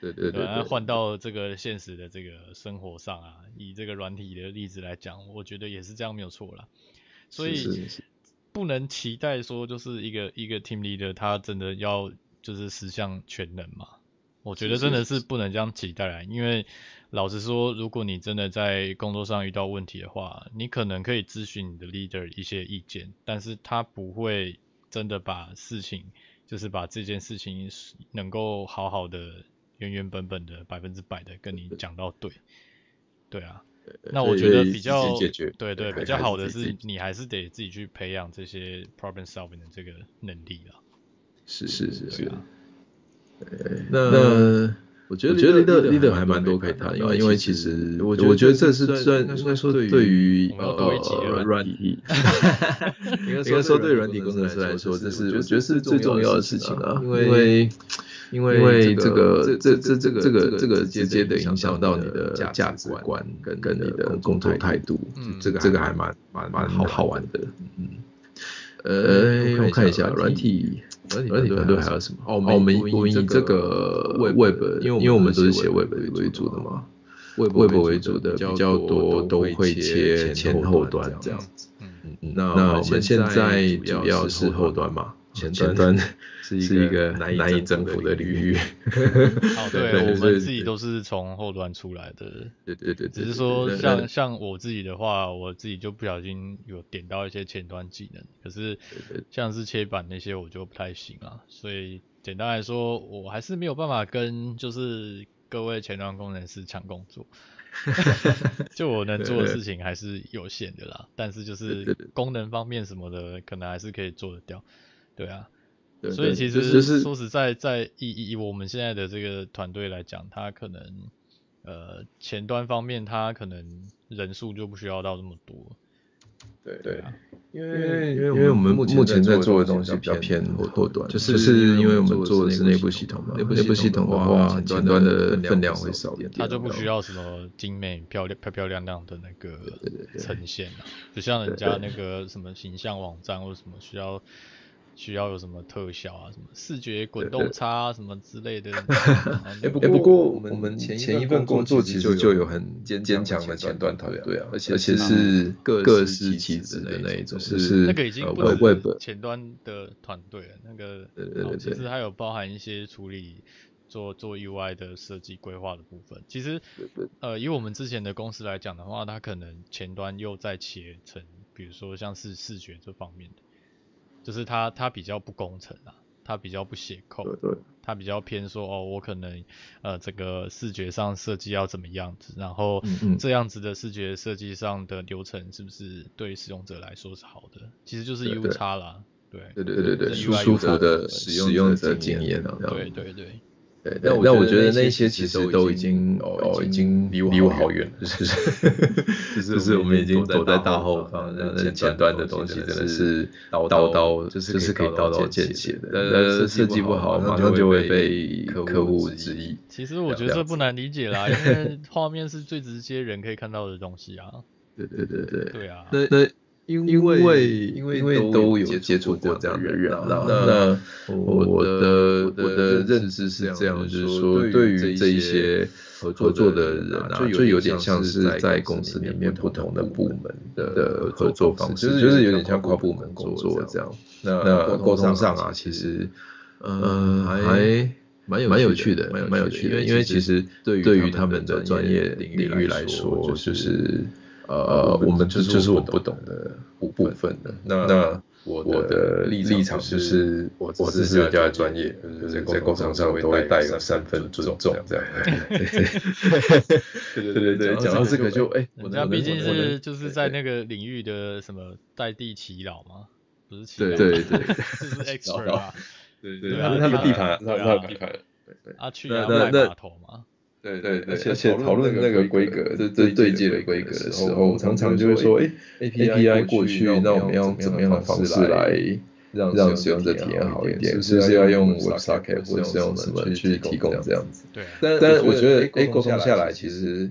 S3: 对对对。
S2: 那换到这个现实的这个生活上啊，以这个软体的例子来讲，我觉得也是这样没有错啦。所以不能期待说就是一个一个 team leader 他真的要就是十项全能嘛。我觉得真的是不能这样期待啦，因为老实说，如果你真的在工作上遇到问题的话，你可能可以咨询你的 leader 一些意见，但是他不会真的把事情，就是把这件事情能够好好的、原原本本的、百分之百的跟你讲到对，对啊。那我觉得比较对对比较好的是，你还是得自己去培养这些 problem solving 的这个能力啊 *laughs* 啦。
S3: 是是是是。那我觉得 leader leader 还蛮多可以谈，啊因为因为其实我我觉得这是算应该说对于呃软体， *laughs* 应该说对软体工程师来说，这是我觉得是最重要的事情啊，因为因为这个这这这个这个这个直接的影响到你的价值观跟跟你的工作态度，嗯这个这个还蛮蛮蛮好玩的，嗯。呃，我看一下软体，软体团队还有什么？哦，我们我们以这个 Web，因为因为我们都是写 Web 为主的嘛，Web 为主的比较多都会切前后端这样子。嗯嗯，那我们现在主要是后端嘛，前端是一个难以征服的领域。
S2: 哦，对，我们自己都是从后端出来的。
S3: 对对对，
S2: 只是说像像我自己的话，我自己就不小心有点到一些前端技能，可是像是切板那些我就不太行啊。所以简单来说，我还是没有办法跟就是各位前端工程师抢工
S3: *laughs*
S2: 作。就我能做的事情还是有限的啦，但是就是功能方面什么的，可能还是可以做得掉。对啊，
S3: 对
S2: 所以其
S3: 实
S2: 说实在，在以以我们现在的这个团队来讲，他可能呃前端方面，他可能人数就不需要到这么多。
S3: 对对啊，因为因为因为我们目前在做的东西比较偏后端，就是因为我们做的是内部系统嘛，内部系统的话，前端的分量会少一点，
S2: 它就不需要什么精美、漂亮、漂漂亮亮的那个呈现了，不像人家那个什么形象网站或什么需要。需要有什么特效啊，什么视觉滚动差啊，什么
S3: *laughs*
S2: 之类的。
S3: 哎，不过我们前一份工作其实就有很坚强的前端团队啊，而且是各司其职的那一种，是呃
S2: 那个已经不是前端的团队了，那个其实还有包含一些处理做做 UI 的设计规划的部分。其实呃，以我们之前的公司来讲的话，它可能前端又在切成，比如说像是视觉这方面的。就是他，他比较不工程啊，他比较不写扣，
S3: 对对，
S2: 他比较偏说哦，我可能呃这个视觉上设计要怎么样子，然后、嗯嗯、这样子的视觉设计上的流程是不是对使用者来说是好的？其实就是 U 差啦，
S3: 对对对对对，舒舒服的使用者经验啊，
S2: 对对对。
S3: 对，
S1: 但
S3: 但
S1: 我
S3: 但
S1: 觉
S3: 我
S1: 得
S3: 觉
S1: 那
S3: 得那
S1: 些
S3: 些其
S1: 其实
S3: 实
S1: 都
S3: 都
S1: 已
S3: 已
S1: 经
S3: 经
S1: 哦
S3: 哦，
S1: 已
S3: 已
S1: 经
S3: 经离
S1: 离我
S3: 我
S1: 好
S3: 好
S1: 远
S3: 远了，就是
S1: 就是
S3: 就是
S1: 我
S3: 我
S1: 们
S3: 们
S1: 已
S3: 已
S1: 经
S3: 经
S1: 躲
S3: 躲
S1: 在
S3: 在
S1: 大
S3: 大
S1: 后
S3: 后
S1: 方
S3: 方，
S1: 那
S3: 那
S1: 那
S3: 那
S1: 前
S3: 前
S1: 端
S3: 端
S1: 的
S3: 的
S1: 东
S3: 东
S1: 西
S3: 西
S1: 真
S3: 真
S1: 的
S3: 的
S1: 是
S3: 是
S1: 刀
S3: 刀
S1: 刀
S3: 刀，
S1: 就
S3: 就是是
S1: 可
S3: 可
S1: 以
S3: 以
S1: 刀
S3: 刀
S1: 刀
S3: 刀
S1: 见
S3: 见
S1: 血
S3: 血的，
S1: 的但
S3: 但
S1: 设
S3: 设
S1: 计
S3: 计
S1: 不
S3: 不
S1: 好
S3: 好，
S1: 马
S3: 马
S1: 上
S3: 上
S1: 就
S3: 就
S1: 会
S3: 会
S1: 被
S3: 被
S1: 客
S3: 客
S1: 户
S3: 户
S1: 质
S3: 质
S1: 疑
S3: 疑。
S2: 其实我觉得这不难理解啦，因
S1: *laughs*
S2: 为画面是最直接人可以看到的东西啊。
S1: 对对对对。
S2: 对啊，
S1: 那那因
S3: 因
S1: 为
S3: 为
S1: 因
S3: 因
S1: 为
S3: 为
S1: 都
S3: 都
S1: 有
S3: 有
S1: 接
S3: 接
S1: 触
S3: 触
S1: 过
S3: 过
S1: 这
S3: 这
S1: 样
S3: 样
S1: 的
S3: 的
S1: 人
S3: 人
S1: 啊
S3: 啊，
S1: 那
S3: 那
S1: 我
S3: 我
S1: 的
S3: 的
S1: 我
S3: 我
S1: 的
S3: 的
S1: 认
S3: 认
S1: 知
S3: 知
S1: 是
S3: 是
S1: 这
S3: 这
S1: 样，
S3: 样，
S1: 就
S3: 就是是
S1: 说
S3: 说
S1: 对
S3: 对
S1: 于
S3: 于
S1: 这
S3: 这
S1: 一
S3: 一
S1: 些
S3: 些
S1: 合
S3: 合
S1: 作
S3: 作
S1: 的
S3: 的
S1: 人
S3: 人
S1: 啊，
S3: 啊，
S1: 就
S3: 就
S1: 有
S3: 有
S1: 点
S3: 点
S1: 像
S3: 像
S1: 是
S3: 是
S1: 在
S3: 在
S1: 公
S3: 公
S1: 司
S3: 司
S1: 里
S3: 里
S1: 面
S3: 面
S1: 不
S3: 不
S1: 同
S3: 同
S1: 的
S3: 的
S1: 部
S3: 部
S1: 门
S3: 门
S1: 的
S3: 的
S1: 合
S3: 合
S1: 作
S3: 作
S1: 方
S3: 方
S1: 式，
S3: 式，
S1: 就
S3: 就是是
S1: 有
S3: 有
S1: 点
S3: 点
S1: 像
S3: 像
S1: 跨
S3: 跨
S1: 部
S3: 部
S1: 门
S3: 门
S1: 工
S3: 工
S1: 作
S3: 作
S1: 这
S3: 这
S1: 样
S3: 样。。
S1: 那
S3: 那
S1: 沟
S3: 沟通
S1: 通上
S3: 上
S1: 啊，
S3: 啊，
S1: 其
S3: 其
S1: 实
S3: 实
S1: 呃还蛮
S3: 蛮
S1: 有
S3: 有
S1: 趣
S3: 趣
S1: 的
S3: 的，
S1: 蛮
S3: 蛮
S1: 有
S3: 有
S1: 趣
S3: 趣
S1: 的
S3: 的，
S1: 因
S3: 因
S1: 为
S3: 为
S1: 其
S3: 其
S1: 实
S3: 实
S1: 对
S3: 对
S1: 于
S3: 于
S1: 他
S3: 他
S1: 们
S3: 们
S1: 的
S3: 的
S1: 专
S3: 专
S1: 业
S3: 业
S1: 领
S3: 领
S1: 域
S3: 域
S1: 来
S3: 来说，
S1: 说就
S3: 就是是
S1: 呃
S3: 呃，
S1: 我
S3: 我
S1: 们
S3: 们
S1: 这
S3: 这
S1: 就
S3: 就是是
S1: 我
S3: 我
S1: 不
S3: 不
S1: 懂
S3: 懂
S1: 的
S3: 的
S1: 部
S3: 部
S1: 分
S3: 分
S1: 的
S3: 的。
S1: 那
S3: 那
S1: 我
S3: 我
S1: 的
S3: 的
S1: 立
S3: 立
S1: 场
S3: 场
S1: 就
S3: 就是是，
S1: 我
S3: 我
S1: 只
S3: 只
S1: 是
S3: 是
S1: 家
S3: 家
S1: 的专
S3: 专
S1: 业
S3: 业，
S1: 就
S3: 就是是
S1: 在
S3: 在
S1: 沟
S3: 沟
S1: 通
S3: 通
S1: 上
S3: 上
S1: 会
S3: 会
S1: 带
S3: 带
S1: 有
S3: 有
S1: 三
S3: 三
S1: 分
S3: 分尊
S1: 尊重
S3: 重
S1: 这
S3: 这
S1: 样
S3: 样。
S1: 对
S3: 对对对，
S1: 讲
S3: 讲
S1: 到
S3: 到
S1: 这
S3: 这
S1: 个
S3: 个
S1: 就
S3: 就
S1: 哎、
S3: 哎，
S1: 我
S2: 人
S1: 能
S2: 家
S1: 我
S2: 毕
S1: 能
S2: 竟
S1: 我能
S2: 是就是在那个领域的什么在地祈老嘛，不是祈
S1: 对
S2: 老，
S1: 对
S2: 对， *laughs* 就是
S3: 祷
S2: expert 啊，
S1: 对
S3: 对，
S2: 对
S3: 那
S2: 啊
S3: 是他们
S2: 对
S3: 地
S2: 啊
S3: 盘，
S2: 对
S3: 那
S2: 啊
S3: 那地盘。
S2: 啊去
S3: 那
S2: 啊
S3: 那
S2: 卖
S3: 那
S2: 码头嘛，
S1: 对
S3: 对对，
S1: 而
S3: 而
S1: 且
S3: 且
S1: 讨
S3: 讨
S1: 论
S3: 论
S1: 那
S3: 那
S1: 个
S3: 个
S1: 规
S3: 规
S1: 格
S3: 格，这
S1: 这这
S3: 这
S1: 对
S3: 对
S1: 接
S3: 接
S1: 的
S3: 的规
S1: 规格
S3: 格
S1: 的
S3: 的
S1: 时
S3: 时
S1: 候
S3: 候，
S1: 我
S3: 我常
S1: 常常
S3: 常就
S1: 就会
S3: 会说，
S1: 说哎
S3: 哎
S1: API
S3: ，API
S1: 过
S3: 过
S1: 去
S3: 去，
S1: 那
S3: 那我
S1: 我们
S3: 们
S1: 要
S3: 用
S1: 怎么
S3: 怎
S1: 样
S3: 么
S1: 的
S3: 样的
S1: 方
S3: 方
S1: 式
S3: 式
S1: 来
S3: 来
S1: 让
S3: 让
S1: 使
S3: 使
S1: 用
S3: 用
S1: 者
S3: 者
S1: 体
S3: 体
S1: 验
S3: 验
S1: 好
S3: 好一
S1: 一点
S3: 点？
S1: 是
S3: 是
S1: 不
S3: 不
S1: 是
S3: 是
S1: 要
S3: 要
S1: 用
S3: 用
S1: WebSocket
S3: WebSocket
S1: 或
S3: 或
S1: 是
S3: 是
S1: 用
S3: 用
S1: 什
S3: 什
S1: 么
S3: 么
S1: 去
S3: 去
S1: 提
S3: 提
S1: 供
S3: 供
S1: 这
S3: 这
S1: 样
S3: 样
S1: 子
S3: 子？
S2: 对啊，
S3: 但
S1: 但
S3: 但
S1: 是
S3: 是
S1: 我
S3: 我
S1: 觉
S3: 觉得
S1: 得哎
S3: 哎，
S1: 沟
S3: 沟
S1: 通
S3: 通
S1: 下
S3: 下
S1: 来
S3: 来
S1: 其
S3: 其
S1: 实
S3: 实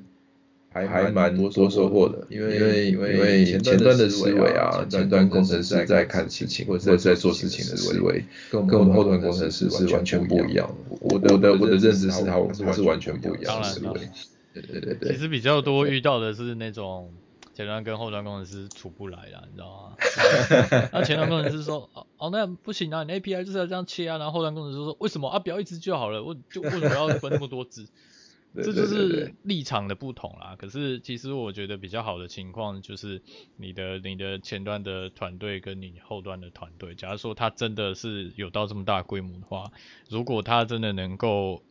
S1: 还
S3: 还
S1: 蛮
S3: 蛮
S1: 多
S3: 多
S1: 收
S3: 收
S1: 获
S3: 获
S1: 的
S3: 的，
S1: 因
S3: 因
S1: 为
S3: 为
S1: 因
S3: 因
S1: 为
S3: 为
S1: 前
S3: 前
S1: 端
S3: 端
S1: 的
S3: 的
S1: 思
S3: 思
S1: 维
S3: 维
S1: 啊
S3: 啊，
S1: 前
S3: 前
S1: 端
S3: 端
S1: 工
S3: 工
S1: 程
S3: 程
S1: 师
S3: 师
S1: 在
S3: 在
S1: 看
S3: 看
S1: 事
S3: 事
S1: 情
S3: 情
S1: 或
S3: 或
S1: 者在
S3: 者在
S1: 做
S3: 做
S1: 事
S3: 事
S1: 情
S3: 情
S1: 的
S3: 的
S1: 思
S3: 思
S1: 维
S3: 维，
S1: 跟
S3: 跟
S1: 我
S3: 我
S1: 们
S3: 们
S1: 后
S3: 后
S1: 端
S3: 端
S1: 工
S3: 工
S1: 程
S3: 程
S1: 师
S3: 师
S1: 完
S3: 完
S1: 全
S3: 全
S1: 不
S3: 不
S1: 一
S3: 一
S1: 样
S3: 样。
S1: 我
S3: 我
S1: 的
S3: 的
S1: 我
S3: 我的
S1: 的认
S3: 认
S1: 知
S3: 知
S1: 是
S3: 是
S1: 他
S3: 他
S1: 他是
S3: 是
S1: 完
S3: 完
S1: 全
S3: 全
S1: 不
S3: 不
S1: 一
S3: 一
S1: 样
S3: 样的
S2: 当
S1: 的
S2: 然
S1: 思
S3: 思
S2: 当
S1: 维
S3: 维
S2: 然。。
S1: 对对对
S2: 其
S1: 对，
S2: 实比较多遇到的是那种前端跟后端工程师处不来啦，你知道吗？
S3: *laughs*
S2: 那前端工程师说哦哦那不行啊，你 API 就是要这样切啊，然后后端工程师说为什么啊不要一只就好了，我就为什么要分那么多 *laughs* 只？这
S3: 对对
S2: 就是立场的不同啦。可是其实我觉得比较好的情况就是你的你的前端的团队跟你后端的团队，假如说他真的是有到这么大规模的话，如果他真的能够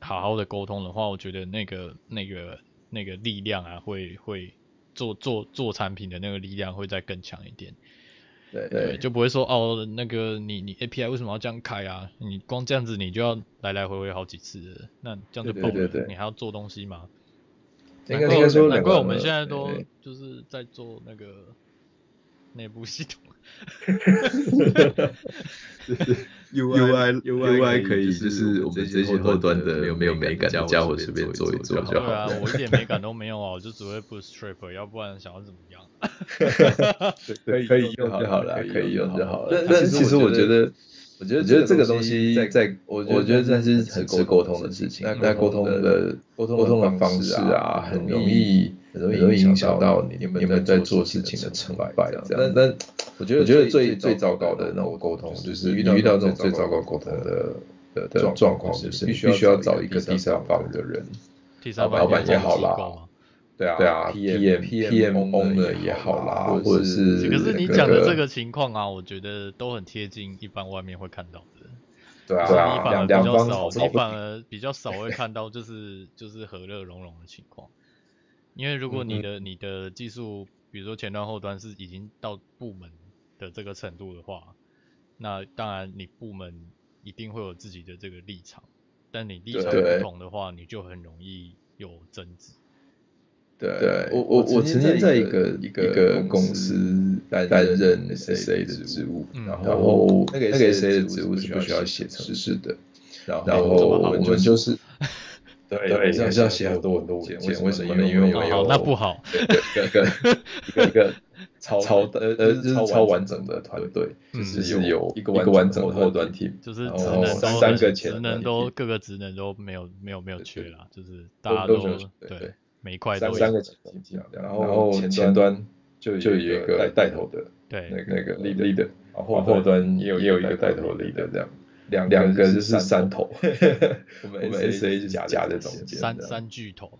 S2: 好好的沟通的话，我觉得那个那个那个力量啊，会会做做做产品的那个力量会再更强一点。
S3: 对
S2: 对，
S3: 对，
S2: 就不会说哦，那个你你 API 为什么要这样开啊？你光这样子你就要来来回回好几次了，那这样就
S3: 对
S2: 爆了，
S3: 对对
S2: 你还要做东西吗？
S3: 应
S2: 难
S3: 该
S2: 怪
S3: 应该说
S2: 难
S3: 两
S2: 怪
S3: 个
S2: 我们现在
S3: 对
S2: 都
S3: 对
S2: 就是在做那个内部系统，
S1: UI
S3: UI
S1: 可
S3: 可
S1: 以
S3: 以
S1: 就
S3: 就是是
S1: 我
S3: 我们
S1: 们这
S3: 这
S1: 些
S3: 些
S1: 后
S3: 后
S1: 端
S3: 端的
S1: 的没
S3: 没
S1: 有
S3: 有
S1: 美
S3: 美
S1: 感
S3: 感
S1: 的
S3: 的
S1: 家
S3: 家
S1: 伙
S3: 伙
S1: 随
S3: 随
S1: 便
S3: 便
S1: 做
S3: 做
S1: 一
S3: 一
S1: 做
S3: 做
S1: 就
S3: 就
S1: 好
S3: 好
S2: 对
S1: 了
S2: 啊，我一点美感都没有啊，我就只会 bootstrap，要不然想要怎么样？
S3: 可以
S1: 可
S3: 可
S1: 以
S3: 以
S1: 用
S3: 用就
S1: 就好
S3: 好
S1: 了
S3: 了，
S1: 可
S3: 可
S1: 以
S3: 以
S1: 用
S3: 用
S1: 就
S3: 就
S1: 好
S3: 好
S1: 了
S3: 了。
S1: 但
S3: 但
S1: 其
S3: 其
S1: 实
S3: 实
S1: 我
S3: 我
S1: 觉
S3: 觉
S1: 得
S3: 得，
S1: 我
S3: 我
S1: 觉
S3: 觉得
S1: 得这
S3: 这
S1: 个
S3: 个
S1: 东
S3: 东西
S1: 西在
S3: 在，
S1: 我
S3: 我
S1: 觉
S3: 觉
S1: 得
S3: 得
S1: 但
S3: 但
S1: 是
S3: 是
S1: 很
S3: 很
S1: 吃
S3: 吃
S1: 沟
S3: 沟
S1: 通
S3: 通
S1: 的
S3: 的
S1: 事
S3: 事情。
S1: 情那
S3: 那
S1: 沟
S3: 沟
S1: 通
S3: 通
S1: 的
S3: 的
S1: 沟
S3: 沟
S1: 通
S3: 通
S1: 的
S3: 的
S1: 方
S3: 方
S1: 式
S3: 式
S1: 啊
S3: 啊，
S1: 很
S3: 很
S1: 容
S3: 容
S1: 易
S3: 易
S1: 很
S3: 很
S1: 容
S3: 容
S1: 易
S3: 易
S1: 影
S3: 影
S1: 响
S3: 响
S1: 到
S3: 到
S1: 你
S3: 你
S1: 们
S3: 们
S1: 在
S3: 在
S1: 做
S3: 做
S1: 事
S3: 事
S1: 情
S3: 情
S1: 的
S3: 的
S1: 成
S3: 成
S1: 败
S3: 败
S1: 这
S3: 这
S1: 样
S3: 样。
S1: 那
S3: 那
S1: 那
S3: 那
S1: 我
S3: 我
S1: 觉
S3: 觉
S1: 得
S3: 得
S1: 最
S3: 最
S1: 最
S3: 最
S1: 糟
S3: 糟
S1: 糕
S3: 糕
S1: 的
S3: 的那
S1: 那种
S3: 种
S1: 沟
S3: 沟
S1: 通，
S3: 通，
S1: 就
S3: 就是是
S1: 遇
S3: 遇
S1: 到这
S3: 到
S1: 种
S3: 这种最
S1: 最糟糕
S3: 糟
S1: 的
S3: 糕
S1: 沟
S3: 沟
S1: 通
S3: 通
S1: 的
S3: 的
S1: 的
S3: 的状
S1: 状状况，
S3: 况，
S1: 就
S3: 就是是
S1: 你
S3: 你必
S1: 必须
S3: 须
S1: 要
S3: 要
S1: 找
S3: 找
S1: 一
S3: 一
S1: 个
S3: 个
S1: 第
S3: 第
S1: 三
S3: 三
S1: 方
S3: 方
S1: 的
S3: 的
S1: 人，
S3: 人，
S2: 第
S1: 老
S2: 三
S1: 老
S2: 方
S1: 板
S2: 工
S1: 也
S2: 程
S1: 好
S2: 机
S1: 啦，
S2: 构嘛。
S1: 对啊
S3: 对啊，PM
S1: ，PM PM
S3: PM
S1: owner
S3: owner
S1: 也
S3: 也
S1: 好
S3: 好
S1: 啦，
S3: 啦，
S1: 或
S3: 或
S1: 者
S3: 者
S1: 是
S3: 是
S2: 可是你
S1: 那
S2: 讲的这
S1: 个
S2: 个情况啊，我觉得都很贴近一般外面会看到的。
S1: 对
S2: 可
S1: 啊
S2: 是
S3: 对啊
S2: 你反
S3: 两
S2: 而比较
S3: 两方
S2: 少，
S3: 吵
S2: 你
S3: 不
S2: 反而比较少会看到就是就是和乐融融的情况，因为如果
S1: 嗯
S2: 你的你的技术，比如说前端后端是已经到部门的这个程度的话，那当然你部门一定会有自己的这个立场，但你立场
S3: 对
S2: 不同的话，你就很容易有争执。
S3: 对，
S1: 我
S3: 我
S1: 我
S3: 我
S1: 我
S3: 我
S1: 曾
S3: 曾
S1: 经
S3: 经
S1: 在
S3: 在
S1: 一
S3: 一
S1: 个
S3: 个
S1: 一
S3: 一
S1: 个
S3: 个
S1: 公
S3: 公
S1: 司
S3: 司
S1: 担
S3: 担
S1: 任
S3: 任
S1: SA
S3: SA
S1: 的
S3: 的
S1: 职
S3: 职
S1: 务
S3: 务，
S2: 嗯
S3: 然
S1: 然
S3: 后
S1: 后
S3: 那
S1: 那
S3: 个
S1: 个 SA
S3: SA 的
S1: 的职
S3: 职
S1: 务
S3: 务
S1: 是
S3: 是
S1: 不
S3: 不
S1: 需
S3: 需
S1: 要
S3: 要
S1: 写
S3: 写
S1: 程
S3: 程
S1: 式
S3: 式
S1: 的
S3: 的，
S1: 然
S3: 然
S1: 后
S3: 后
S1: 我
S3: 我
S1: 们
S3: 们
S1: 就
S3: 就是是
S1: 对，
S3: 对，
S1: 是
S3: 是
S1: 要
S3: 要
S1: 写
S3: 写
S1: 很
S3: 很
S1: 多
S3: 多
S1: 很
S3: 很
S1: 多
S3: 多
S1: 文
S3: 文件，
S1: 件为
S3: 为
S1: 什
S3: 什么
S1: 么呢
S3: 呢？
S1: 因
S3: 因
S1: 为
S3: 为
S1: 我
S3: 我们
S2: 哦，
S1: 们有
S2: 好，那不好，
S3: 一个一个一个超超呃呃
S1: 就
S3: 就是是
S1: 超
S3: 超
S1: 完
S3: 完
S1: 整
S3: 整
S1: 的
S3: 的
S1: 团
S3: 团
S1: 队
S3: 队，
S2: 嗯
S3: 就是有
S1: 一
S3: 一
S1: 个
S3: 个
S1: 完
S3: 完
S1: 整
S3: 整
S1: 的
S3: 的
S1: 后
S3: 后
S1: 端
S3: 端
S1: team
S3: team，
S2: 就是
S3: 然
S2: 职
S3: 后
S2: 能都
S3: 哦三个
S2: 职
S3: 前
S2: 能
S3: 端
S2: 都
S3: team，
S2: 各个职能都没有没有没有缺啦，就是大
S3: 都都
S2: 家都
S3: 没有缺对
S2: 对
S3: 对
S2: 每一块
S3: 三
S2: 都
S3: 三
S2: 有
S3: 个前提，然
S1: 然
S3: 后
S1: 后
S3: 前端
S1: 就
S3: 就
S1: 有
S3: 有
S1: 一
S3: 一
S1: 个
S3: 个
S1: 带
S3: 带
S1: 头
S3: 头
S1: 的
S3: 的
S2: 对
S3: 那个
S1: 那个
S3: leader，然后
S1: 然后
S3: 后端
S1: 也有
S3: 也有
S1: 一
S3: 一
S1: 个
S3: 个
S1: 带
S3: 带
S1: 头
S3: 头
S1: leader
S3: leader 这样，
S1: 两个
S3: 两个
S1: 就
S3: 就是是
S1: 山
S3: 山
S1: 头
S3: 头，
S1: 我
S3: 我
S1: 们
S3: 们 SA 就
S1: SA 就
S3: 是是
S1: 夹
S3: 夹
S1: 在
S3: 在
S1: 中
S3: 中
S1: 间
S3: 间
S2: 三
S3: 这样。
S2: 三巨头，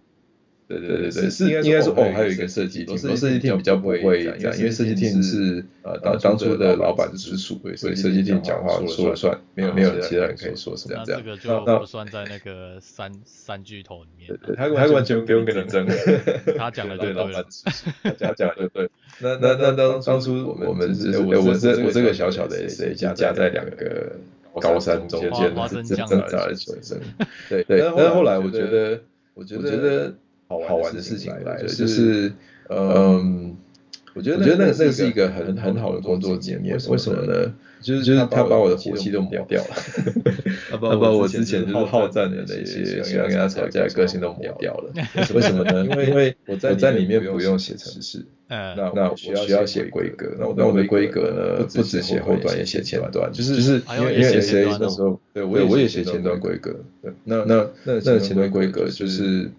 S1: 对对
S3: 对对
S1: 对对，
S3: 对，
S1: 是
S3: 是
S1: 应
S3: 应
S1: 该
S3: 该说
S1: 说哦，
S3: 哦，
S1: 还
S3: 还
S1: 有
S3: 有
S1: 一
S3: 一
S1: 个
S3: 个
S1: 设
S3: 设
S1: 计
S3: 计
S1: team，
S3: team，
S1: 哦
S3: 哦，
S1: 设
S3: 设
S1: 计
S3: 计 team
S1: team 比
S3: 比
S1: 较
S3: 较
S1: 不
S3: 不
S1: 会
S3: 会
S1: 这
S3: 这
S1: 样，
S3: 样，
S1: 因
S3: 因
S1: 为
S3: 为
S1: 设
S3: 设
S1: 计
S3: 计
S1: team
S3: team
S1: 是
S3: 是
S1: 呃
S3: 呃
S1: 当
S3: 当当
S1: 当初
S3: 初
S1: 的
S3: 的
S1: 老
S3: 老
S1: 板
S3: 板
S1: 直
S3: 直
S1: 属
S3: 属，
S1: 对
S3: 所
S1: 所以
S3: 以
S1: 设
S3: 设
S1: 计
S3: 计
S1: team
S3: team
S1: 讲
S3: 讲
S1: 话
S3: 话
S1: 说
S3: 说
S1: 了
S3: 了
S1: 算
S3: 算，
S1: 没
S3: 没有没
S1: 有没有
S3: 有
S1: 其
S3: 其他
S1: 他人
S3: 人
S1: 可
S3: 可
S1: 以
S3: 以
S1: 说
S3: 说
S1: 什
S3: 什
S1: 么
S3: 么
S2: 那
S3: 这
S2: 这
S3: 样。
S2: 个就
S3: 那那
S2: 不算在那个三三巨头里面
S3: 对
S2: 啊、
S3: 对，他他完全不用跟你争，
S2: 他讲的就对
S3: 对老
S2: 了
S3: 板，他讲的对。那
S1: *laughs* 那
S3: 那那
S1: 那
S3: 当
S1: 当
S3: 当
S1: 当
S3: 初
S1: 初
S3: 我
S1: 我
S3: 们
S1: 们
S3: 我们
S1: 只
S3: 只
S1: 是
S3: 是
S1: 我
S3: 我
S1: 是
S3: 这
S1: 这
S3: 我
S1: 我
S3: 这
S1: 这
S3: 个
S1: 个
S3: 小小
S1: 小小
S3: 的
S1: 的
S3: S
S1: 谁
S3: 加
S1: 加
S3: 加
S1: 加
S3: 在
S1: 在
S3: 两
S1: 两
S3: 个
S1: 个
S3: 高高山中
S2: 花
S3: 间
S2: 花
S3: 挣
S2: 生
S3: 挣
S2: 酱
S3: 扎
S2: 的
S3: 的
S2: 求
S3: 求
S2: 生
S3: *laughs* 生。对，但
S1: 但
S3: 是
S1: 是后
S3: 后
S1: 来
S3: 来
S1: 我
S3: 我
S1: 觉
S3: 觉
S1: 得
S3: 得，
S1: 我
S3: 我
S1: 觉
S3: 觉
S1: 得
S3: 得
S1: 好
S3: 好
S1: 玩
S3: 玩
S1: 的
S3: 的
S1: 事
S3: 事情
S1: 情来
S3: 来了，
S1: 了就呃
S3: 就是是嗯，
S1: 我
S3: 我
S1: 觉
S3: 觉
S1: 得
S3: 得那个
S1: 那
S3: 那
S1: 那
S3: 个
S1: 是
S3: 是
S1: 一
S3: 一
S1: 个
S3: 个
S1: 很
S3: 很
S1: 很
S3: 很
S1: 好
S3: 好
S1: 的
S3: 的
S1: 工
S3: 工
S1: 作
S3: 作
S1: 经
S3: 经
S1: 验
S3: 验，，
S1: 为
S3: 为
S1: 什
S3: 什
S1: 么
S3: 么
S1: 呢
S3: 呢？？
S1: 就是
S3: 就是
S1: 他把
S3: 他
S1: 我
S3: 把
S1: 的
S3: 我
S1: 火
S3: 的
S1: 气
S3: 火
S1: 都
S3: 气
S1: 抹
S3: 都抹
S1: 掉了。
S3: 掉了。
S1: 他 *laughs*
S3: 他
S1: 把
S3: 把
S1: 啊我
S3: 我
S1: 之
S3: 之
S1: 前
S3: 前就是
S1: 就
S3: 是
S1: 好
S3: 好战
S1: 战的
S3: 的
S1: 那
S3: 那
S1: 些
S3: 些
S1: 想
S3: 想
S1: 要
S3: 要
S1: 跟
S3: 跟他
S1: 他吵
S3: 吵
S1: 架
S3: 架
S1: 的
S3: 的
S1: 个
S3: 个
S1: 性
S3: 性
S1: 都
S3: 都
S1: 抹
S3: 抹
S1: 掉
S3: 掉
S1: 了
S3: 了。
S1: *laughs* 为
S3: 为
S1: 什
S3: 什
S1: 么
S3: 么呢？
S1: 呢？因
S3: 因
S1: 为
S3: 为
S1: 我
S3: 我
S1: 在
S3: 在
S1: 里
S3: 里
S1: 面
S3: 面
S1: 不
S3: 不
S1: 用
S3: 用
S1: 写
S3: 写
S1: 程
S3: 程
S1: 式
S3: 式，
S2: 嗯
S1: 那
S3: 那
S1: 我
S3: 我
S1: 需
S3: 需
S1: 要
S3: 要
S1: 写
S3: 写
S1: 规
S3: 规
S1: 格
S3: 格。
S1: 那
S3: 那
S1: 我
S3: 我
S1: 那
S3: 那
S1: 我
S3: 我
S1: 的
S3: 的
S1: 规
S3: 规
S1: 格
S3: 格呢，
S1: 呢不
S3: 不只
S1: 只写
S3: 写
S1: 后
S3: 后
S1: 端
S3: 端，
S1: 也
S3: 也
S1: 写
S3: 写
S1: 前
S3: 前
S1: 端
S3: 端，
S1: 就
S3: 就是是
S2: 还
S3: 因
S2: 要
S3: 为
S2: 也
S3: 因
S2: 写
S3: 为
S2: 前
S3: SA
S2: 端
S3: 那
S2: 哦
S3: 时候，对
S1: 对我也
S3: 我
S1: 写
S3: 也
S1: 前
S3: 写
S1: 端
S3: 前
S1: 规
S3: 端
S1: 格
S3: 规格。对，
S1: 那
S3: 那那
S1: 那
S3: 那
S1: 前
S3: 前
S1: 端
S3: 端
S1: 规
S3: 规
S1: 格
S3: 格
S1: 就
S3: 就是是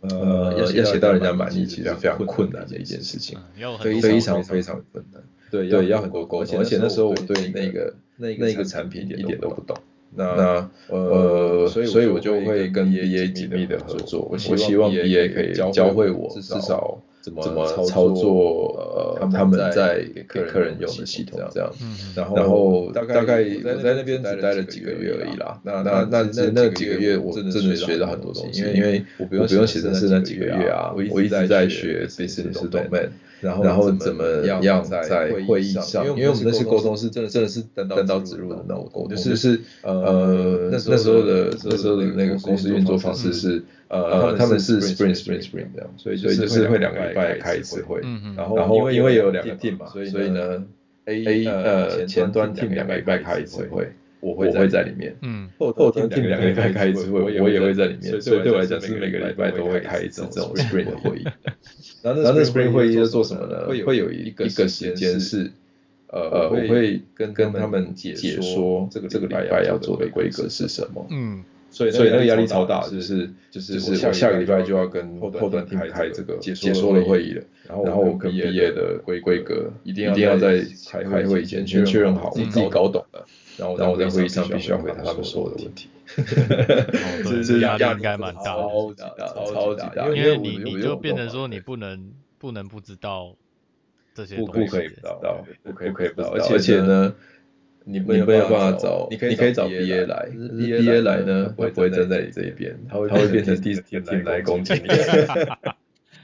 S1: 呃
S3: 呃，要
S1: 要
S3: 要
S1: 写
S3: 写
S1: 到
S3: 到
S1: 人
S3: 人
S1: 家
S3: 家
S1: 满
S3: 满
S1: 意
S3: 意，其
S1: 其实
S3: 实
S1: 非
S3: 非
S1: 常
S3: 常
S1: 困
S3: 困
S1: 难
S3: 难
S1: 的
S3: 的
S1: 一
S3: 一
S1: 件
S3: 件
S1: 事
S3: 事
S1: 情啊
S3: 情，
S2: 嗯，要有很
S1: 非
S2: 多
S3: 非
S2: 沟
S3: 常
S2: 通
S3: 非常困难。
S1: 对
S3: 对，
S1: 要
S3: 要
S1: 很
S3: 很
S1: 多
S3: 多
S1: 沟
S3: 沟
S1: 通，
S3: 通，
S1: 而
S3: 而
S1: 且
S3: 且
S1: 那
S3: 那
S1: 时
S3: 时
S1: 候
S3: 候
S1: 我
S3: 我
S1: 对
S3: 对
S1: 那
S3: 那
S1: 个
S3: 个
S1: 那
S3: 那个
S1: 个产
S3: 产
S1: 品
S3: 品
S1: 一
S3: 一
S1: 点
S3: 点
S1: 都
S3: 都
S1: 不
S3: 不
S1: 懂
S3: 懂。
S1: 那
S3: 那
S1: 呃，
S3: 呃，
S1: 所
S3: 所
S1: 以
S3: 以
S1: 我
S3: 我
S1: 就
S3: 就
S1: 会
S3: 会
S1: 跟
S3: 跟
S1: BA
S3: BA
S1: 紧
S3: 紧
S1: 密
S3: 密
S1: 的
S3: 的
S1: 合
S3: 合
S1: 作
S3: 作，
S1: 我
S3: 我
S1: 希
S3: 希
S1: 望
S3: 望
S1: BA
S3: BA
S1: 可
S3: 可
S1: 以
S3: 以
S1: 教
S3: 教
S1: 会
S3: 会
S1: 我
S3: 我
S1: 至
S3: 至
S1: 少
S3: 少
S1: 怎
S3: 怎
S1: 么
S3: 么
S1: 操
S3: 操
S1: 作
S3: 作
S1: 呃
S3: 呃
S1: 他
S3: 他
S1: 们
S3: 们
S1: 在
S3: 在
S1: 给
S3: 给
S1: 客
S3: 客
S1: 人
S3: 人用
S1: 用的
S3: 的
S1: 系
S3: 系
S1: 统
S3: 统
S1: 这
S3: 这
S1: 样
S3: 样。
S2: 嗯
S1: 然
S3: 然
S1: 后
S3: 后
S1: 大概
S3: 大概
S1: 我
S3: 我
S1: 在
S3: 在
S1: 那
S3: 那
S1: 边
S3: 边只
S1: 只待
S3: 待
S1: 了
S3: 了
S1: 几
S3: 几
S1: 个
S3: 个
S1: 月
S3: 月
S1: 而
S3: 而
S1: 已
S3: 已
S1: 啦
S3: 啦。那
S1: 那那
S3: 那
S1: 那
S3: 那
S1: 那
S3: 那
S1: 几
S3: 几
S1: 个
S3: 个
S1: 月
S3: 月
S1: 我
S3: 我
S1: 真
S3: 真
S1: 的
S3: 的
S1: 学
S3: 学
S1: 到
S3: 到
S1: 很
S3: 很多
S1: 多东
S3: 东
S1: 西
S3: 西，
S1: 因
S3: 因
S1: 为
S3: 为我
S1: 我不
S3: 不
S1: 用
S3: 用
S1: 写
S3: 写
S1: 程
S3: 程
S1: 式
S3: 式
S1: 那
S3: 那
S1: 几
S3: 几个
S1: 个月
S3: 月
S1: 啊
S3: 啊，
S1: 我一直
S3: 我一
S1: 在
S3: 直在
S1: 学
S3: 学
S1: business
S3: business
S1: domain
S3: domain，然
S1: 然后
S3: 后
S1: 怎
S3: 怎
S1: 么
S3: 么
S1: 样
S3: 样
S1: 在
S3: 在
S1: 会
S3: 会
S1: 议
S3: 议
S1: 上
S3: 上，
S1: 因
S3: 因
S1: 为
S3: 为
S1: 我
S3: 我
S1: 们
S3: 们
S1: 那
S3: 那
S1: 些
S3: 些
S1: 沟
S3: 沟
S1: 通
S3: 通
S1: 是
S3: 是真
S1: 真的
S3: 的
S1: 是
S3: 是
S1: 单
S3: 单
S1: 刀
S3: 刀
S1: 直
S3: 直
S1: 入
S3: 入
S1: 的
S3: 的
S1: 那
S3: 那
S1: 种
S3: 种
S1: 沟
S3: 沟
S1: 通
S3: 通，
S1: 就是呃
S3: 呃那
S1: 那时候
S3: 时候
S1: 的
S3: 的
S1: 那
S3: 那
S1: 时
S3: 时候
S1: 候的
S3: 的
S1: 那
S3: 那
S1: 个
S3: 个
S1: 公
S3: 公
S1: 司
S3: 司
S1: 运
S3: 运
S1: 作
S3: 作
S1: 方
S3: 方
S1: 式
S3: 式
S1: 是
S3: 是
S1: 呃
S3: 呃
S1: 他
S3: 他
S1: 们
S3: 们
S1: 是
S3: 是
S1: spring
S3: spring
S1: spring
S3: spring
S1: spring
S3: spring
S1: 这
S3: 这
S1: 样
S3: 样，所
S1: 所以
S3: 以
S1: 就
S3: 就是是
S1: 会
S3: 会
S1: 两
S3: 两个
S1: 个礼
S3: 礼
S1: 拜
S3: 拜
S1: 开
S3: 开
S1: 一
S3: 一
S1: 次
S3: 次
S1: 会
S3: 会，
S2: 嗯嗯
S1: 然后
S3: 然
S1: 因
S3: 后
S1: 为
S3: 因
S1: 有
S3: 为有
S1: 两
S3: 两
S1: 个
S3: 个
S1: team
S3: team
S1: 嘛，
S3: 嘛，
S1: 所以
S3: 所以
S1: 呢
S3: 呢
S1: A
S3: A
S1: 呃
S3: 呃
S1: 前
S3: 前
S1: 端
S3: 端
S1: team
S3: team 两
S1: 两个
S3: 个
S1: 礼
S3: 礼
S1: 拜
S3: 拜
S1: 开
S3: 开
S1: 一
S3: 一
S1: 次
S3: 次
S1: 会
S3: 会，
S1: 我会
S3: 我
S1: 在
S3: 会
S1: 里
S3: 在
S1: 面
S3: 里面。
S2: 嗯
S1: 后
S3: 后
S1: 天
S3: 天两
S1: 两个
S3: 个
S1: 礼
S3: 礼拜
S1: 拜开
S3: 开
S1: 一
S3: 一
S1: 次
S3: 次
S1: 会，
S3: 会，
S1: 我
S3: 我
S1: 也
S3: 也
S1: 会
S3: 会
S1: 在
S3: 在
S1: 里
S3: 里面。
S1: 面。对
S3: 对
S1: 我
S3: 我
S1: 来
S3: 来
S1: 讲
S3: 讲
S1: 是
S3: 是每
S1: 每个
S3: 个
S1: 礼
S3: 礼
S1: 拜
S3: 拜
S1: 都
S3: 都
S1: 会
S3: 会
S1: 开
S3: 开
S1: 一
S3: 一
S1: 次
S3: 次
S1: 这
S3: 这
S1: 种
S3: 种
S1: spring
S3: spring
S1: 会
S3: 会
S1: 议
S3: 议。
S1: *laughs* 然后
S3: 然后
S1: 那
S3: 那
S1: spring
S3: spring
S1: 会
S3: 会
S1: 议
S3: 议
S1: 要
S3: 要做
S1: 做什
S3: 什
S1: 么
S3: 么
S1: 呢？
S3: 呢？
S1: 会
S3: 会
S1: 有
S3: 有
S1: 一
S3: 一
S1: 个
S3: 个
S1: 时
S3: 时
S1: 间
S3: 间
S1: 是
S3: 是，
S1: 呃，
S3: 呃，
S1: 我
S3: 我
S1: 会
S3: 会
S1: 跟
S3: 跟
S1: 他
S3: 他
S1: 们
S3: 们
S1: 解
S3: 解
S1: 说
S3: 说
S1: 这
S3: 这
S1: 个
S3: 个
S1: 礼
S3: 礼
S1: 拜
S3: 拜
S1: 要
S3: 要
S1: 做
S3: 做
S1: 的
S3: 的
S1: 规
S3: 规
S1: 格
S3: 格是
S1: 是
S3: 什
S1: 什么
S3: 么？
S2: 嗯
S1: 所以
S3: 所以
S1: 那
S3: 那
S1: 个
S3: 个
S1: 压
S3: 压
S1: 力
S3: 力
S1: 超
S3: 超
S1: 大
S3: 大的，
S1: 的，
S3: 就
S1: 就
S3: 是是就
S1: 就
S3: 是是
S1: 我
S3: 我
S1: 下
S3: 下
S1: 个
S3: 个
S1: 礼
S3: 礼
S1: 拜
S3: 拜
S1: 就
S3: 就
S1: 要
S3: 要
S1: 跟
S3: 跟
S1: 后
S3: 后
S1: 端
S3: 端
S1: team
S3: team
S1: 开
S3: 开
S1: 这
S3: 这
S1: 个
S3: 个
S1: 解
S3: 解
S1: 说
S3: 说
S1: 的
S3: 的
S1: 会
S3: 会
S1: 议
S3: 议
S1: 了
S3: 了，
S1: 然
S3: 然
S1: 后
S3: 后
S1: 我
S3: 我
S1: 跟
S3: 跟
S1: BA
S3: BA
S1: 的
S3: 的
S1: 规
S3: 规
S1: 格
S3: 格
S1: 一
S3: 一
S1: 定
S3: 定
S1: 要
S3: 要
S1: 在
S3: 在
S1: 开
S3: 开
S1: 会
S3: 会
S1: 以
S3: 以
S1: 前
S3: 前
S1: 确
S3: 确
S1: 认
S3: 认
S1: 好
S3: 好
S1: 我
S3: 我
S1: 自
S3: 自
S1: 己
S3: 己
S1: 搞
S3: 搞
S1: 懂
S3: 懂
S1: 了
S3: 了，
S1: 然后
S3: 然后
S1: 我
S3: 我
S1: 在
S3: 在
S1: 会
S3: 会
S1: 议
S3: 议
S1: 上
S3: 上
S1: 必
S3: 必
S1: 须
S3: 须
S1: 要
S3: 要
S1: 回
S3: 回
S1: 答
S3: 答
S1: 他
S3: 他
S1: 们
S3: 们所有的
S1: 所有的问
S3: 问
S1: 题
S3: 题。
S1: *laughs*
S2: *laughs* 哦
S1: 真
S2: 对，
S1: 是
S2: 压
S1: 压力
S2: 应该蛮大的，
S1: 超级大，超
S3: 超
S1: 级
S3: 级
S1: 大，
S3: 大
S1: 因
S2: 因
S1: 为
S2: 为
S1: 我
S2: 你
S1: 我
S2: 你
S1: 有
S2: 就
S1: 我有
S2: 变
S3: 啊
S2: 成
S1: 办法
S2: 说你不能不能不知道这些
S3: 不
S2: 东西，
S3: 不可以不知道，
S2: 对
S3: 不可以不知道，而
S1: 而且
S3: 且
S1: 呢
S3: 呢，
S1: 你
S3: 你
S1: 没有
S3: 没有
S1: 办法
S3: 办法
S1: 找
S3: 找，
S1: 你
S3: 你
S1: 可以
S3: 可以
S1: 找
S3: 找
S1: BA
S3: BA
S1: 来
S3: 来，
S1: 但是 BA
S3: ，BA
S1: 来
S3: 来
S1: 呢
S3: 呢，
S1: 他
S3: 他
S1: 不会
S3: 不会
S1: 站
S3: 站
S1: 在
S3: 在
S1: 你
S3: 你
S1: 这
S3: 这
S1: 一
S3: 一
S1: 边
S3: 边，
S1: 他
S3: 他
S1: 会
S3: 会
S1: 变
S3: 变
S1: 成
S3: 成
S1: *laughs* 第
S3: 第
S1: 四
S3: 四
S1: 天
S3: 天
S1: 来
S3: 来
S1: 攻
S3: 攻
S1: 击
S3: 击
S1: 你
S3: 你。
S1: *laughs*